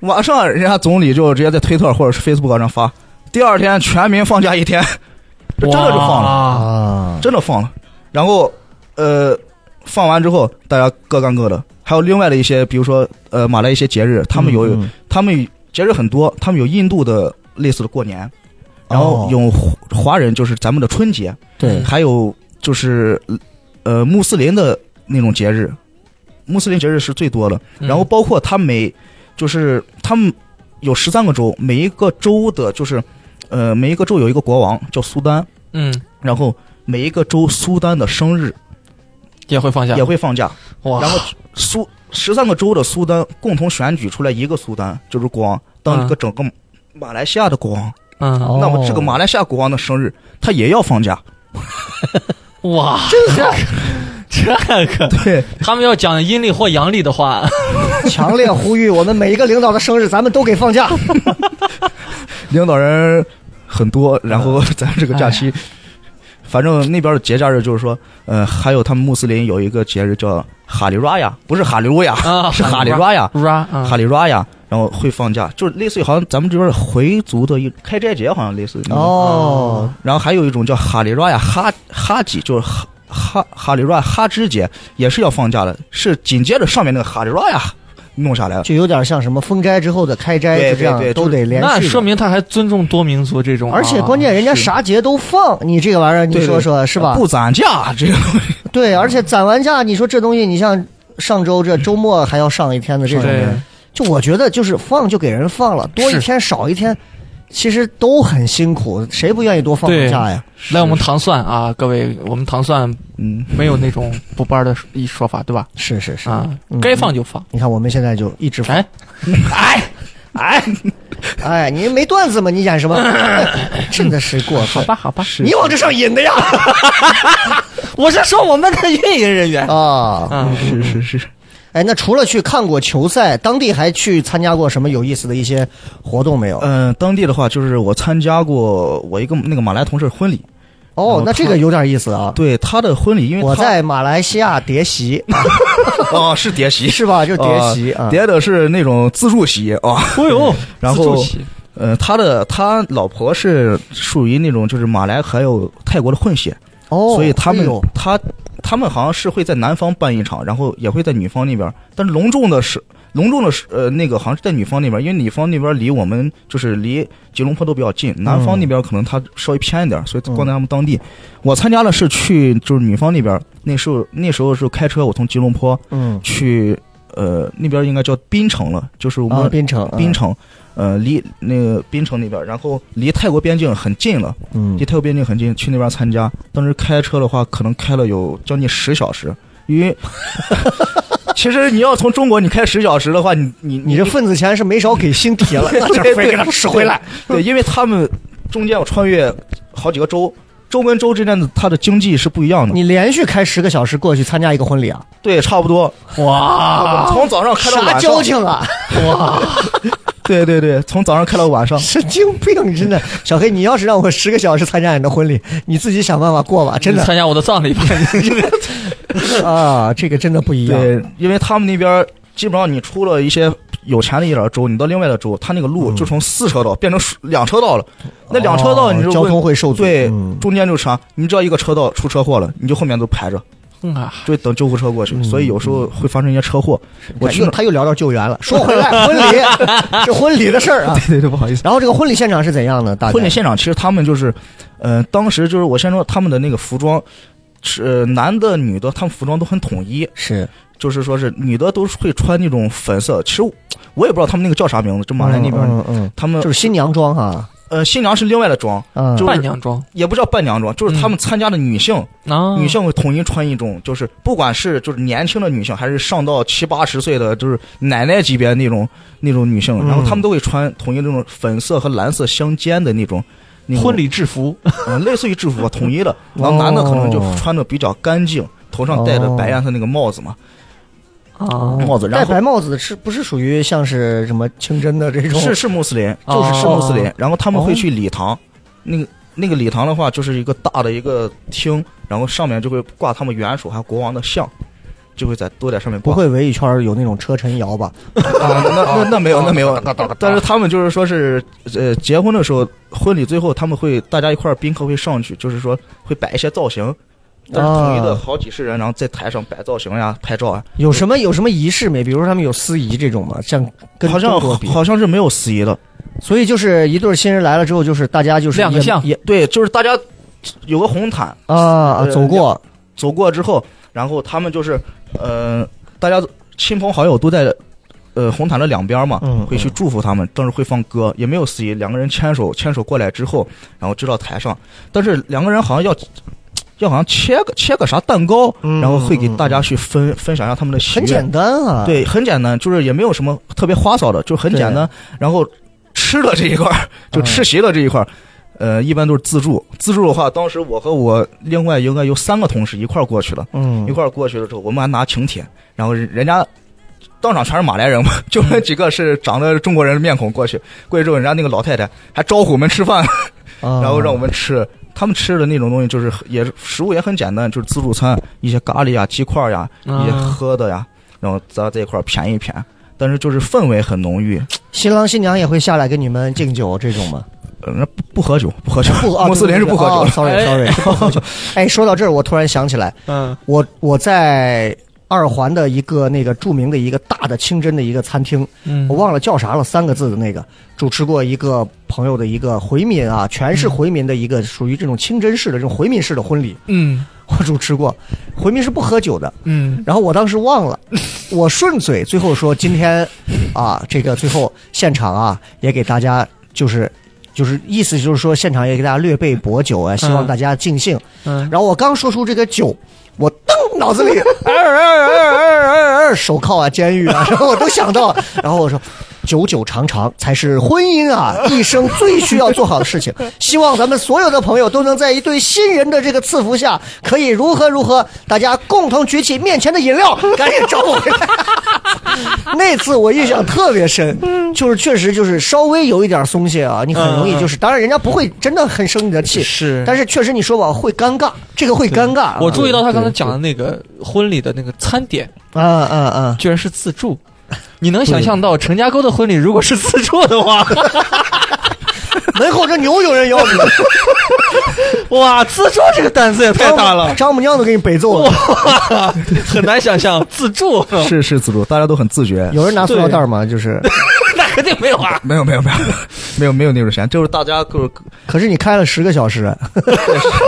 Speaker 5: 马上人家总理就直接在推特或者是 Facebook 上发，第二天全民放假一天， 这真的就放了，
Speaker 4: 了，
Speaker 3: 啊，
Speaker 5: 真的放了。然后，呃，放完之后大家各干各的，还有另外的一些，比如说呃马来一些节日，他们有、
Speaker 3: 嗯嗯
Speaker 5: 他们节日很多，他们有印度的类似的过年，然后
Speaker 3: 哦
Speaker 5: 有华华人就是咱们的春节，
Speaker 3: 对
Speaker 5: 还有就是呃穆斯林的那种节日，穆斯林节日是最多的。
Speaker 4: 嗯
Speaker 5: 然后包括他每就是他们有十三个州，每一个州的就是呃每一个州有一个国王叫苏丹，
Speaker 4: 嗯，
Speaker 5: 然后每一个州苏丹的生日
Speaker 4: 也会放假
Speaker 5: 也，会放假。
Speaker 4: 哇
Speaker 5: 然后苏十三个州的苏丹共同选举出来一个苏丹，就是国王，当一个整个马来西亚的国王。
Speaker 4: 嗯，
Speaker 3: 哦
Speaker 5: 那么这个马来西亚国王的生日，他也要放假。
Speaker 4: 哇，这这个
Speaker 5: 对，
Speaker 4: 他们要讲阴历或阳历的话，
Speaker 3: 强烈呼吁我们每一个领导的生日，咱们都给放 假。
Speaker 5: 领导人很多，然后咱这个假期，反正那边的节假日就是说，呃，还有他们穆斯林有一个节日叫哈利拉雅，不是哈利路亚，
Speaker 4: 啊
Speaker 5: 是哈
Speaker 4: 哈
Speaker 5: 利
Speaker 4: 利
Speaker 5: 拉雅，
Speaker 4: ra 啊
Speaker 5: 哈利拉雅，然后会放假，就是类似于好像咱们这边回族的一开斋节，好像类似于那种
Speaker 3: 哦，
Speaker 5: 然后还有一种叫哈里拉呀哈哈吉，就是哈哈哈里拉哈芝节，也是要放假的，是紧接着上面那个哈里拉呀弄下来了。
Speaker 3: 就有点像什么封斋之后的开斋，
Speaker 5: 对
Speaker 3: 就这样
Speaker 5: 对对
Speaker 3: 都得连
Speaker 4: 那
Speaker 3: 续
Speaker 4: 说
Speaker 3: 的。
Speaker 4: 明啊他还尊重多民族这种，
Speaker 3: 而且关键，人家啥节都放，你这个玩意儿，你
Speaker 5: 对
Speaker 3: 说说是
Speaker 4: 啊
Speaker 3: 吧？
Speaker 5: 不攒假，这个
Speaker 3: 对，而且攒完假，你说这东西，你像上周这周末还要上一天的这
Speaker 4: 啊
Speaker 3: 种，
Speaker 4: 对
Speaker 3: 就我觉得就是放就给人放了，多一
Speaker 4: 是
Speaker 3: 天少一天，其实都很辛苦，谁不愿意多放个
Speaker 4: 对
Speaker 3: 假呀？
Speaker 4: 来我们糖蒜啊，各位，我们糖蒜
Speaker 5: 嗯，
Speaker 4: 没有那种补班的一说法，对吧？
Speaker 3: 是是是，
Speaker 4: 啊
Speaker 3: 嗯，
Speaker 4: 该放就放。
Speaker 3: 你看我们现在就一直放，
Speaker 4: 哎，哎，
Speaker 3: 哎， 哎，你没段子吗？你演什么？ 真的是过
Speaker 4: 好
Speaker 3: 分。
Speaker 4: 吧，好吧，
Speaker 5: 是
Speaker 3: 你往这上引 的呀！
Speaker 4: 我是说我们的运营人员
Speaker 3: 啊、
Speaker 4: 啊，
Speaker 5: 是是是，
Speaker 3: 哎，那除了去看过球赛，当地还去参加过什么有意思的一些活动没有？
Speaker 5: 嗯、当地的话就是我参加过我一个那个马来同事婚礼，
Speaker 3: 哦，那这个有点意思啊。
Speaker 5: 呃对他的婚礼，因为
Speaker 3: 我
Speaker 5: 他
Speaker 3: 在马来西亚叠席，
Speaker 5: 哦是 叠席，
Speaker 3: 是吧？就叠席
Speaker 5: 呃
Speaker 3: 啊。
Speaker 5: 叠的是那种自助席啊、
Speaker 4: 哦呦，
Speaker 5: 然后
Speaker 4: 自助席
Speaker 5: 呃，他的他老婆是属于那种就是马来还有泰国的混血，
Speaker 3: 哦，
Speaker 5: 所以他们、
Speaker 3: 哎呦
Speaker 5: 他他们好像是会在南方办一场，然后也会在女方那边，但是隆重的是隆重的是呃那个好像是在女方那边，因为女方那边离我们就是离吉隆坡都比较近，南方那边可能它稍微偏一点，
Speaker 3: 嗯
Speaker 5: 所以光在他们当地，我参加的是去就是女方那边，那时候那时候是开车我从吉隆坡
Speaker 3: 嗯，
Speaker 5: 去呃那边应该叫槟城了，就是我们、
Speaker 3: 啊，槟城，啊
Speaker 5: 槟，城，呃，离那个槟城那边，然后离泰国边境很近了，
Speaker 3: 嗯
Speaker 5: 离，泰国边境很近，去那边参加。当时开车的话，可能开了有将近十小时，因为其实你要从中国你开十小时的话，你你
Speaker 3: 你这份子钱是没少给新提了， 那这
Speaker 5: 对
Speaker 3: 非给他使回来。
Speaker 5: 对，因为他们中间要穿越好几个州。州跟州之间的它的经济是不一样的，
Speaker 3: 你连续开十个小时过去参加一个婚礼啊，
Speaker 5: 对，差不多。
Speaker 4: 哇
Speaker 5: 从早上开到
Speaker 3: 啥
Speaker 5: 晚
Speaker 3: 交
Speaker 5: 上，
Speaker 3: 情啊？
Speaker 4: 哇，
Speaker 5: 对对对，从早上开到晚上。
Speaker 3: 神经病，真的。小黑，你要是让我十个小时参加你的婚礼，你自己想办法过吧，真的
Speaker 4: 参加我的葬礼吧，
Speaker 3: 啊，这个真的不一样。
Speaker 5: 对，因为他们那边儿基本上你出了一些有钱的一点儿州，你到另外的州，他那个路就从四车道变成两车道了。那两车道
Speaker 3: 嗯哦
Speaker 5: 你就
Speaker 3: 交
Speaker 5: 问
Speaker 3: 通会受阻，
Speaker 5: 对
Speaker 3: 嗯，
Speaker 5: 中间就啥？你只要一个车道出车祸了，你就后面都排着，
Speaker 4: 嗯啊，
Speaker 5: 就等救护车过去。所以有时候会发生一些车祸。我
Speaker 3: 我
Speaker 5: 去
Speaker 3: 又
Speaker 5: 那，
Speaker 3: 他又聊到救援了。说回来，婚 礼是婚礼的事儿啊。
Speaker 5: 对对，不好意思。
Speaker 3: 然后这个婚礼现场是怎样的？大概
Speaker 5: 婚礼现场其实他们就是，呃，当时就是我先说他们的那个服装，是、呃男的女的，他们服装都很统一。
Speaker 3: 是
Speaker 5: 就是说是女的都是会穿那种粉色，其实我我也不知道他们那个叫啥名字，就马来那边，
Speaker 3: 嗯嗯，
Speaker 5: 他们
Speaker 3: 嗯就是新娘妆哈，
Speaker 5: 呃新娘是另外的装，
Speaker 3: 嗯，
Speaker 5: 就
Speaker 4: 伴娘装
Speaker 5: 也不叫伴娘装，就是他们参加的女性，
Speaker 4: 啊，
Speaker 5: 女性会统一穿一种，就是不管是就是年轻的女性，还是上到七八十岁的，就是奶奶级别那种那种女性，
Speaker 3: 嗯
Speaker 5: 然后他们都会穿统一那种粉色和蓝色相间的那种。那种
Speaker 4: 婚礼制服，
Speaker 5: 嗯类似于制服吧，统一的。然后男的可能就穿的比较干净，头上戴着白颜色那个帽子嘛，
Speaker 4: 啊
Speaker 5: 帽子。然
Speaker 3: 哦戴
Speaker 5: 后
Speaker 3: 白帽子的是不是属于像是什么清真的这种？
Speaker 5: 是是穆斯林，
Speaker 4: 哦
Speaker 5: 就是是穆斯林。然后他们会去礼堂，那个那个礼堂的话，就是一个大的一个厅，然后上面就会挂他们元首还有国王的像，就会在都在上面
Speaker 3: 不
Speaker 5: 挂。
Speaker 3: 会围一圈儿有那种车臣摇吧？
Speaker 5: 啊，那那那没有，那没有。但是他们就是说是呃，结婚的时候，婚礼最后他们会大家一块儿宾客会上去，就是说会摆一些造型。但是统一的
Speaker 3: 啊
Speaker 5: 好几十人，然后在台上摆造型呀、拍照啊，
Speaker 3: 有什么有什么仪式没？比如说他们有司仪这种吗？像跟
Speaker 5: 好像
Speaker 3: 中国比，
Speaker 5: 好像是没有司仪的。
Speaker 3: 所以就是一对新人来了之后，就是大家就是
Speaker 4: 亮个
Speaker 3: 也
Speaker 4: 相
Speaker 3: 也
Speaker 5: 对，就是大家有个红毯，
Speaker 3: 啊啊
Speaker 5: 呃
Speaker 3: 走过
Speaker 5: 走过之后，然后他们就是，呃，大家亲朋好友都在，呃，红毯的两边嘛，
Speaker 3: 嗯
Speaker 5: 会去祝福他们，但是会放歌，也没有司仪，两个人牵手牵手过来之后，然后支到台上，但是两个人好像要要好像切个切个啥蛋糕，
Speaker 3: 嗯
Speaker 5: 然后会给大家去分分享一下他们的喜
Speaker 3: 很
Speaker 5: 悦
Speaker 3: 简。单啊。，
Speaker 5: 对，很简单，就是也没有什么特别花哨的，就很简单。然后吃的这一块儿，
Speaker 3: 嗯
Speaker 5: 就吃席的这一块儿，呃，一般都是自助。自助的话，当时我和我另外应该有三个同事一块儿过去的，
Speaker 3: 嗯
Speaker 5: 一，块儿过去了之后，我们还拿请帖，然后人家。当场全是马来人嘛，
Speaker 3: 嗯
Speaker 5: 就那几个是长得中国人的面孔过去，过去之后，人家那个老太太还招呼我们吃饭，
Speaker 3: 然
Speaker 5: 然后让我们吃。他们吃的那种东西就是也是食物也很简单，就是自助餐，一些咖喱呀、鸡块呀、
Speaker 4: 啊
Speaker 5: 一些喝的呀，
Speaker 3: 嗯
Speaker 5: 然后在这一块儿谝一谝。但是就是氛围很浓郁，
Speaker 3: 新郎新娘也会下来给你们敬酒这 种吗？
Speaker 5: 呃，那不不喝酒，不喝酒，
Speaker 3: 不啊，
Speaker 5: 穆斯林是不喝酒的。
Speaker 3: Sorry Sorry，不喝 酒。哎，说到这儿，我突然想起来，
Speaker 4: 嗯
Speaker 3: 我我在二环的一个那个著名的一个大的清真的一个餐厅，
Speaker 4: 嗯
Speaker 3: 我忘了叫啥了，三个字的那个，主持过一个朋友的一个回民啊，全
Speaker 5: 嗯
Speaker 3: 是回民的一个属于这种清真式的这种回民式的婚礼，
Speaker 4: 嗯
Speaker 3: 我主持过。回民是不喝酒的，
Speaker 4: 嗯
Speaker 3: 然后我当时忘了，我顺嘴最后说今天啊，这个最后现场啊也给大家就是就是意思就是说现场也给大家略备薄酒啊，希望大家尽兴。
Speaker 4: 嗯，
Speaker 3: 然后我刚说出这个酒，我噔脑子里哎哎哎哎哎哎手铐啊监狱啊，然后我都想到了，然后我说。久久长长才是婚姻啊，一生最需要做好的事情。希望咱们所有的朋友都能在一对新人的这个赐福下，可以如何如何，大家共同举起面前的饮料，赶紧找我回来。那次我印象特别深，就是确实就是稍微有一点松懈啊，你很容易就是，当然人家不会真的很生你的气，
Speaker 4: 是
Speaker 3: 但是确实你说吧，会尴尬，这个会尴尬啊。
Speaker 4: 嗯我注意到他刚才
Speaker 5: 对
Speaker 4: 讲的那个婚礼的那个餐点，
Speaker 3: 啊啊啊！
Speaker 4: 居然是自助。你能想象到陈家沟的婚礼如果是自助的话，
Speaker 3: 门口这牛有人要你，
Speaker 4: 哇，自助这个胆子也 太大了，
Speaker 3: 丈母娘都给你背揍了。
Speaker 4: 很难想象自助，
Speaker 5: 是是自助，大家都很自觉。
Speaker 3: 有人拿塑料袋 吗？就是，
Speaker 4: 那肯定没有啊。
Speaker 5: 没有没有没有没有没有那种钱，就是大家各
Speaker 3: 可是你开了十个 小时，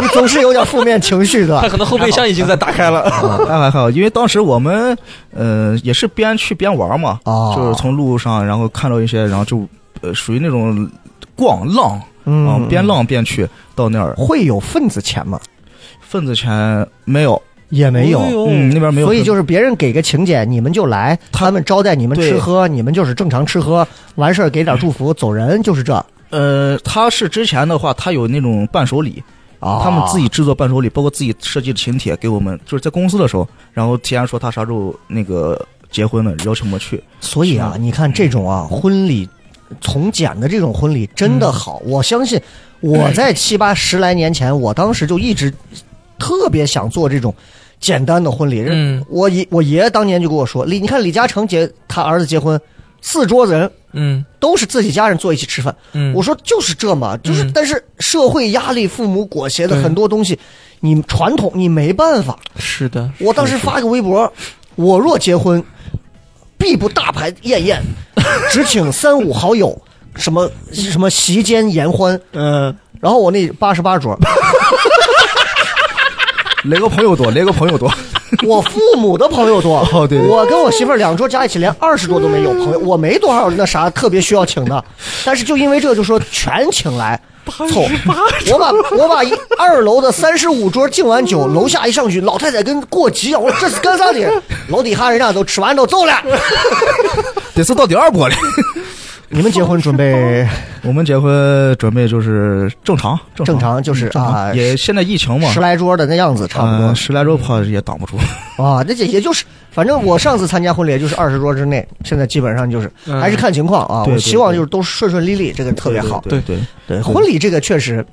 Speaker 3: 你总是有点负面情绪
Speaker 4: 他
Speaker 3: 的。
Speaker 4: 可能后备箱已经在打开了。
Speaker 5: 还好还好，因为当时我们呃也是边去边玩嘛，
Speaker 3: 哦
Speaker 5: 就是从路上然后看到一些，然后就呃属于那种逛浪，啊
Speaker 3: 嗯，
Speaker 5: 边浪边去到那儿。
Speaker 3: 会有份子钱吗？
Speaker 5: 份子钱没有，
Speaker 3: 也没
Speaker 4: 哎
Speaker 3: 有。
Speaker 4: 呦
Speaker 5: 嗯，那边没有份子，
Speaker 3: 所以就是别人给个请柬，你们就来，他们招待你们吃喝，你们就是正常吃喝，完事儿给点祝福走人，就是这。
Speaker 5: 呃，他是之前的话，他有那种伴手礼，
Speaker 3: 啊，
Speaker 5: 他们自己制作伴手礼，包括自己设计的请帖给我们，就是在公司的时候，然后提案说他啥时候那个结婚了，邀请我们去。
Speaker 3: 所以啊，你看这种啊
Speaker 4: 嗯
Speaker 3: 婚礼从简的这种婚礼真的好，
Speaker 4: 嗯
Speaker 3: 我相信我在七八十来年前，我当时就一直特别想做这种简单的婚礼。
Speaker 4: 嗯
Speaker 3: 我爷我爷爷当年就跟我说，李你看李嘉诚结他儿子结婚，四桌子人
Speaker 4: 嗯
Speaker 3: 都是自己家人坐一起吃饭。
Speaker 4: 嗯，
Speaker 3: 我说就是这嘛，就是、
Speaker 4: 嗯
Speaker 3: 但是社会压力、父母裹挟的
Speaker 4: 对
Speaker 3: 很多东西，你传统你没办法。
Speaker 4: 是的，
Speaker 3: 我当时发个微博，我若结婚，必不大排宴 宴，只请三五好友，什么什么席间言欢。
Speaker 4: 嗯，
Speaker 3: 然后我那八十八 桌，
Speaker 5: 雷个朋友多，雷个朋友多，
Speaker 3: 我父母的朋友多，
Speaker 5: 哦对对
Speaker 3: 我跟我媳妇儿两桌加一起连二十桌都没有朋友，我没多少那啥特别需要请的，但是就因为这就说全请来。凑，我把我把一二楼的三十五桌敬完酒，楼下一上去，老太太跟过急一啊样，我说这是干啥的？楼底下人家都吃完都走了。
Speaker 5: 得是到第二波了。
Speaker 3: 你们结婚准 备
Speaker 5: 我们结婚准备就是正常，正常，
Speaker 3: 正常就是
Speaker 5: 正常
Speaker 3: 啊
Speaker 5: 也现在疫情嘛，
Speaker 3: 十来桌的那样子，差不
Speaker 5: 呃
Speaker 3: 多嗯
Speaker 5: 十来周怕也挡不住。
Speaker 3: 啊。那也也就是，反正我上次参加婚礼也就是二十桌之内，现在基本上就是
Speaker 4: 嗯
Speaker 3: 还是看情况啊。
Speaker 5: 对
Speaker 3: 我
Speaker 5: 对
Speaker 3: 希望就是都顺顺利利，这个特别好。
Speaker 5: 对对
Speaker 3: 对婚礼这个确 实，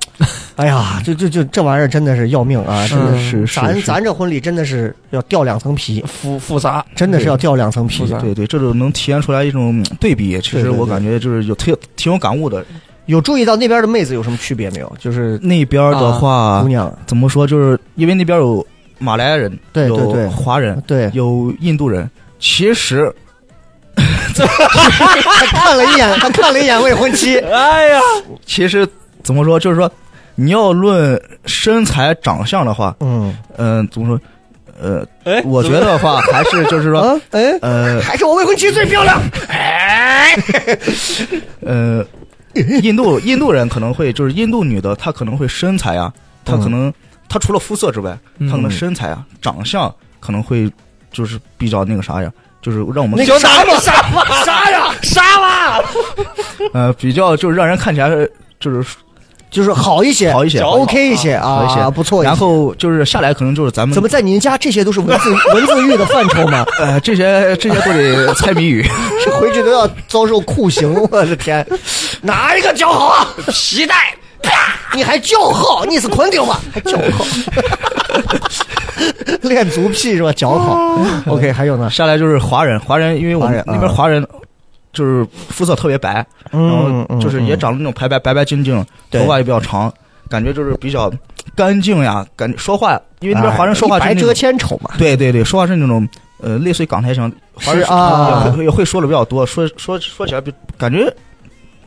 Speaker 3: 哎呀，就就就这玩意儿真的是要命啊！真的
Speaker 5: 对，
Speaker 3: 是
Speaker 5: 是是
Speaker 3: 咱
Speaker 5: 是，
Speaker 3: 咱这婚礼真的是要掉两层皮，
Speaker 4: 复复杂，
Speaker 3: 真的是要掉两层皮
Speaker 4: 复。杂
Speaker 5: 对对，这种能体现出来一种对比，其
Speaker 3: 对
Speaker 5: 实
Speaker 3: 对
Speaker 5: 我
Speaker 3: 对
Speaker 5: 感觉就是有挺挺有感悟的。
Speaker 3: 有注意到那边的妹子有什么区别没有？就是
Speaker 5: 那边儿的话
Speaker 3: 啊姑，娘，
Speaker 5: 怎么说？就是因为那边有马来人，
Speaker 3: 对对对
Speaker 5: 有华人，
Speaker 3: 对，
Speaker 5: 有印度人。其实
Speaker 3: 她看了一眼，她看了一眼未婚妻，
Speaker 4: 哎呀，
Speaker 5: 其实怎么说？就是说，你要论身材长相的话，
Speaker 3: 嗯
Speaker 5: 嗯、怎么说？呃，
Speaker 4: 哎，
Speaker 5: 我觉得的话，还是就是 说，
Speaker 3: 啊，哎，
Speaker 5: 呃
Speaker 3: 还是我未婚妻最漂亮。哎，
Speaker 5: 呃，
Speaker 3: 嗯
Speaker 5: 印度印度人可能会就是印度女的，她可能会身材啊，她可能他除了肤色之外，
Speaker 4: 嗯
Speaker 5: 他可能身材啊、长相可能会就是比较那个啥呀，就是让我们
Speaker 3: 那个啥嘛
Speaker 4: 啥嘛啥呀 啥嘛，
Speaker 5: 呃比较就是让人看起来就是
Speaker 3: 就是好一些，
Speaker 5: 好一些
Speaker 4: 脚
Speaker 3: ，OK 一些
Speaker 5: 好一些
Speaker 3: 啊，不错一些。
Speaker 5: 然后就是下来可能就是咱们
Speaker 3: 怎么在您家这些都是文 字文字狱的范畴吗？
Speaker 5: 呃这些这些都得猜谜 语，
Speaker 3: 这回去都要遭受酷刑， 我的天！哪一个叫好啊？皮带，啪！你还叫好？你是昆丁吗？还叫好？ 练足癖是吧？脚好。OK，还有呢？
Speaker 5: 下来就是华人，华人因为我
Speaker 3: 华人
Speaker 5: 们那边
Speaker 3: 啊
Speaker 5: 华人。就是肤色特别白，然
Speaker 3: 嗯
Speaker 5: 后就是也长得那种白白白白净净，
Speaker 3: 对
Speaker 5: 头发也比较长，感觉就是比较干净呀，感觉说话，因为那边华人说话
Speaker 3: 哎
Speaker 5: 就
Speaker 3: 白
Speaker 5: 是那
Speaker 3: 遮
Speaker 5: 种
Speaker 3: 千丑嘛。
Speaker 5: 对对对，说话是那种呃，类似于港台腔，华人
Speaker 3: 是啊
Speaker 5: 也会也会说的比较多，说说说起来比感觉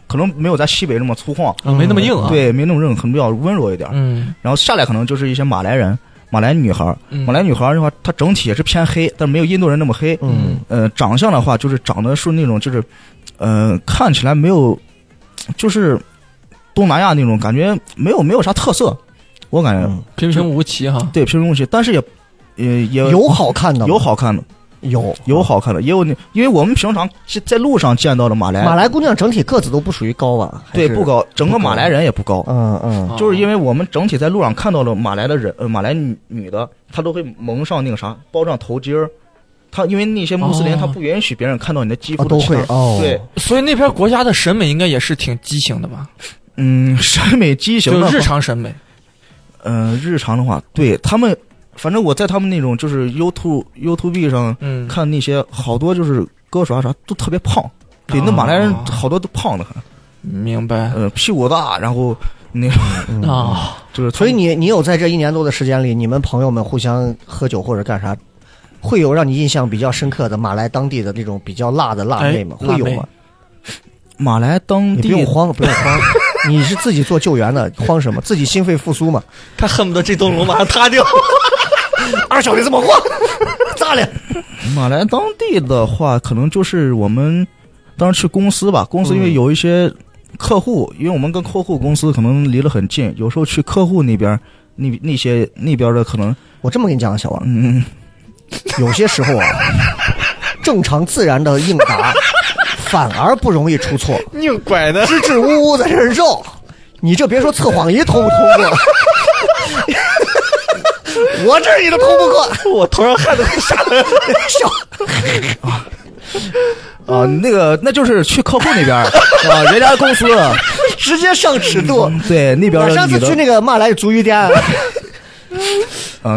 Speaker 5: 可能没有咱西北那么粗犷，
Speaker 3: 嗯
Speaker 4: 没那么硬啊。，
Speaker 5: 对，没那么硬，可能比较温柔一点。
Speaker 4: 嗯
Speaker 5: 然后下来可能就是一些马来人、马来女孩儿，
Speaker 4: 嗯
Speaker 5: 马来女孩儿的话，她整体也是偏黑，但没有印度人那么黑。
Speaker 3: 嗯，
Speaker 5: 呃，长相的话，就是长得是那种就是，呃，看起来没有，就是东南亚那种感觉，没有没有啥特色，我感觉、
Speaker 3: 嗯
Speaker 4: 平平无奇哈。
Speaker 5: 对平庸东西，但是也，呃，也
Speaker 3: 有好看的吗
Speaker 5: 有好看的。
Speaker 3: 有
Speaker 5: 有好看的，也有那，因为我们平常是在路上见到的马来，
Speaker 3: 马来姑娘整体个子都不属于哎高吧？还
Speaker 5: 对
Speaker 3: 是
Speaker 5: 不。高，整个马来人也不高，
Speaker 3: 嗯嗯，
Speaker 5: 就是因为我们整体在路上看到了马来的人，呃，马来女女的，她都会蒙上那个啥，包上头巾儿，她因为那些穆斯林
Speaker 4: 哦
Speaker 5: 她不允许别人看到你的肌肤
Speaker 3: 哦
Speaker 5: 的
Speaker 3: 都
Speaker 5: 其
Speaker 3: 会
Speaker 5: 他
Speaker 3: 哦。
Speaker 5: 对，，
Speaker 4: 所以那边国家的审美应该也是挺畸形的吧？
Speaker 5: 嗯，审美畸形
Speaker 4: 就
Speaker 5: 的话
Speaker 4: 日，常审美。
Speaker 5: 嗯，日常的话，对他们，反正我在他们那种就是 YouTube YouTube 上
Speaker 4: 嗯，
Speaker 5: 看那些好多就是歌手啊啥都特别胖，对，那马来人
Speaker 4: 哦
Speaker 5: 好多都胖的很，
Speaker 4: 明白
Speaker 5: 呃，屁股大，然后那个
Speaker 4: 啊。
Speaker 5: 就是他们
Speaker 3: 所以你你有在这一年多的时间里，你们朋友们互相喝酒或者干啥，会有让你印象比较深刻的马来当地的那种比较辣的辣妹吗？
Speaker 4: 哎
Speaker 3: 会有
Speaker 4: 辣妹
Speaker 3: 吗？
Speaker 5: 马来当
Speaker 3: 你不
Speaker 5: 嗯地
Speaker 3: 用慌，不用慌， 你是自己做救援的，慌什么？自己心肺复苏嘛。
Speaker 4: 他恨不得这栋楼马上塌 掉。
Speaker 3: 二小子怎么过？ 咋了？
Speaker 5: 马来当地的话，可能就是我们当时去公司吧，公司因
Speaker 3: 嗯
Speaker 5: 为有一些客户，因为我们跟客户公司可能离得很近，有时候去客户那边，那那些那边的可 能，
Speaker 3: 我这么跟你讲，啊，小王，
Speaker 5: 嗯，
Speaker 3: 有些时候啊，正常自然的应答，反而不容易出错。
Speaker 4: 硬拐的，
Speaker 3: 支支吾吾在这儿绕，你这别说测谎仪通不通过，我这儿也都通不过。
Speaker 4: 我头上汗都快下来了。
Speaker 3: 笑，
Speaker 5: 啊、那个那就是去客户那 边啊，人家公司，嗯
Speaker 3: 直接上尺度。
Speaker 4: 嗯
Speaker 5: 对那边
Speaker 3: 我
Speaker 5: 的
Speaker 3: 上
Speaker 5: 女
Speaker 3: 次去
Speaker 5: 的，
Speaker 3: 那个马来足浴店，啊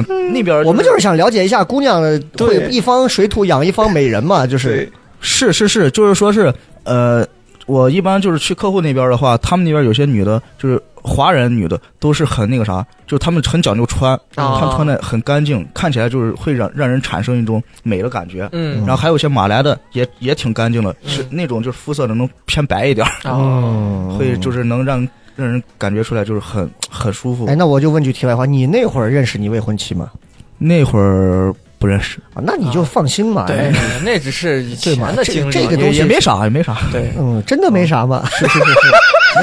Speaker 5: 嗯、那边
Speaker 3: 我们就是想了解一下姑娘的会
Speaker 4: 对
Speaker 3: 一方水土养一方美人嘛，就是
Speaker 5: 是是是，就是说是呃，我一般就是去客户那边的话，他们那边有些女的，就是华人女的，都是很那个啥，就是他们很讲究穿，
Speaker 4: 啊
Speaker 3: 哦
Speaker 5: 她们穿的很干净，看起来就是会让让人产生一种美的感觉。
Speaker 4: 嗯
Speaker 5: 然后还有一些马来的也也挺干净的，
Speaker 4: 嗯
Speaker 5: 是那种就是肤色的能偏白一点儿，
Speaker 4: 啊，
Speaker 3: 哦
Speaker 5: 会就是能让让人感觉出来就是很很舒服
Speaker 3: 哎，。那我就问句题外话，你那会儿认识你未婚妻吗？
Speaker 5: 那会儿不认识，
Speaker 3: 啊，那你就放心嘛。哎
Speaker 4: 对，那只是以前的经历，
Speaker 3: 这个东
Speaker 5: 也
Speaker 3: 西
Speaker 5: 也没啥，也没啥，
Speaker 4: 对
Speaker 3: 嗯，真的没啥嘛。
Speaker 5: 是是是是，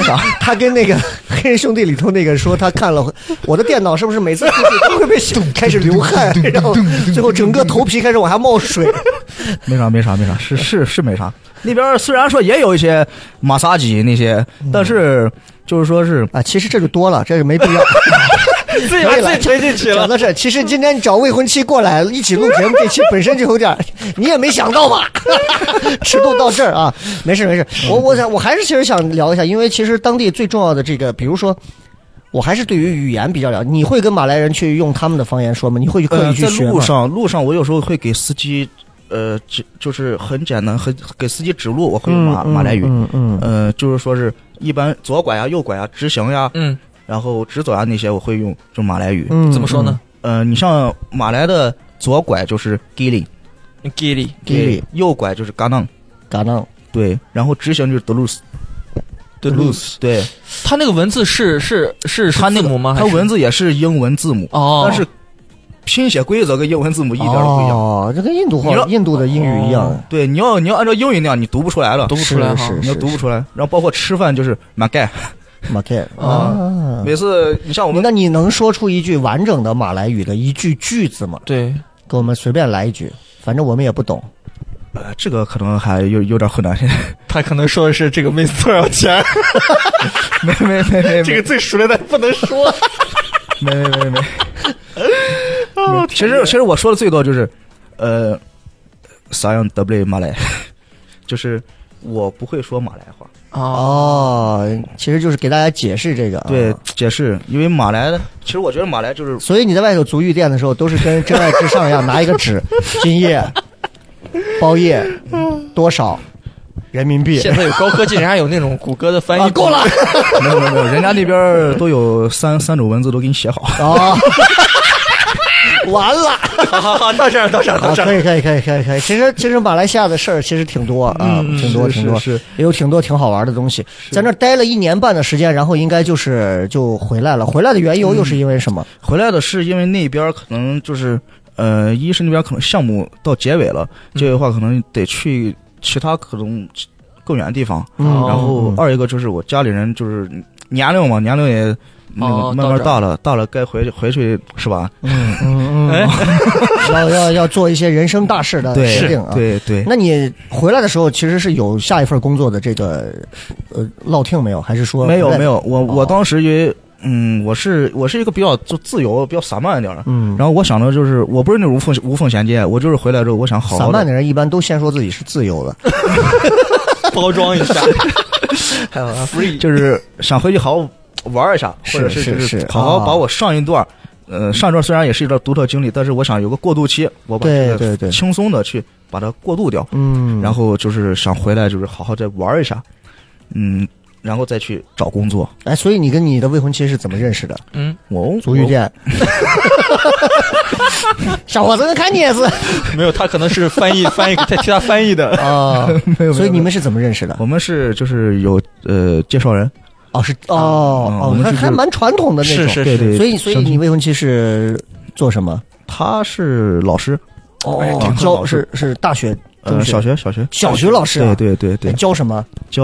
Speaker 5: 没啥。
Speaker 3: 他跟那个黑人兄弟里头那个说，他看了我的电脑是不是每次进去都会被 开始流汗，然后最后整个头皮开始往下冒水。
Speaker 5: 没啥，没啥，没啥，是是是没啥。那边虽然说也有一些马萨吉那些，
Speaker 3: 嗯
Speaker 5: 但是就是说是
Speaker 3: 啊，其实这就多了，这就没必要。
Speaker 4: 自己把自己推进去
Speaker 3: 讲
Speaker 4: 了。
Speaker 3: 到这儿，其实今天找未婚妻过来一起录节目，这期本身就有点儿，你也没想到吧？ 尺度到这儿啊，没事没事，我我想我还是其实想聊一下，因为其实当地最重要的这个，比如说。我还是对于语言比较了解。你会跟马来人去用他们的方言说吗？你会去刻
Speaker 5: 呃，
Speaker 3: 意去
Speaker 5: 在
Speaker 3: 学吗？
Speaker 5: 路上路上，我有时候会给司机，呃，指就是很简单，很给司机指路，我会马、马来语，
Speaker 3: 嗯嗯嗯
Speaker 5: 呃，就是说是一般左拐呀、啊右拐呀、直行呀，
Speaker 4: 嗯，
Speaker 5: 然后直走呀啊那些，我会用就马来语。
Speaker 3: 嗯，
Speaker 4: 怎么说呢
Speaker 5: 呃，你像马来的左拐就是 gili，
Speaker 4: 嗯？Gilly，
Speaker 3: ？Gili
Speaker 5: 右拐就是 ganang，
Speaker 3: 嘎当，
Speaker 5: 对，然后直行就是 delus，
Speaker 4: 对
Speaker 5: 嗯对，
Speaker 4: 他那个文字是是是是
Speaker 5: 它那
Speaker 4: 字
Speaker 5: 个
Speaker 4: 母吗？
Speaker 5: 它
Speaker 4: 还是
Speaker 5: 文字也是英文字母。
Speaker 4: 哦，
Speaker 5: 但是拼写规则跟英文字母一点儿都不一样。
Speaker 3: 哦，这跟印度
Speaker 5: 你
Speaker 3: 话、
Speaker 5: 说
Speaker 3: 印度的英语一样，
Speaker 5: 对，你要你要按照英语那样，你读不出来了
Speaker 4: 读，不出来哈
Speaker 3: 是是
Speaker 5: 你要读不出来。然后包括吃饭就是 magai，
Speaker 3: 马 K
Speaker 5: 啊
Speaker 3: 啊。
Speaker 5: 每次你像我们
Speaker 3: 那你能说出一句完整的马来语的一句句子吗？
Speaker 4: 对，
Speaker 3: 给我们随便来一句，反正我们也不懂。
Speaker 5: 呃，这个可能还有有点困难，
Speaker 4: 他可能说的是这个妹子多少钱，
Speaker 5: 没没没没
Speaker 4: 这个最熟练的不能说。
Speaker 5: 没没没没没。其实其实我说的最多就是，呃，啥样 W 马来， 就是我不会说马来话。
Speaker 4: 啊，
Speaker 3: 哦，其实就是给大家解释这个。啊
Speaker 5: 对，，解释，因为马来，其实我觉得马来就 是
Speaker 3: 所以你在外头足浴店的时候，都是跟《真爱至上》一样，拿一个纸，今夜包夜多少人民币？
Speaker 4: 现在有高科技，人家有那种谷歌的翻
Speaker 3: 啊，
Speaker 4: 译。
Speaker 3: 够了。
Speaker 5: 没有没有没有，人家那边儿都有三三种文字都给你写好。
Speaker 3: 哦，完了。
Speaker 4: 好好好，到这儿，到这儿，
Speaker 3: 啊，
Speaker 4: 到这
Speaker 3: 可
Speaker 4: 儿。
Speaker 3: 以，可以，可以，可以，可以。其实，其实马来西亚的事儿其实挺多啊，挺多，
Speaker 5: 是
Speaker 3: 挺多，
Speaker 5: 是是
Speaker 3: 也有挺多挺好玩的东西。在那儿待了一年半的时间，然后应该就是就回来了。回来的缘由又是因为什么？
Speaker 5: 回来的是因为那边儿可能就是，呃，一是那边儿可能项目到结尾了，
Speaker 4: 嗯
Speaker 5: 结尾的话可能得去其他可能更远的地方。
Speaker 3: 嗯，
Speaker 4: 哦
Speaker 5: 然后
Speaker 3: 嗯
Speaker 5: 二一个就是我家里人就是年龄嘛，年龄也那
Speaker 4: 哦
Speaker 5: 个慢慢
Speaker 4: 到这儿
Speaker 5: 大了，大了该回去回去是吧？
Speaker 3: 嗯嗯
Speaker 4: 哎
Speaker 3: 嗯， 要要要做一些人生大
Speaker 4: 呃
Speaker 3: 事的
Speaker 5: 哎对
Speaker 3: 决定啊。
Speaker 5: 对对，
Speaker 3: 那你回来的时候，其实是有下一份工作的这个呃落听没有？还是说
Speaker 5: 没有
Speaker 3: 回来
Speaker 5: 没？有，我
Speaker 3: 哦
Speaker 5: 我当时因为嗯，我是我是一个比较就自由、比较散漫一点儿的。
Speaker 3: 嗯，
Speaker 5: 然后我想的就是，我不是那种无缝无缝衔接，我就是回来之后，我想好
Speaker 3: 散
Speaker 5: 好
Speaker 3: 漫
Speaker 5: 的
Speaker 3: 的人一般都先说自己是自由的。
Speaker 4: 包装 一下。啊
Speaker 5: 就是想回去好好玩一下，
Speaker 3: 是
Speaker 5: 或者是
Speaker 3: 是
Speaker 5: 就是好
Speaker 3: 啊
Speaker 5: 好把我上一段，呃，上一段虽然也是一段独特经历，但是我想有个过渡期，我把
Speaker 3: 对
Speaker 5: 这个
Speaker 3: 对对
Speaker 5: 轻松的去把它过渡掉，
Speaker 3: 嗯，
Speaker 5: 然后就是想回来就是好好再玩一下，嗯，然后再去找工作。
Speaker 3: 哎，所以你跟你的未婚妻是怎么认识的？
Speaker 4: 嗯，
Speaker 5: 我
Speaker 3: 足浴，店。 小伙子，那看你 也是
Speaker 4: 没有，他可能是翻译翻译，他替他翻译的。
Speaker 3: 啊，
Speaker 5: 没有
Speaker 3: 所以你们是怎么认识的
Speaker 5: 我？我们是就是有呃介绍人，
Speaker 3: 哦，是哦
Speaker 5: 嗯我
Speaker 3: 哦，
Speaker 5: 们
Speaker 3: 还
Speaker 5: 是
Speaker 3: 还蛮传统的那种。
Speaker 4: 是是
Speaker 5: 对对，
Speaker 3: 所以所以你未婚妻是做什么？
Speaker 5: 他是老师，
Speaker 4: 哎呀
Speaker 3: 哦
Speaker 5: 挺，好
Speaker 3: 教
Speaker 5: 老师
Speaker 3: 是是大学、中
Speaker 5: 呃，
Speaker 3: 学、
Speaker 5: 小学小学
Speaker 3: 小学老师啊
Speaker 5: 对对对对
Speaker 3: 哎，教什么？
Speaker 5: 教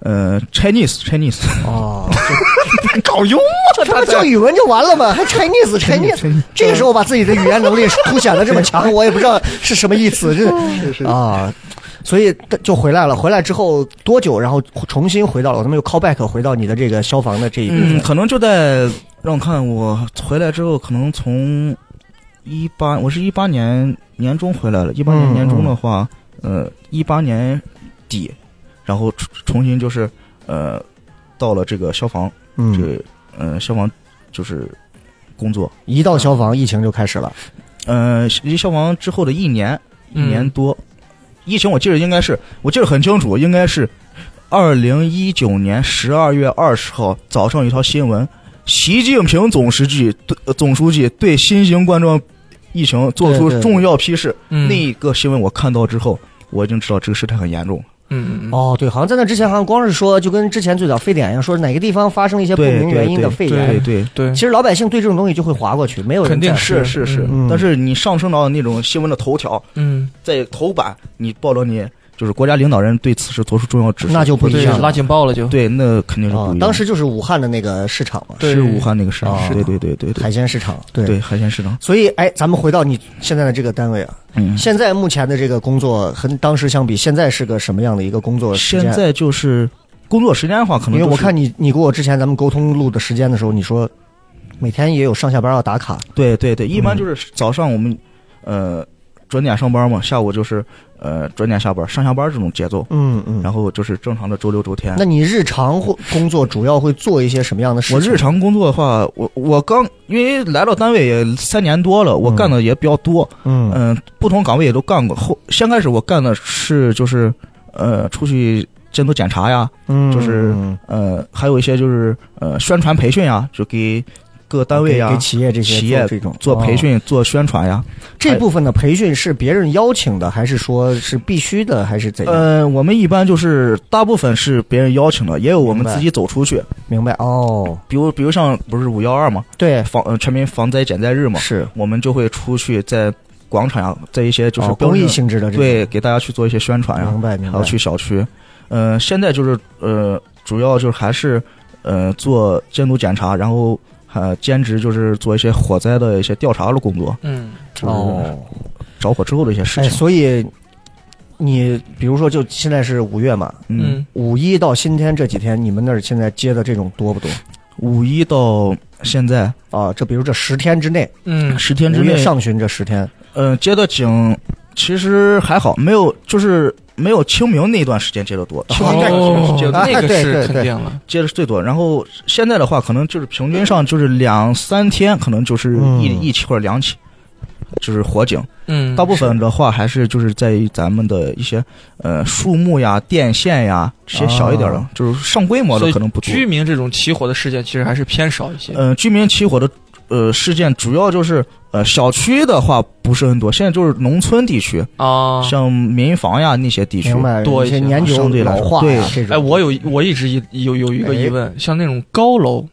Speaker 5: 呃 Chinese Chinese
Speaker 3: 哦，
Speaker 4: 搞幽默，
Speaker 3: 他妈教语文就完了嘛，还 Chinese Chinese，这个时候把自己的语言能力凸显的这么 强，我也不知道是什么意思，这啊，所以就回来了。回来之后多久？然后重新回到了，他们又 call back 回到你的这个消防的这一部
Speaker 5: 嗯，
Speaker 3: 分。
Speaker 5: 可能就在让我看，我回来之后，可能从一八，我是一八年年中回来了，一八
Speaker 3: 嗯
Speaker 5: 年年中的话，呃，一八年底，然后重重新就是呃，到了这个消防，这
Speaker 3: 嗯，
Speaker 5: 个呃消防就是工作，
Speaker 3: 一到消防，疫情就开始了。
Speaker 5: 呃，离消防之后的一年一
Speaker 4: 嗯
Speaker 5: 年多，疫情我记得应该是，我记得很清楚，应该是二零一九年十二月二十号早上有一条新闻，习近平总书记对、呃总书记对新型冠状疫情做出
Speaker 3: 对对
Speaker 5: 重要批示。
Speaker 4: 嗯
Speaker 5: 那个新闻我看到之后，我已经知道这个事态很严重。
Speaker 4: 嗯，
Speaker 3: 哦，对，好像在那之前，好像光是说，就跟之前最早非典一样，说哪个地方发生一些不
Speaker 5: 对
Speaker 3: 明原因的肺炎
Speaker 5: 对，对，
Speaker 4: 对
Speaker 3: 其，实老百姓对这种东西就会划过去，没有人
Speaker 4: 肯定
Speaker 3: 在乎
Speaker 5: 是是是，
Speaker 3: 嗯
Speaker 5: 但是你上升到那种新闻的头条，
Speaker 4: 嗯，
Speaker 5: 在头版，你报道你就是国家领导人对此事做出重要指示，
Speaker 3: 那就不一
Speaker 4: 对，
Speaker 3: 样
Speaker 4: 拉警报了就。
Speaker 5: 对，那肯定是不
Speaker 3: 啊
Speaker 5: 一样。。
Speaker 3: 当时就是武汉的那个市场嘛，
Speaker 4: 对
Speaker 5: 是武汉那个市
Speaker 3: 啊
Speaker 5: 场，对对对对对
Speaker 3: 海鲜市场，对
Speaker 5: 对海鲜市场。
Speaker 3: 所以，哎，咱们回到你现在的这个单位啊，
Speaker 5: 嗯，
Speaker 3: 现在目前的这个工作和当时相比，现在是个什么样的一个工作时
Speaker 5: 现
Speaker 3: 间？
Speaker 5: 在就是工作时间的话，可
Speaker 3: 因为
Speaker 5: 能就
Speaker 3: 我
Speaker 5: 是
Speaker 3: 看你，你给我之前咱们沟通录的时间的时候，你说每天也有上下班要打卡，
Speaker 5: 对对
Speaker 3: 嗯
Speaker 5: 对，一般就是早上我们呃准点上班嘛，下午就是呃准点下班，上下班这种节奏。
Speaker 3: 嗯嗯
Speaker 5: 然后就是正常的周六周天
Speaker 3: 那。你日常会工作主要会做一些什么样的事
Speaker 5: 我
Speaker 3: 情？
Speaker 5: 日常工作的话，我我刚因为来到单位也三年多了，我
Speaker 3: 嗯
Speaker 5: 干的也比较多，
Speaker 3: 嗯
Speaker 5: 嗯、不同岗位也都干过。后先开始我干的是就是呃出去监督检查呀，
Speaker 3: 嗯
Speaker 5: 就是
Speaker 3: 嗯
Speaker 5: 呃，还有一些就是呃宣传培训呀，就给各单位
Speaker 3: 给
Speaker 5: 呀
Speaker 3: 给企业这些
Speaker 5: 企业
Speaker 3: 做这种
Speaker 5: 做培、
Speaker 3: 哦
Speaker 5: 训、做宣传呀。
Speaker 3: 这部分的培训是别人邀请的，还是说是必须的，还是怎样？
Speaker 5: 呃，我们一般就是大部分是别人邀请的，也有我们
Speaker 3: 明白
Speaker 5: 自己走出去。
Speaker 3: 明白哦，
Speaker 5: 比如，比如像不是五幺二嘛，
Speaker 3: 对，
Speaker 5: 防呃全民防灾减灾日嘛，
Speaker 3: 是
Speaker 5: 我们就会出去在广场呀，在一些就是
Speaker 3: 哦
Speaker 5: 标
Speaker 3: 公益
Speaker 5: 志
Speaker 3: 性质的这
Speaker 5: 对，给大家去做一些宣传
Speaker 3: 种，
Speaker 5: 呀
Speaker 3: 明，白明
Speaker 5: 还
Speaker 3: 白
Speaker 5: 要。去小区。呃，现在就是呃，主要就是还是呃做监督检查，然后呃兼职就是做一些火灾的一些调查的工作，
Speaker 4: 嗯，
Speaker 5: 就是，着火之后的一些事
Speaker 3: 哦哎，
Speaker 5: 情。
Speaker 3: 所以你比如说，就现在是五月嘛，
Speaker 5: 嗯，
Speaker 4: 嗯，
Speaker 3: 五一到今天这几天，你们那儿现在接的这种多不多？
Speaker 5: 五一到现在
Speaker 3: 啊，这比如这十天之内，
Speaker 4: 嗯，
Speaker 5: 十天之
Speaker 3: 五
Speaker 5: 内
Speaker 3: 月，上旬这十天，
Speaker 5: 呃，接的警其实还好，没有就是没有清明那段时间接的多，清明那段时间是啊接的
Speaker 3: 哦
Speaker 5: 多
Speaker 4: 那个
Speaker 3: 对
Speaker 4: 是
Speaker 3: 对
Speaker 4: 肯
Speaker 3: 对
Speaker 4: 定了，
Speaker 5: 接的是最多。然后现在的话，可能就是平均上就是两三天，可能就是
Speaker 3: 嗯
Speaker 5: 一一起或者两起，就是火警。
Speaker 4: 嗯，
Speaker 5: 大部分的话还是就是在于咱们的一些呃树木呀、电线呀这些小一点的，
Speaker 3: 啊
Speaker 5: 就是上规模
Speaker 4: 所
Speaker 5: 的
Speaker 4: 以
Speaker 5: 可能不多。
Speaker 4: 居民这种起火的事件其实还是偏少一些。
Speaker 5: 呃，居民起火的呃事件主要就是呃小区的话不是很多，现在就是农村地区，
Speaker 4: 啊，
Speaker 5: 像民房呀那些地区
Speaker 3: 明，白？
Speaker 4: 多
Speaker 3: 一
Speaker 4: 一
Speaker 3: 些
Speaker 4: 些
Speaker 3: 年久
Speaker 5: 相对来
Speaker 3: 老
Speaker 5: 说
Speaker 3: 化呀这种。
Speaker 4: 哎，我有一我一直一有有
Speaker 5: 哎
Speaker 4: 一个疑问，像那种高楼，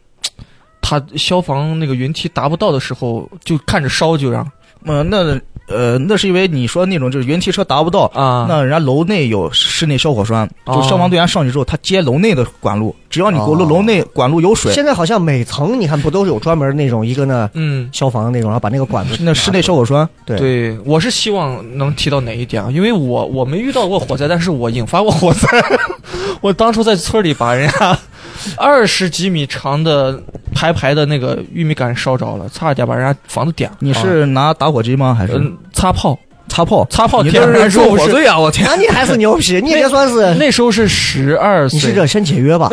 Speaker 4: 它消防那个云梯达不到的时候，就看着烧就让
Speaker 5: 呃那呃那是因为你说那种就是云梯车达不到。
Speaker 4: 啊，
Speaker 5: 那人家楼内有室内消火栓，就
Speaker 4: 哦
Speaker 5: 消防队员上去之后，他接楼内的管路，只要你
Speaker 3: 哦
Speaker 5: 楼楼内管路有水，
Speaker 3: 现在好像每层你看不都是有专门那种一个呢
Speaker 4: 嗯。
Speaker 3: 消防的那种，然后把那个管子啊
Speaker 5: 那室内消火栓
Speaker 3: 对
Speaker 4: 对，我是希望能提到哪一点啊？因为我我没遇到过火灾，但是我引发过火灾。 我当初在村里把人家 二十几米长的排排的那个玉米杆烧着了，差点把人家房子点了。
Speaker 5: 你是拿打火机吗？还是
Speaker 4: 啊嗯，擦炮，
Speaker 5: 擦炮？
Speaker 4: 擦炮
Speaker 5: 你
Speaker 4: 点
Speaker 5: 这
Speaker 4: 燃之
Speaker 5: 是
Speaker 4: 后
Speaker 5: 做
Speaker 4: 不
Speaker 5: 火
Speaker 4: 是，
Speaker 5: 罪啊！我天，
Speaker 3: 那你还是牛皮，你也算是
Speaker 4: 那时候是十二岁，
Speaker 3: 你是热身解约吧？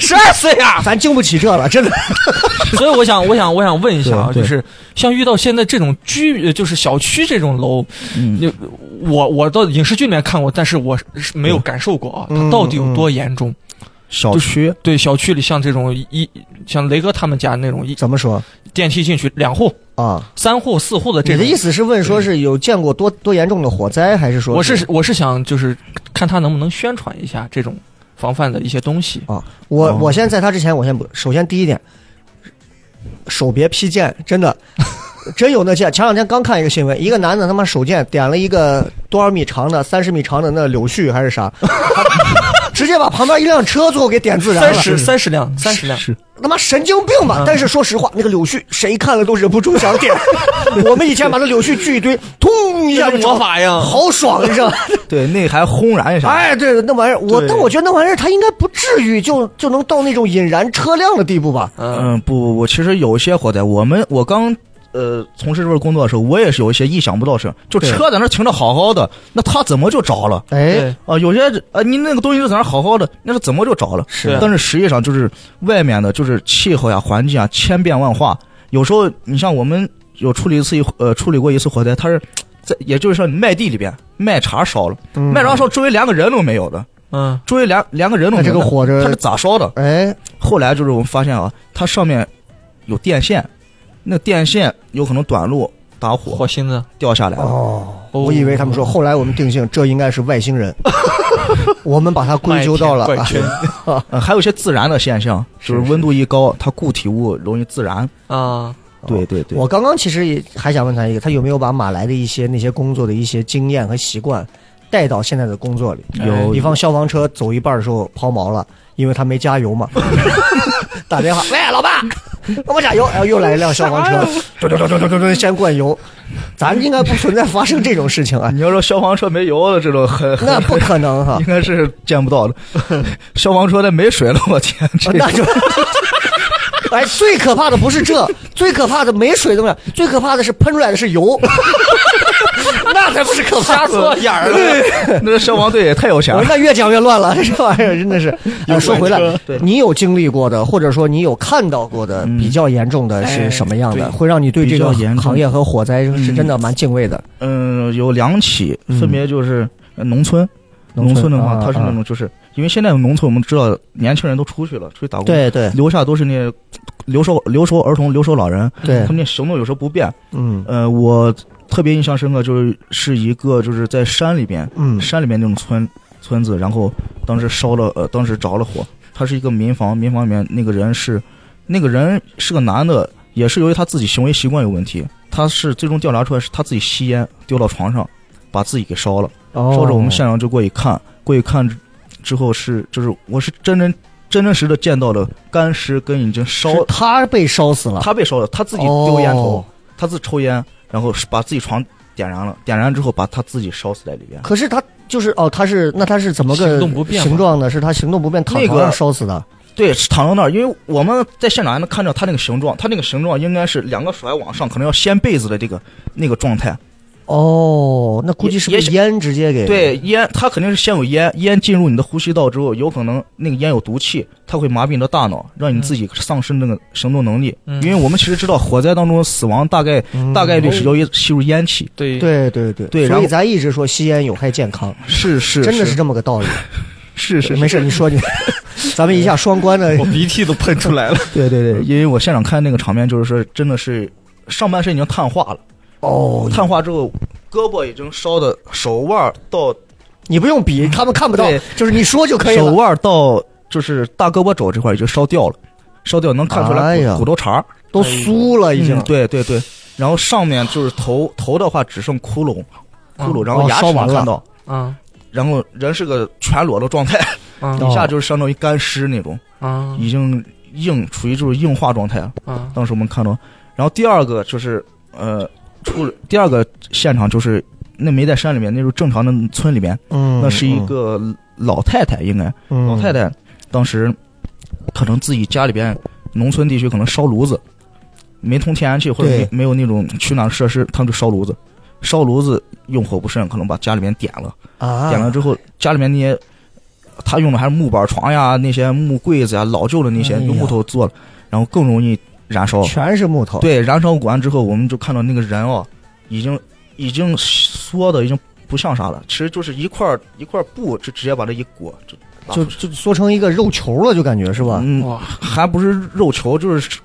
Speaker 4: 十二岁啊！
Speaker 3: 咱经不起这了，真的。
Speaker 4: 所以我想，我想，我想问一下啊，
Speaker 5: 对对
Speaker 4: 就是像遇到现在这种居，呃就是小区这种楼，
Speaker 5: 嗯
Speaker 4: 你我我到影视剧里面看过，但是我是没有感受过啊，它
Speaker 3: 嗯
Speaker 4: 到底有多严重？
Speaker 5: 小区
Speaker 4: 对，小区里像这种一，像雷哥他们家那种一
Speaker 3: 怎么说
Speaker 4: 电梯进去两户、
Speaker 3: 啊？
Speaker 4: 三户、四户的
Speaker 3: 你
Speaker 4: 这
Speaker 3: 的
Speaker 4: 种
Speaker 3: 意。思是问说是有见过多多严重的火灾，还是说
Speaker 4: 我是我是想就是看他能不能宣传一下这种防范的一些东西。
Speaker 3: 啊，我
Speaker 5: 哦
Speaker 3: 我先在他之前，我先不，首先第一点，手别劈剑，真的，真有那剑。前两天刚看一个新闻，一个男的他妈手贱点了一个多少米长的，三十米长的那柳絮还 是啥，直接把旁边一辆车最后给点自燃
Speaker 4: 三
Speaker 3: 了。嗯
Speaker 4: 十三嗯十辆，三十辆，
Speaker 5: 是
Speaker 3: 他妈神经病吧！但是说实话，那个柳絮谁看了都忍不住想 点。我们以前把那柳絮聚一堆，通一下
Speaker 4: 像
Speaker 3: 就着
Speaker 4: 魔，法一样。
Speaker 3: 好爽，你知道吗？
Speaker 5: 对，那还轰然一下，
Speaker 3: 哎，对，那玩意儿，我
Speaker 5: 对
Speaker 3: 但我觉得那玩意儿它应该不至于就就能到那种引燃车辆的地步吧？
Speaker 4: 嗯，
Speaker 5: 嗯，不不不，其实有一些火灾，我们我刚呃从事这份工作的时候，我也是有一些意想不到的事，就
Speaker 3: 对
Speaker 5: 车在那停着好好的，那它怎么就着了？
Speaker 3: 哎
Speaker 4: 对，
Speaker 5: 啊、有些啊，你那个东西就在那好好的，那是怎么就着了？
Speaker 4: 是
Speaker 5: 但是实际上就是外面的，就是气候呀、环境啊，千变万化。有时候你像我们有处理一次一呃处理过一次火灾，它是在也就是说你麦地里边麦茬烧了，
Speaker 3: 嗯
Speaker 5: 麦茬烧周围连个人都没有的，
Speaker 4: 嗯，
Speaker 5: 周围连连个人都
Speaker 3: 那
Speaker 5: 没
Speaker 3: 哎
Speaker 5: 有
Speaker 3: 这
Speaker 5: 的，
Speaker 3: 个火呃
Speaker 5: 它
Speaker 3: 着
Speaker 5: 是，咋烧的？
Speaker 3: 哎，
Speaker 5: 后来就是我们发现啊，它上面有电线，那电线有可能短路打火
Speaker 4: 火星子。
Speaker 5: 掉下来了。
Speaker 3: 哦，
Speaker 4: 哦
Speaker 3: 我以为他们说，后来我们定性这应该是外星 人，我们把它归咎到了
Speaker 4: 哎
Speaker 3: 啊
Speaker 4: 麦田怪圈
Speaker 5: 呃，还有一些自然的现象，就是温度一高，它固体物容易自燃。
Speaker 4: 啊，
Speaker 5: 对对对，
Speaker 3: 哦我刚刚其实也还想问他一个，他有没有把马来的一些那些工作的一些经验和习惯带到现在的工作里？
Speaker 5: 有
Speaker 3: 比方消防车走一半的时候抛锚 了，因为他没加油嘛。打电话，喂，老爸，帮我加油。然后又来一辆消防车，咚咚咚咚咚 咚咚，先灌油。咱应该不存在发生这种事情 啊，
Speaker 5: 你要说消防车没油了，这种很 很
Speaker 3: 那不可能哈、
Speaker 5: 应该是见不 到的。消防车那没水了，我天，这
Speaker 3: 那 就。哎，最可怕的不是这，最可怕的没水怎么样？最可怕的是喷出来的是 油，那才不是可怕
Speaker 4: 杀
Speaker 3: 的。
Speaker 4: 错眼儿了。
Speaker 5: 那消防队也太有钱
Speaker 3: 我哦
Speaker 5: 了
Speaker 3: 说。那越讲越乱了， 这玩意儿真 的是。哎，说回来
Speaker 5: 车对，
Speaker 3: 你有经历过的，或者说你有看到过的比较严重的是什么样的？
Speaker 5: 哎
Speaker 3: 会让你对这个
Speaker 5: 比较严重
Speaker 3: 行业和火灾是真的蛮敬畏的。
Speaker 5: 嗯，有两起，
Speaker 3: 嗯
Speaker 5: 分别就是呃农村，
Speaker 3: 农
Speaker 5: 农
Speaker 3: 村
Speaker 5: 村的话
Speaker 3: 啊，
Speaker 5: 它是那种就是因为现在农村我们知道年轻人都出去了，出去打工，
Speaker 3: 对对
Speaker 5: 留下都是那些留守留守儿童、留守老人，
Speaker 3: 对
Speaker 5: 他，们那行动有时候不便。
Speaker 3: 嗯
Speaker 5: 呃，我特别印象深刻，就是是一个就是在山里边，
Speaker 3: 嗯
Speaker 5: 山里面那种村村子，然后当时烧了，呃，当时着了火，它是一个民房，民房里面那个人是，那个人是个男的，也是由于他自己行为习惯有问题，他是最终调查出来是他自己吸烟丢到床上，把自己给烧了，
Speaker 3: 哦
Speaker 5: 烧着我们现场就过去看，过去看之后是就是我是真真真真实的见到了干尸跟已经烧
Speaker 3: 是他被烧死了，
Speaker 5: 他被烧了，他自己丢烟头，
Speaker 3: 哦
Speaker 5: 他自己抽烟，然后是把自己床点燃了，点燃之后把他自己烧死在里边。
Speaker 3: 可是他就是哦，他是那他是怎么个
Speaker 4: 行动不便吧
Speaker 3: 形状呢？是他行动不便躺
Speaker 5: 那个
Speaker 3: 床上烧死的。
Speaker 5: 对，是躺到那儿，因为我们在现场还能看到他那个形状，他那个形状应该是两个手还往上，可能要掀被子的这个那个状态。
Speaker 3: 哦，那估计是不
Speaker 5: 也
Speaker 3: 是
Speaker 5: 也
Speaker 3: 烟直接给
Speaker 5: 对，烟，它肯定是先有烟，烟进入你的呼吸道之后，有可能那个烟有毒气，它会麻痹你的大脑，让你自己丧失那个行动能力。
Speaker 4: 嗯
Speaker 5: 因为我们其实知道，火灾当中死亡大概、
Speaker 3: 嗯
Speaker 5: 大概率是由于吸入烟气。
Speaker 4: 对，
Speaker 3: 对对对
Speaker 5: 对
Speaker 3: 所
Speaker 5: 然
Speaker 3: 以
Speaker 5: 后
Speaker 3: 咱一直说吸烟有害健康，
Speaker 5: 是是
Speaker 3: 真的
Speaker 5: 是
Speaker 3: 是这么个道理。
Speaker 5: 是是，
Speaker 3: 没事，你 说你，咱们一下双关的
Speaker 4: 我，鼻涕都喷出 来了。
Speaker 3: 对对对，
Speaker 5: 因为我现场看那个场面，就是说真的是上半身已经碳化了，
Speaker 3: 哦，
Speaker 5: 碳化之后，胳膊已经烧的手腕儿到
Speaker 3: 你不用比，他们看不到
Speaker 5: 对，
Speaker 3: 就是你说就可以
Speaker 5: 手
Speaker 3: 了。
Speaker 5: 腕儿到就是大胳膊肘这块儿已经烧掉了，烧掉能看出
Speaker 3: 哎
Speaker 5: 来
Speaker 3: 呀
Speaker 5: 骨骨头茬儿。
Speaker 3: 都酥了已经
Speaker 5: 嗯，对对对。然后上面就是头，头的话只剩窟窿，窟
Speaker 4: 嗯
Speaker 5: 窿，然
Speaker 3: 哦
Speaker 5: 后牙
Speaker 3: 烧
Speaker 5: 齿
Speaker 3: 完
Speaker 5: 能
Speaker 3: 了
Speaker 5: 看到，
Speaker 4: 啊
Speaker 5: 然后人是个全裸的状态，
Speaker 4: 啊
Speaker 3: 哦
Speaker 5: 一下就是相当于干尸那种，
Speaker 4: 啊
Speaker 5: 已经硬处于就是硬化状态了。
Speaker 4: 啊！
Speaker 5: 当时我们看到，然后第二个就是呃，出了第二个现场就是那没在山里面，那是正常的村里面，
Speaker 3: 嗯，
Speaker 5: 那是一个老太太，应该
Speaker 3: 老
Speaker 5: 老太太当时可能自己家里边农村地区可能烧炉子，没通天然气或者
Speaker 3: 对
Speaker 5: 没没有那种取暖设施，他们就烧炉子。烧炉子用火不慎，可能把家里面点了，
Speaker 3: 啊，
Speaker 5: 点了之后家里面那些他用的还是木板床呀、那些木柜子呀、老旧的那些
Speaker 3: 哎呀
Speaker 5: 用木头做的，然后更容易燃烧。
Speaker 3: 全是木头，
Speaker 5: 对，燃烧完之后，我们就看到那个人啊，已经已经缩的已经不像啥了，其实就是一块儿一块儿布，就直接把这一裹，就
Speaker 3: 啊
Speaker 5: 拉
Speaker 3: 就
Speaker 5: 出去
Speaker 3: 就缩成一个肉球了，就感觉是吧？
Speaker 5: 嗯，
Speaker 4: 哇，
Speaker 5: 还不是肉球，就是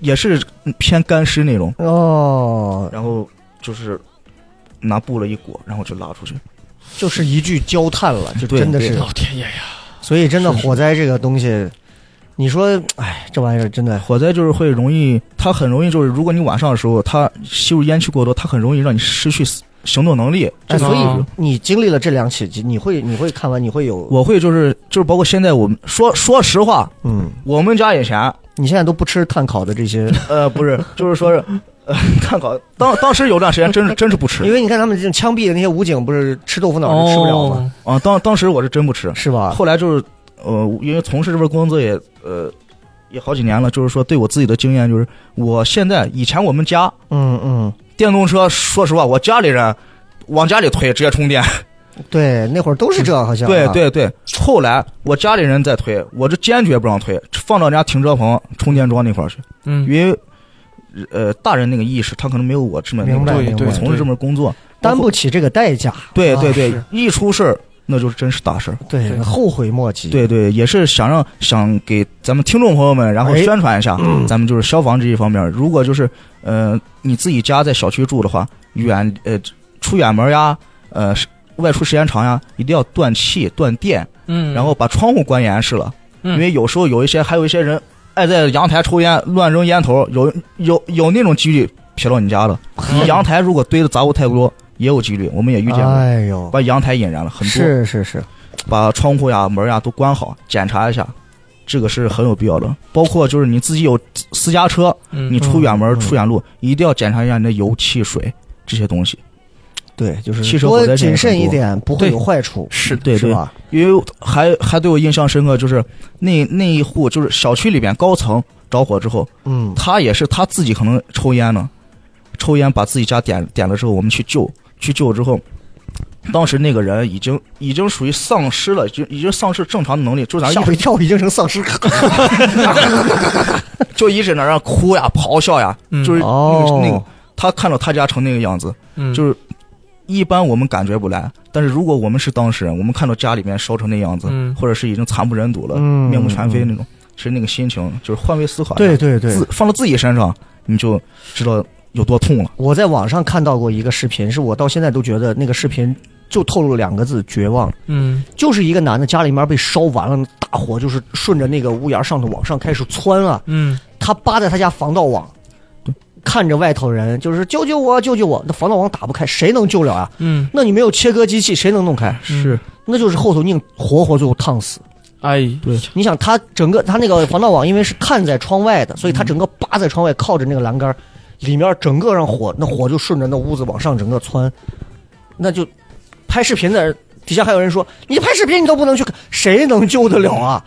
Speaker 5: 也是偏干尸那种，
Speaker 3: 哦，
Speaker 5: 然后就是拿布了一裹，然后就拉出去。
Speaker 3: 就是一句焦炭了，就
Speaker 5: 对
Speaker 3: 真的
Speaker 5: 对
Speaker 3: 是，
Speaker 4: 老天爷呀！
Speaker 3: 所以真的
Speaker 5: 是是
Speaker 3: 火灾这个东西，你说，哎，这玩意儿真的，
Speaker 5: 火灾就是会容易，它很容易就是，如果你晚上的时候它吸入烟气过多，它很容易让你失去行动能力。
Speaker 3: 哎，
Speaker 5: 这
Speaker 3: 所以
Speaker 4: 嗯
Speaker 3: 你经历了这两起，你会你会看完你会有，
Speaker 5: 我会就是就是包括现在我们说说实话，
Speaker 3: 嗯，
Speaker 5: 我们家以前
Speaker 3: 你现在都不吃碳烤的这些，
Speaker 5: 呃，不是，就是说 是，呃，碳烤当当时有段时间真是真是不吃
Speaker 3: 因为你看他们这种枪毙的那些武警，不是吃豆腐脑是吃不了吗？
Speaker 4: 哦，
Speaker 5: 啊，当当时我是真不吃，
Speaker 3: 是吧？
Speaker 5: 后来就是呃，因为从事这份工作也呃也好几年了，就是说对我自己的经验就是，我现在以前我们家
Speaker 3: 嗯嗯，
Speaker 5: 电动车，说实话，我家里人往家里推直接充电，
Speaker 3: 对，那会儿都是这，好像
Speaker 5: 对
Speaker 3: 啊，
Speaker 5: 对对。后来我家里人在推，我这坚决不让推，放到人家停车棚充电桩那块儿去，
Speaker 4: 嗯，
Speaker 5: 因为。呃，大人那个意识，他可能没有我这么那
Speaker 3: 明
Speaker 5: 个
Speaker 3: 白
Speaker 5: 专业
Speaker 4: 对对
Speaker 5: 我从事这份工作，
Speaker 3: 担不起这个代价。
Speaker 5: 对
Speaker 3: 啊
Speaker 5: 对对
Speaker 4: 是，
Speaker 5: 一出事儿那就是真是大事儿。
Speaker 3: 对，
Speaker 4: 对
Speaker 3: 后悔莫及。，
Speaker 5: 对对，也是想让想给咱们听众朋友们，然后
Speaker 3: 哎
Speaker 5: 宣传一下，咱们就是消防这一方面儿。如果就是呃你自己家在小区住的话，远呃出远门儿呀，呃是外出时间长呀，一定要断气断电，
Speaker 4: 嗯，
Speaker 5: 然后把窗户关严实了，
Speaker 4: 嗯
Speaker 5: 因为有时候有一些还有一些人爱在阳台抽烟，乱扔烟头，有有有那种几率撇到你家的。
Speaker 3: 哎
Speaker 5: 你阳台如果堆的杂物太多，也有几率，我们也遇见过，
Speaker 3: 嗯哎呦，
Speaker 5: 把阳台引燃了很多。
Speaker 3: 是是是，
Speaker 5: 把窗户呀、门呀都关好，检查一下，这个是很有必要的。包括就是你自己有私私家车，
Speaker 4: 嗯
Speaker 5: 你出远门、
Speaker 3: 嗯
Speaker 5: 出远路，一定要检查一下你的油、汽水这些东西，
Speaker 3: 对，就是
Speaker 5: 汽车火
Speaker 3: 多
Speaker 5: 灾现
Speaker 3: 谨
Speaker 5: 在很
Speaker 3: 慎一
Speaker 5: 多
Speaker 3: 点，不会
Speaker 4: 对
Speaker 3: 有坏处。
Speaker 4: 是
Speaker 5: 对
Speaker 3: 是
Speaker 5: 对
Speaker 3: 吧？
Speaker 5: 因为还还对我印象深刻，就是那那一户就是小区里边高层着火之后，
Speaker 3: 嗯，
Speaker 5: 他也是他自己可能抽烟呢，抽烟把自己家点点了之后，我们去救，去救之后。当时那个人已经已经属于丧失了，已经已经丧失正常的能力，就是咱一
Speaker 3: 吓我一跳，已 经成丧尸了。
Speaker 5: 就一直在那儿哭呀、咆哮呀，
Speaker 4: 嗯
Speaker 5: 就是那个、
Speaker 3: 哦
Speaker 5: 那个，他看到他家成那个样子，
Speaker 4: 嗯
Speaker 5: 就是一般我们感觉不来，但是如果我们是当事人，我们看到家里面烧成那样子，
Speaker 4: 嗯
Speaker 5: 或者是已经惨不忍睹了，
Speaker 3: 嗯
Speaker 5: 面目全非那种，其实那个心情就是换位思考一下，
Speaker 3: 对对对
Speaker 5: 自，放到自己身上，你就知道有多痛了。
Speaker 3: 我在网上看到过一个视频，是我到现在都觉得那个视频就透露了两个字：绝望。
Speaker 4: 嗯
Speaker 3: 就是一个男的家里面被烧完了，大火就是顺着那个屋檐上头往上开始窜啊，
Speaker 4: 嗯
Speaker 3: 他扒在他家防盗网，看着外头人就是救救我，救救我！那防盗网打不开，谁能救了啊？
Speaker 4: 嗯
Speaker 3: 那你没有切割机器，谁能弄开？
Speaker 4: 是，
Speaker 3: 那就是后头宁活活最后烫死。
Speaker 4: 哎，
Speaker 5: 对
Speaker 3: 你想，他整个他那个防盗网，因为是看在窗外的，所以他整个
Speaker 5: 嗯
Speaker 3: 扒在窗外，靠着那个栏杆儿，里面整个让火，那火就顺着那屋子往上整个窜，那就拍视频的底下还有人说，你拍视频你都不能去看，谁能救得了啊？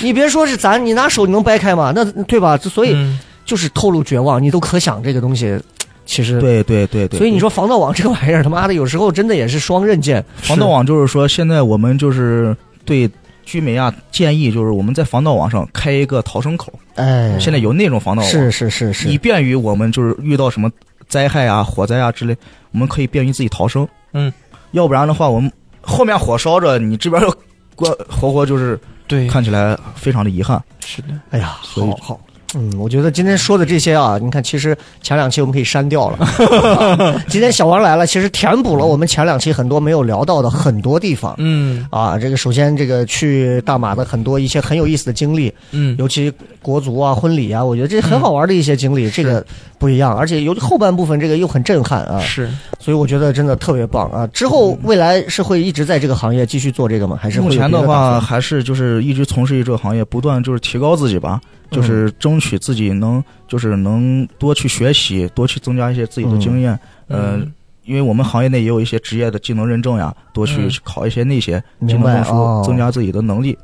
Speaker 3: 你别说是咱，你拿手你能掰开吗？那对吧？所以
Speaker 4: 嗯
Speaker 3: 就是透露绝望，你都可想这个东西，其实。
Speaker 5: 对对对对，
Speaker 3: 所以你说防盗网这个玩意儿，他妈的有时候真的也是双刃剑。
Speaker 5: 防盗网就是说，现在我们就是对居民啊建议，就是我们在防盗网上开一个逃生口，
Speaker 3: 哎，
Speaker 5: 现在有那种防盗网，
Speaker 3: 是是是是
Speaker 5: 以，便于我们就是遇到什么灾害啊、火灾啊之类，我们可以便于自己逃生。
Speaker 4: 嗯，
Speaker 5: 要不然的话，我们后面火烧着，你这边又关 活活就是
Speaker 4: 对，
Speaker 5: 看起来非常的遗憾。
Speaker 4: 是的，
Speaker 3: 哎呀，
Speaker 5: 所以
Speaker 3: 好好。嗯，我觉得今天说的这些啊，你看，其实前两期我们可以删掉了。 今天小王来了，其实填补了我们前两期很多没有聊到的很多地方
Speaker 4: 嗯
Speaker 3: 啊。这个首先，这个去大马的很多一些很有意思的经历，
Speaker 4: 嗯，
Speaker 3: 尤其国足啊、婚礼啊，我觉得这很好玩的一些经
Speaker 5: 嗯
Speaker 3: 历，这个不一样。而且尤其后半部分这个又很震撼啊，
Speaker 4: 是
Speaker 3: 所以我觉得真的特别棒啊。之后未来是会一直在这个行业继续做这个吗？还是会
Speaker 5: 嗯目
Speaker 3: 有
Speaker 5: 前
Speaker 3: 别
Speaker 5: 的
Speaker 3: 的打
Speaker 5: 话，
Speaker 3: 算
Speaker 5: 还是就是一直从事于这个行业，不断就是提高自己吧，就是争取自己能就是能多去学习，多去增加一些自己的经验。呃，
Speaker 4: 嗯
Speaker 5: 因为我们行业内也有一些职业的技能认证呀，多去
Speaker 4: 嗯
Speaker 5: 考一些那些技
Speaker 3: 明
Speaker 5: 能
Speaker 3: 白
Speaker 5: 证书
Speaker 3: 哦，
Speaker 5: 增加自己的能力。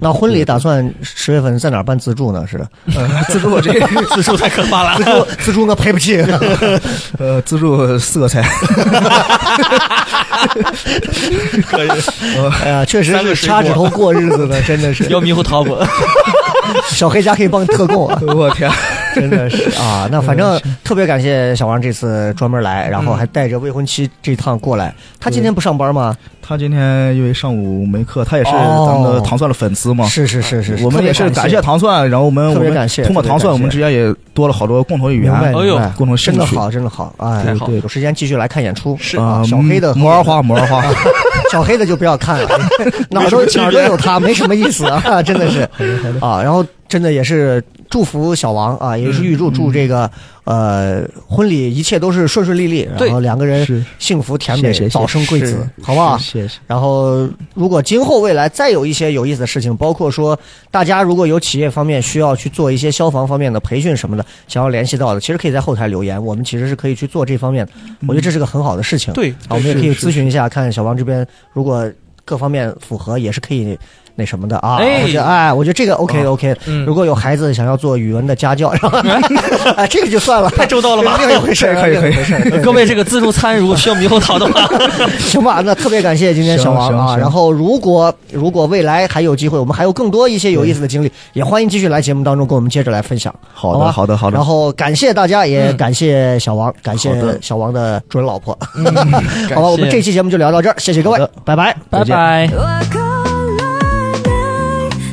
Speaker 3: 那婚礼打算十月份在哪儿办自助呢？是
Speaker 5: 自助这
Speaker 4: 自助太可怕 了，
Speaker 3: 自 助自助我赔不起。
Speaker 5: 呃自助四个菜，
Speaker 4: 可以
Speaker 3: 哎呀，确实
Speaker 4: 三个
Speaker 3: 是
Speaker 4: 水
Speaker 3: 掐
Speaker 4: 果
Speaker 3: 指头过日子 的，真的是
Speaker 4: 要迷糊淘宝，
Speaker 3: 小黑家可以帮你特供啊，
Speaker 5: 我天，
Speaker 3: 真的是啊。那反
Speaker 5: 嗯
Speaker 3: 正特别感谢小王这次专门来，然后还带着未婚妻这趟过来。他今天不上班吗？
Speaker 5: 他今天因为上午没课，他也是
Speaker 3: 哦
Speaker 5: 咱们的糖蒜的粉丝嘛。
Speaker 3: 是是是是，
Speaker 5: 我们也是
Speaker 3: 特别感
Speaker 5: 感谢糖蒜，然后我们
Speaker 3: 特
Speaker 5: 我
Speaker 3: 别
Speaker 5: 们
Speaker 3: 感谢
Speaker 5: 通过糖蒜，我们
Speaker 3: 特
Speaker 5: 之间也多了好多共同语
Speaker 3: 明
Speaker 5: 言啊
Speaker 3: 白，
Speaker 4: 哎呦
Speaker 3: 明白
Speaker 5: 共同兴
Speaker 3: 真
Speaker 5: 趣
Speaker 3: 的好，真的好，哎
Speaker 4: 太，好
Speaker 5: 对
Speaker 3: 有时间继续来看演出。
Speaker 4: 是
Speaker 3: 啊
Speaker 5: 啊，，
Speaker 3: 小黑的啊
Speaker 5: 摩尔花，摩尔花，
Speaker 3: 小黑的就不要看 了，哪儿都哪儿都有他，没什么意思啊，真的是啊。然后真的也是祝福小王啊，也是
Speaker 5: 嗯
Speaker 3: 预祝祝这个呃婚礼一切都是顺顺利利，然后
Speaker 4: 对
Speaker 3: 两个人
Speaker 5: 是
Speaker 3: 幸福甜美
Speaker 5: 谢谢，
Speaker 3: 早生贵
Speaker 4: 是
Speaker 3: 子，好不好？
Speaker 5: 谢 谢。
Speaker 3: 然后，如果今后未来再有一些有意思的事情，包括说大家如果有企业方面需要去做一些消防方面的培训什么的，想要联系到的，其实可以在后台留言，我们其实是可以去做这方面的。我觉得这是个很好的事情。
Speaker 4: 嗯对
Speaker 3: 啊，我们也可以
Speaker 5: 是是
Speaker 3: 咨询一下，看小王这边如果各方面符合，也是可以那什么的啊。
Speaker 4: 哎
Speaker 3: 我觉得哎，我觉得这个 OK 的 OK。
Speaker 4: 嗯
Speaker 3: 如果有孩子想要做语文的家教，然后哎，这个就算了，
Speaker 4: 太周到了吧？ 哎
Speaker 3: 另一回事儿，
Speaker 5: 可 以可
Speaker 3: 另
Speaker 5: 以
Speaker 3: 一回事儿。对
Speaker 4: 各位，这个自助餐如果需要猕猴桃的话，
Speaker 3: 行吧，那特别感谢今天小王
Speaker 5: 行行
Speaker 3: 啊。
Speaker 5: 行
Speaker 3: 然后，如果如果未来还有机会，我们还有更多一些有意思的经历，也欢迎继续来节目当中跟我们接着来分享。
Speaker 5: 好
Speaker 3: 吧
Speaker 5: 的，好的，好的嗯
Speaker 3: 然。后感谢大家，也感谢小王，感谢
Speaker 5: 好的嗯
Speaker 3: 小王的准老婆。 好
Speaker 4: 感
Speaker 3: 吧，
Speaker 4: 谢
Speaker 3: 我们这期节目就聊到这儿，谢谢各位
Speaker 5: 好的，
Speaker 3: 拜拜，
Speaker 4: 拜
Speaker 5: 拜再见
Speaker 4: 拜。
Speaker 2: わからない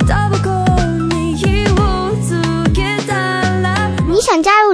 Speaker 2: タバコに火をつけたら
Speaker 1: 你想加入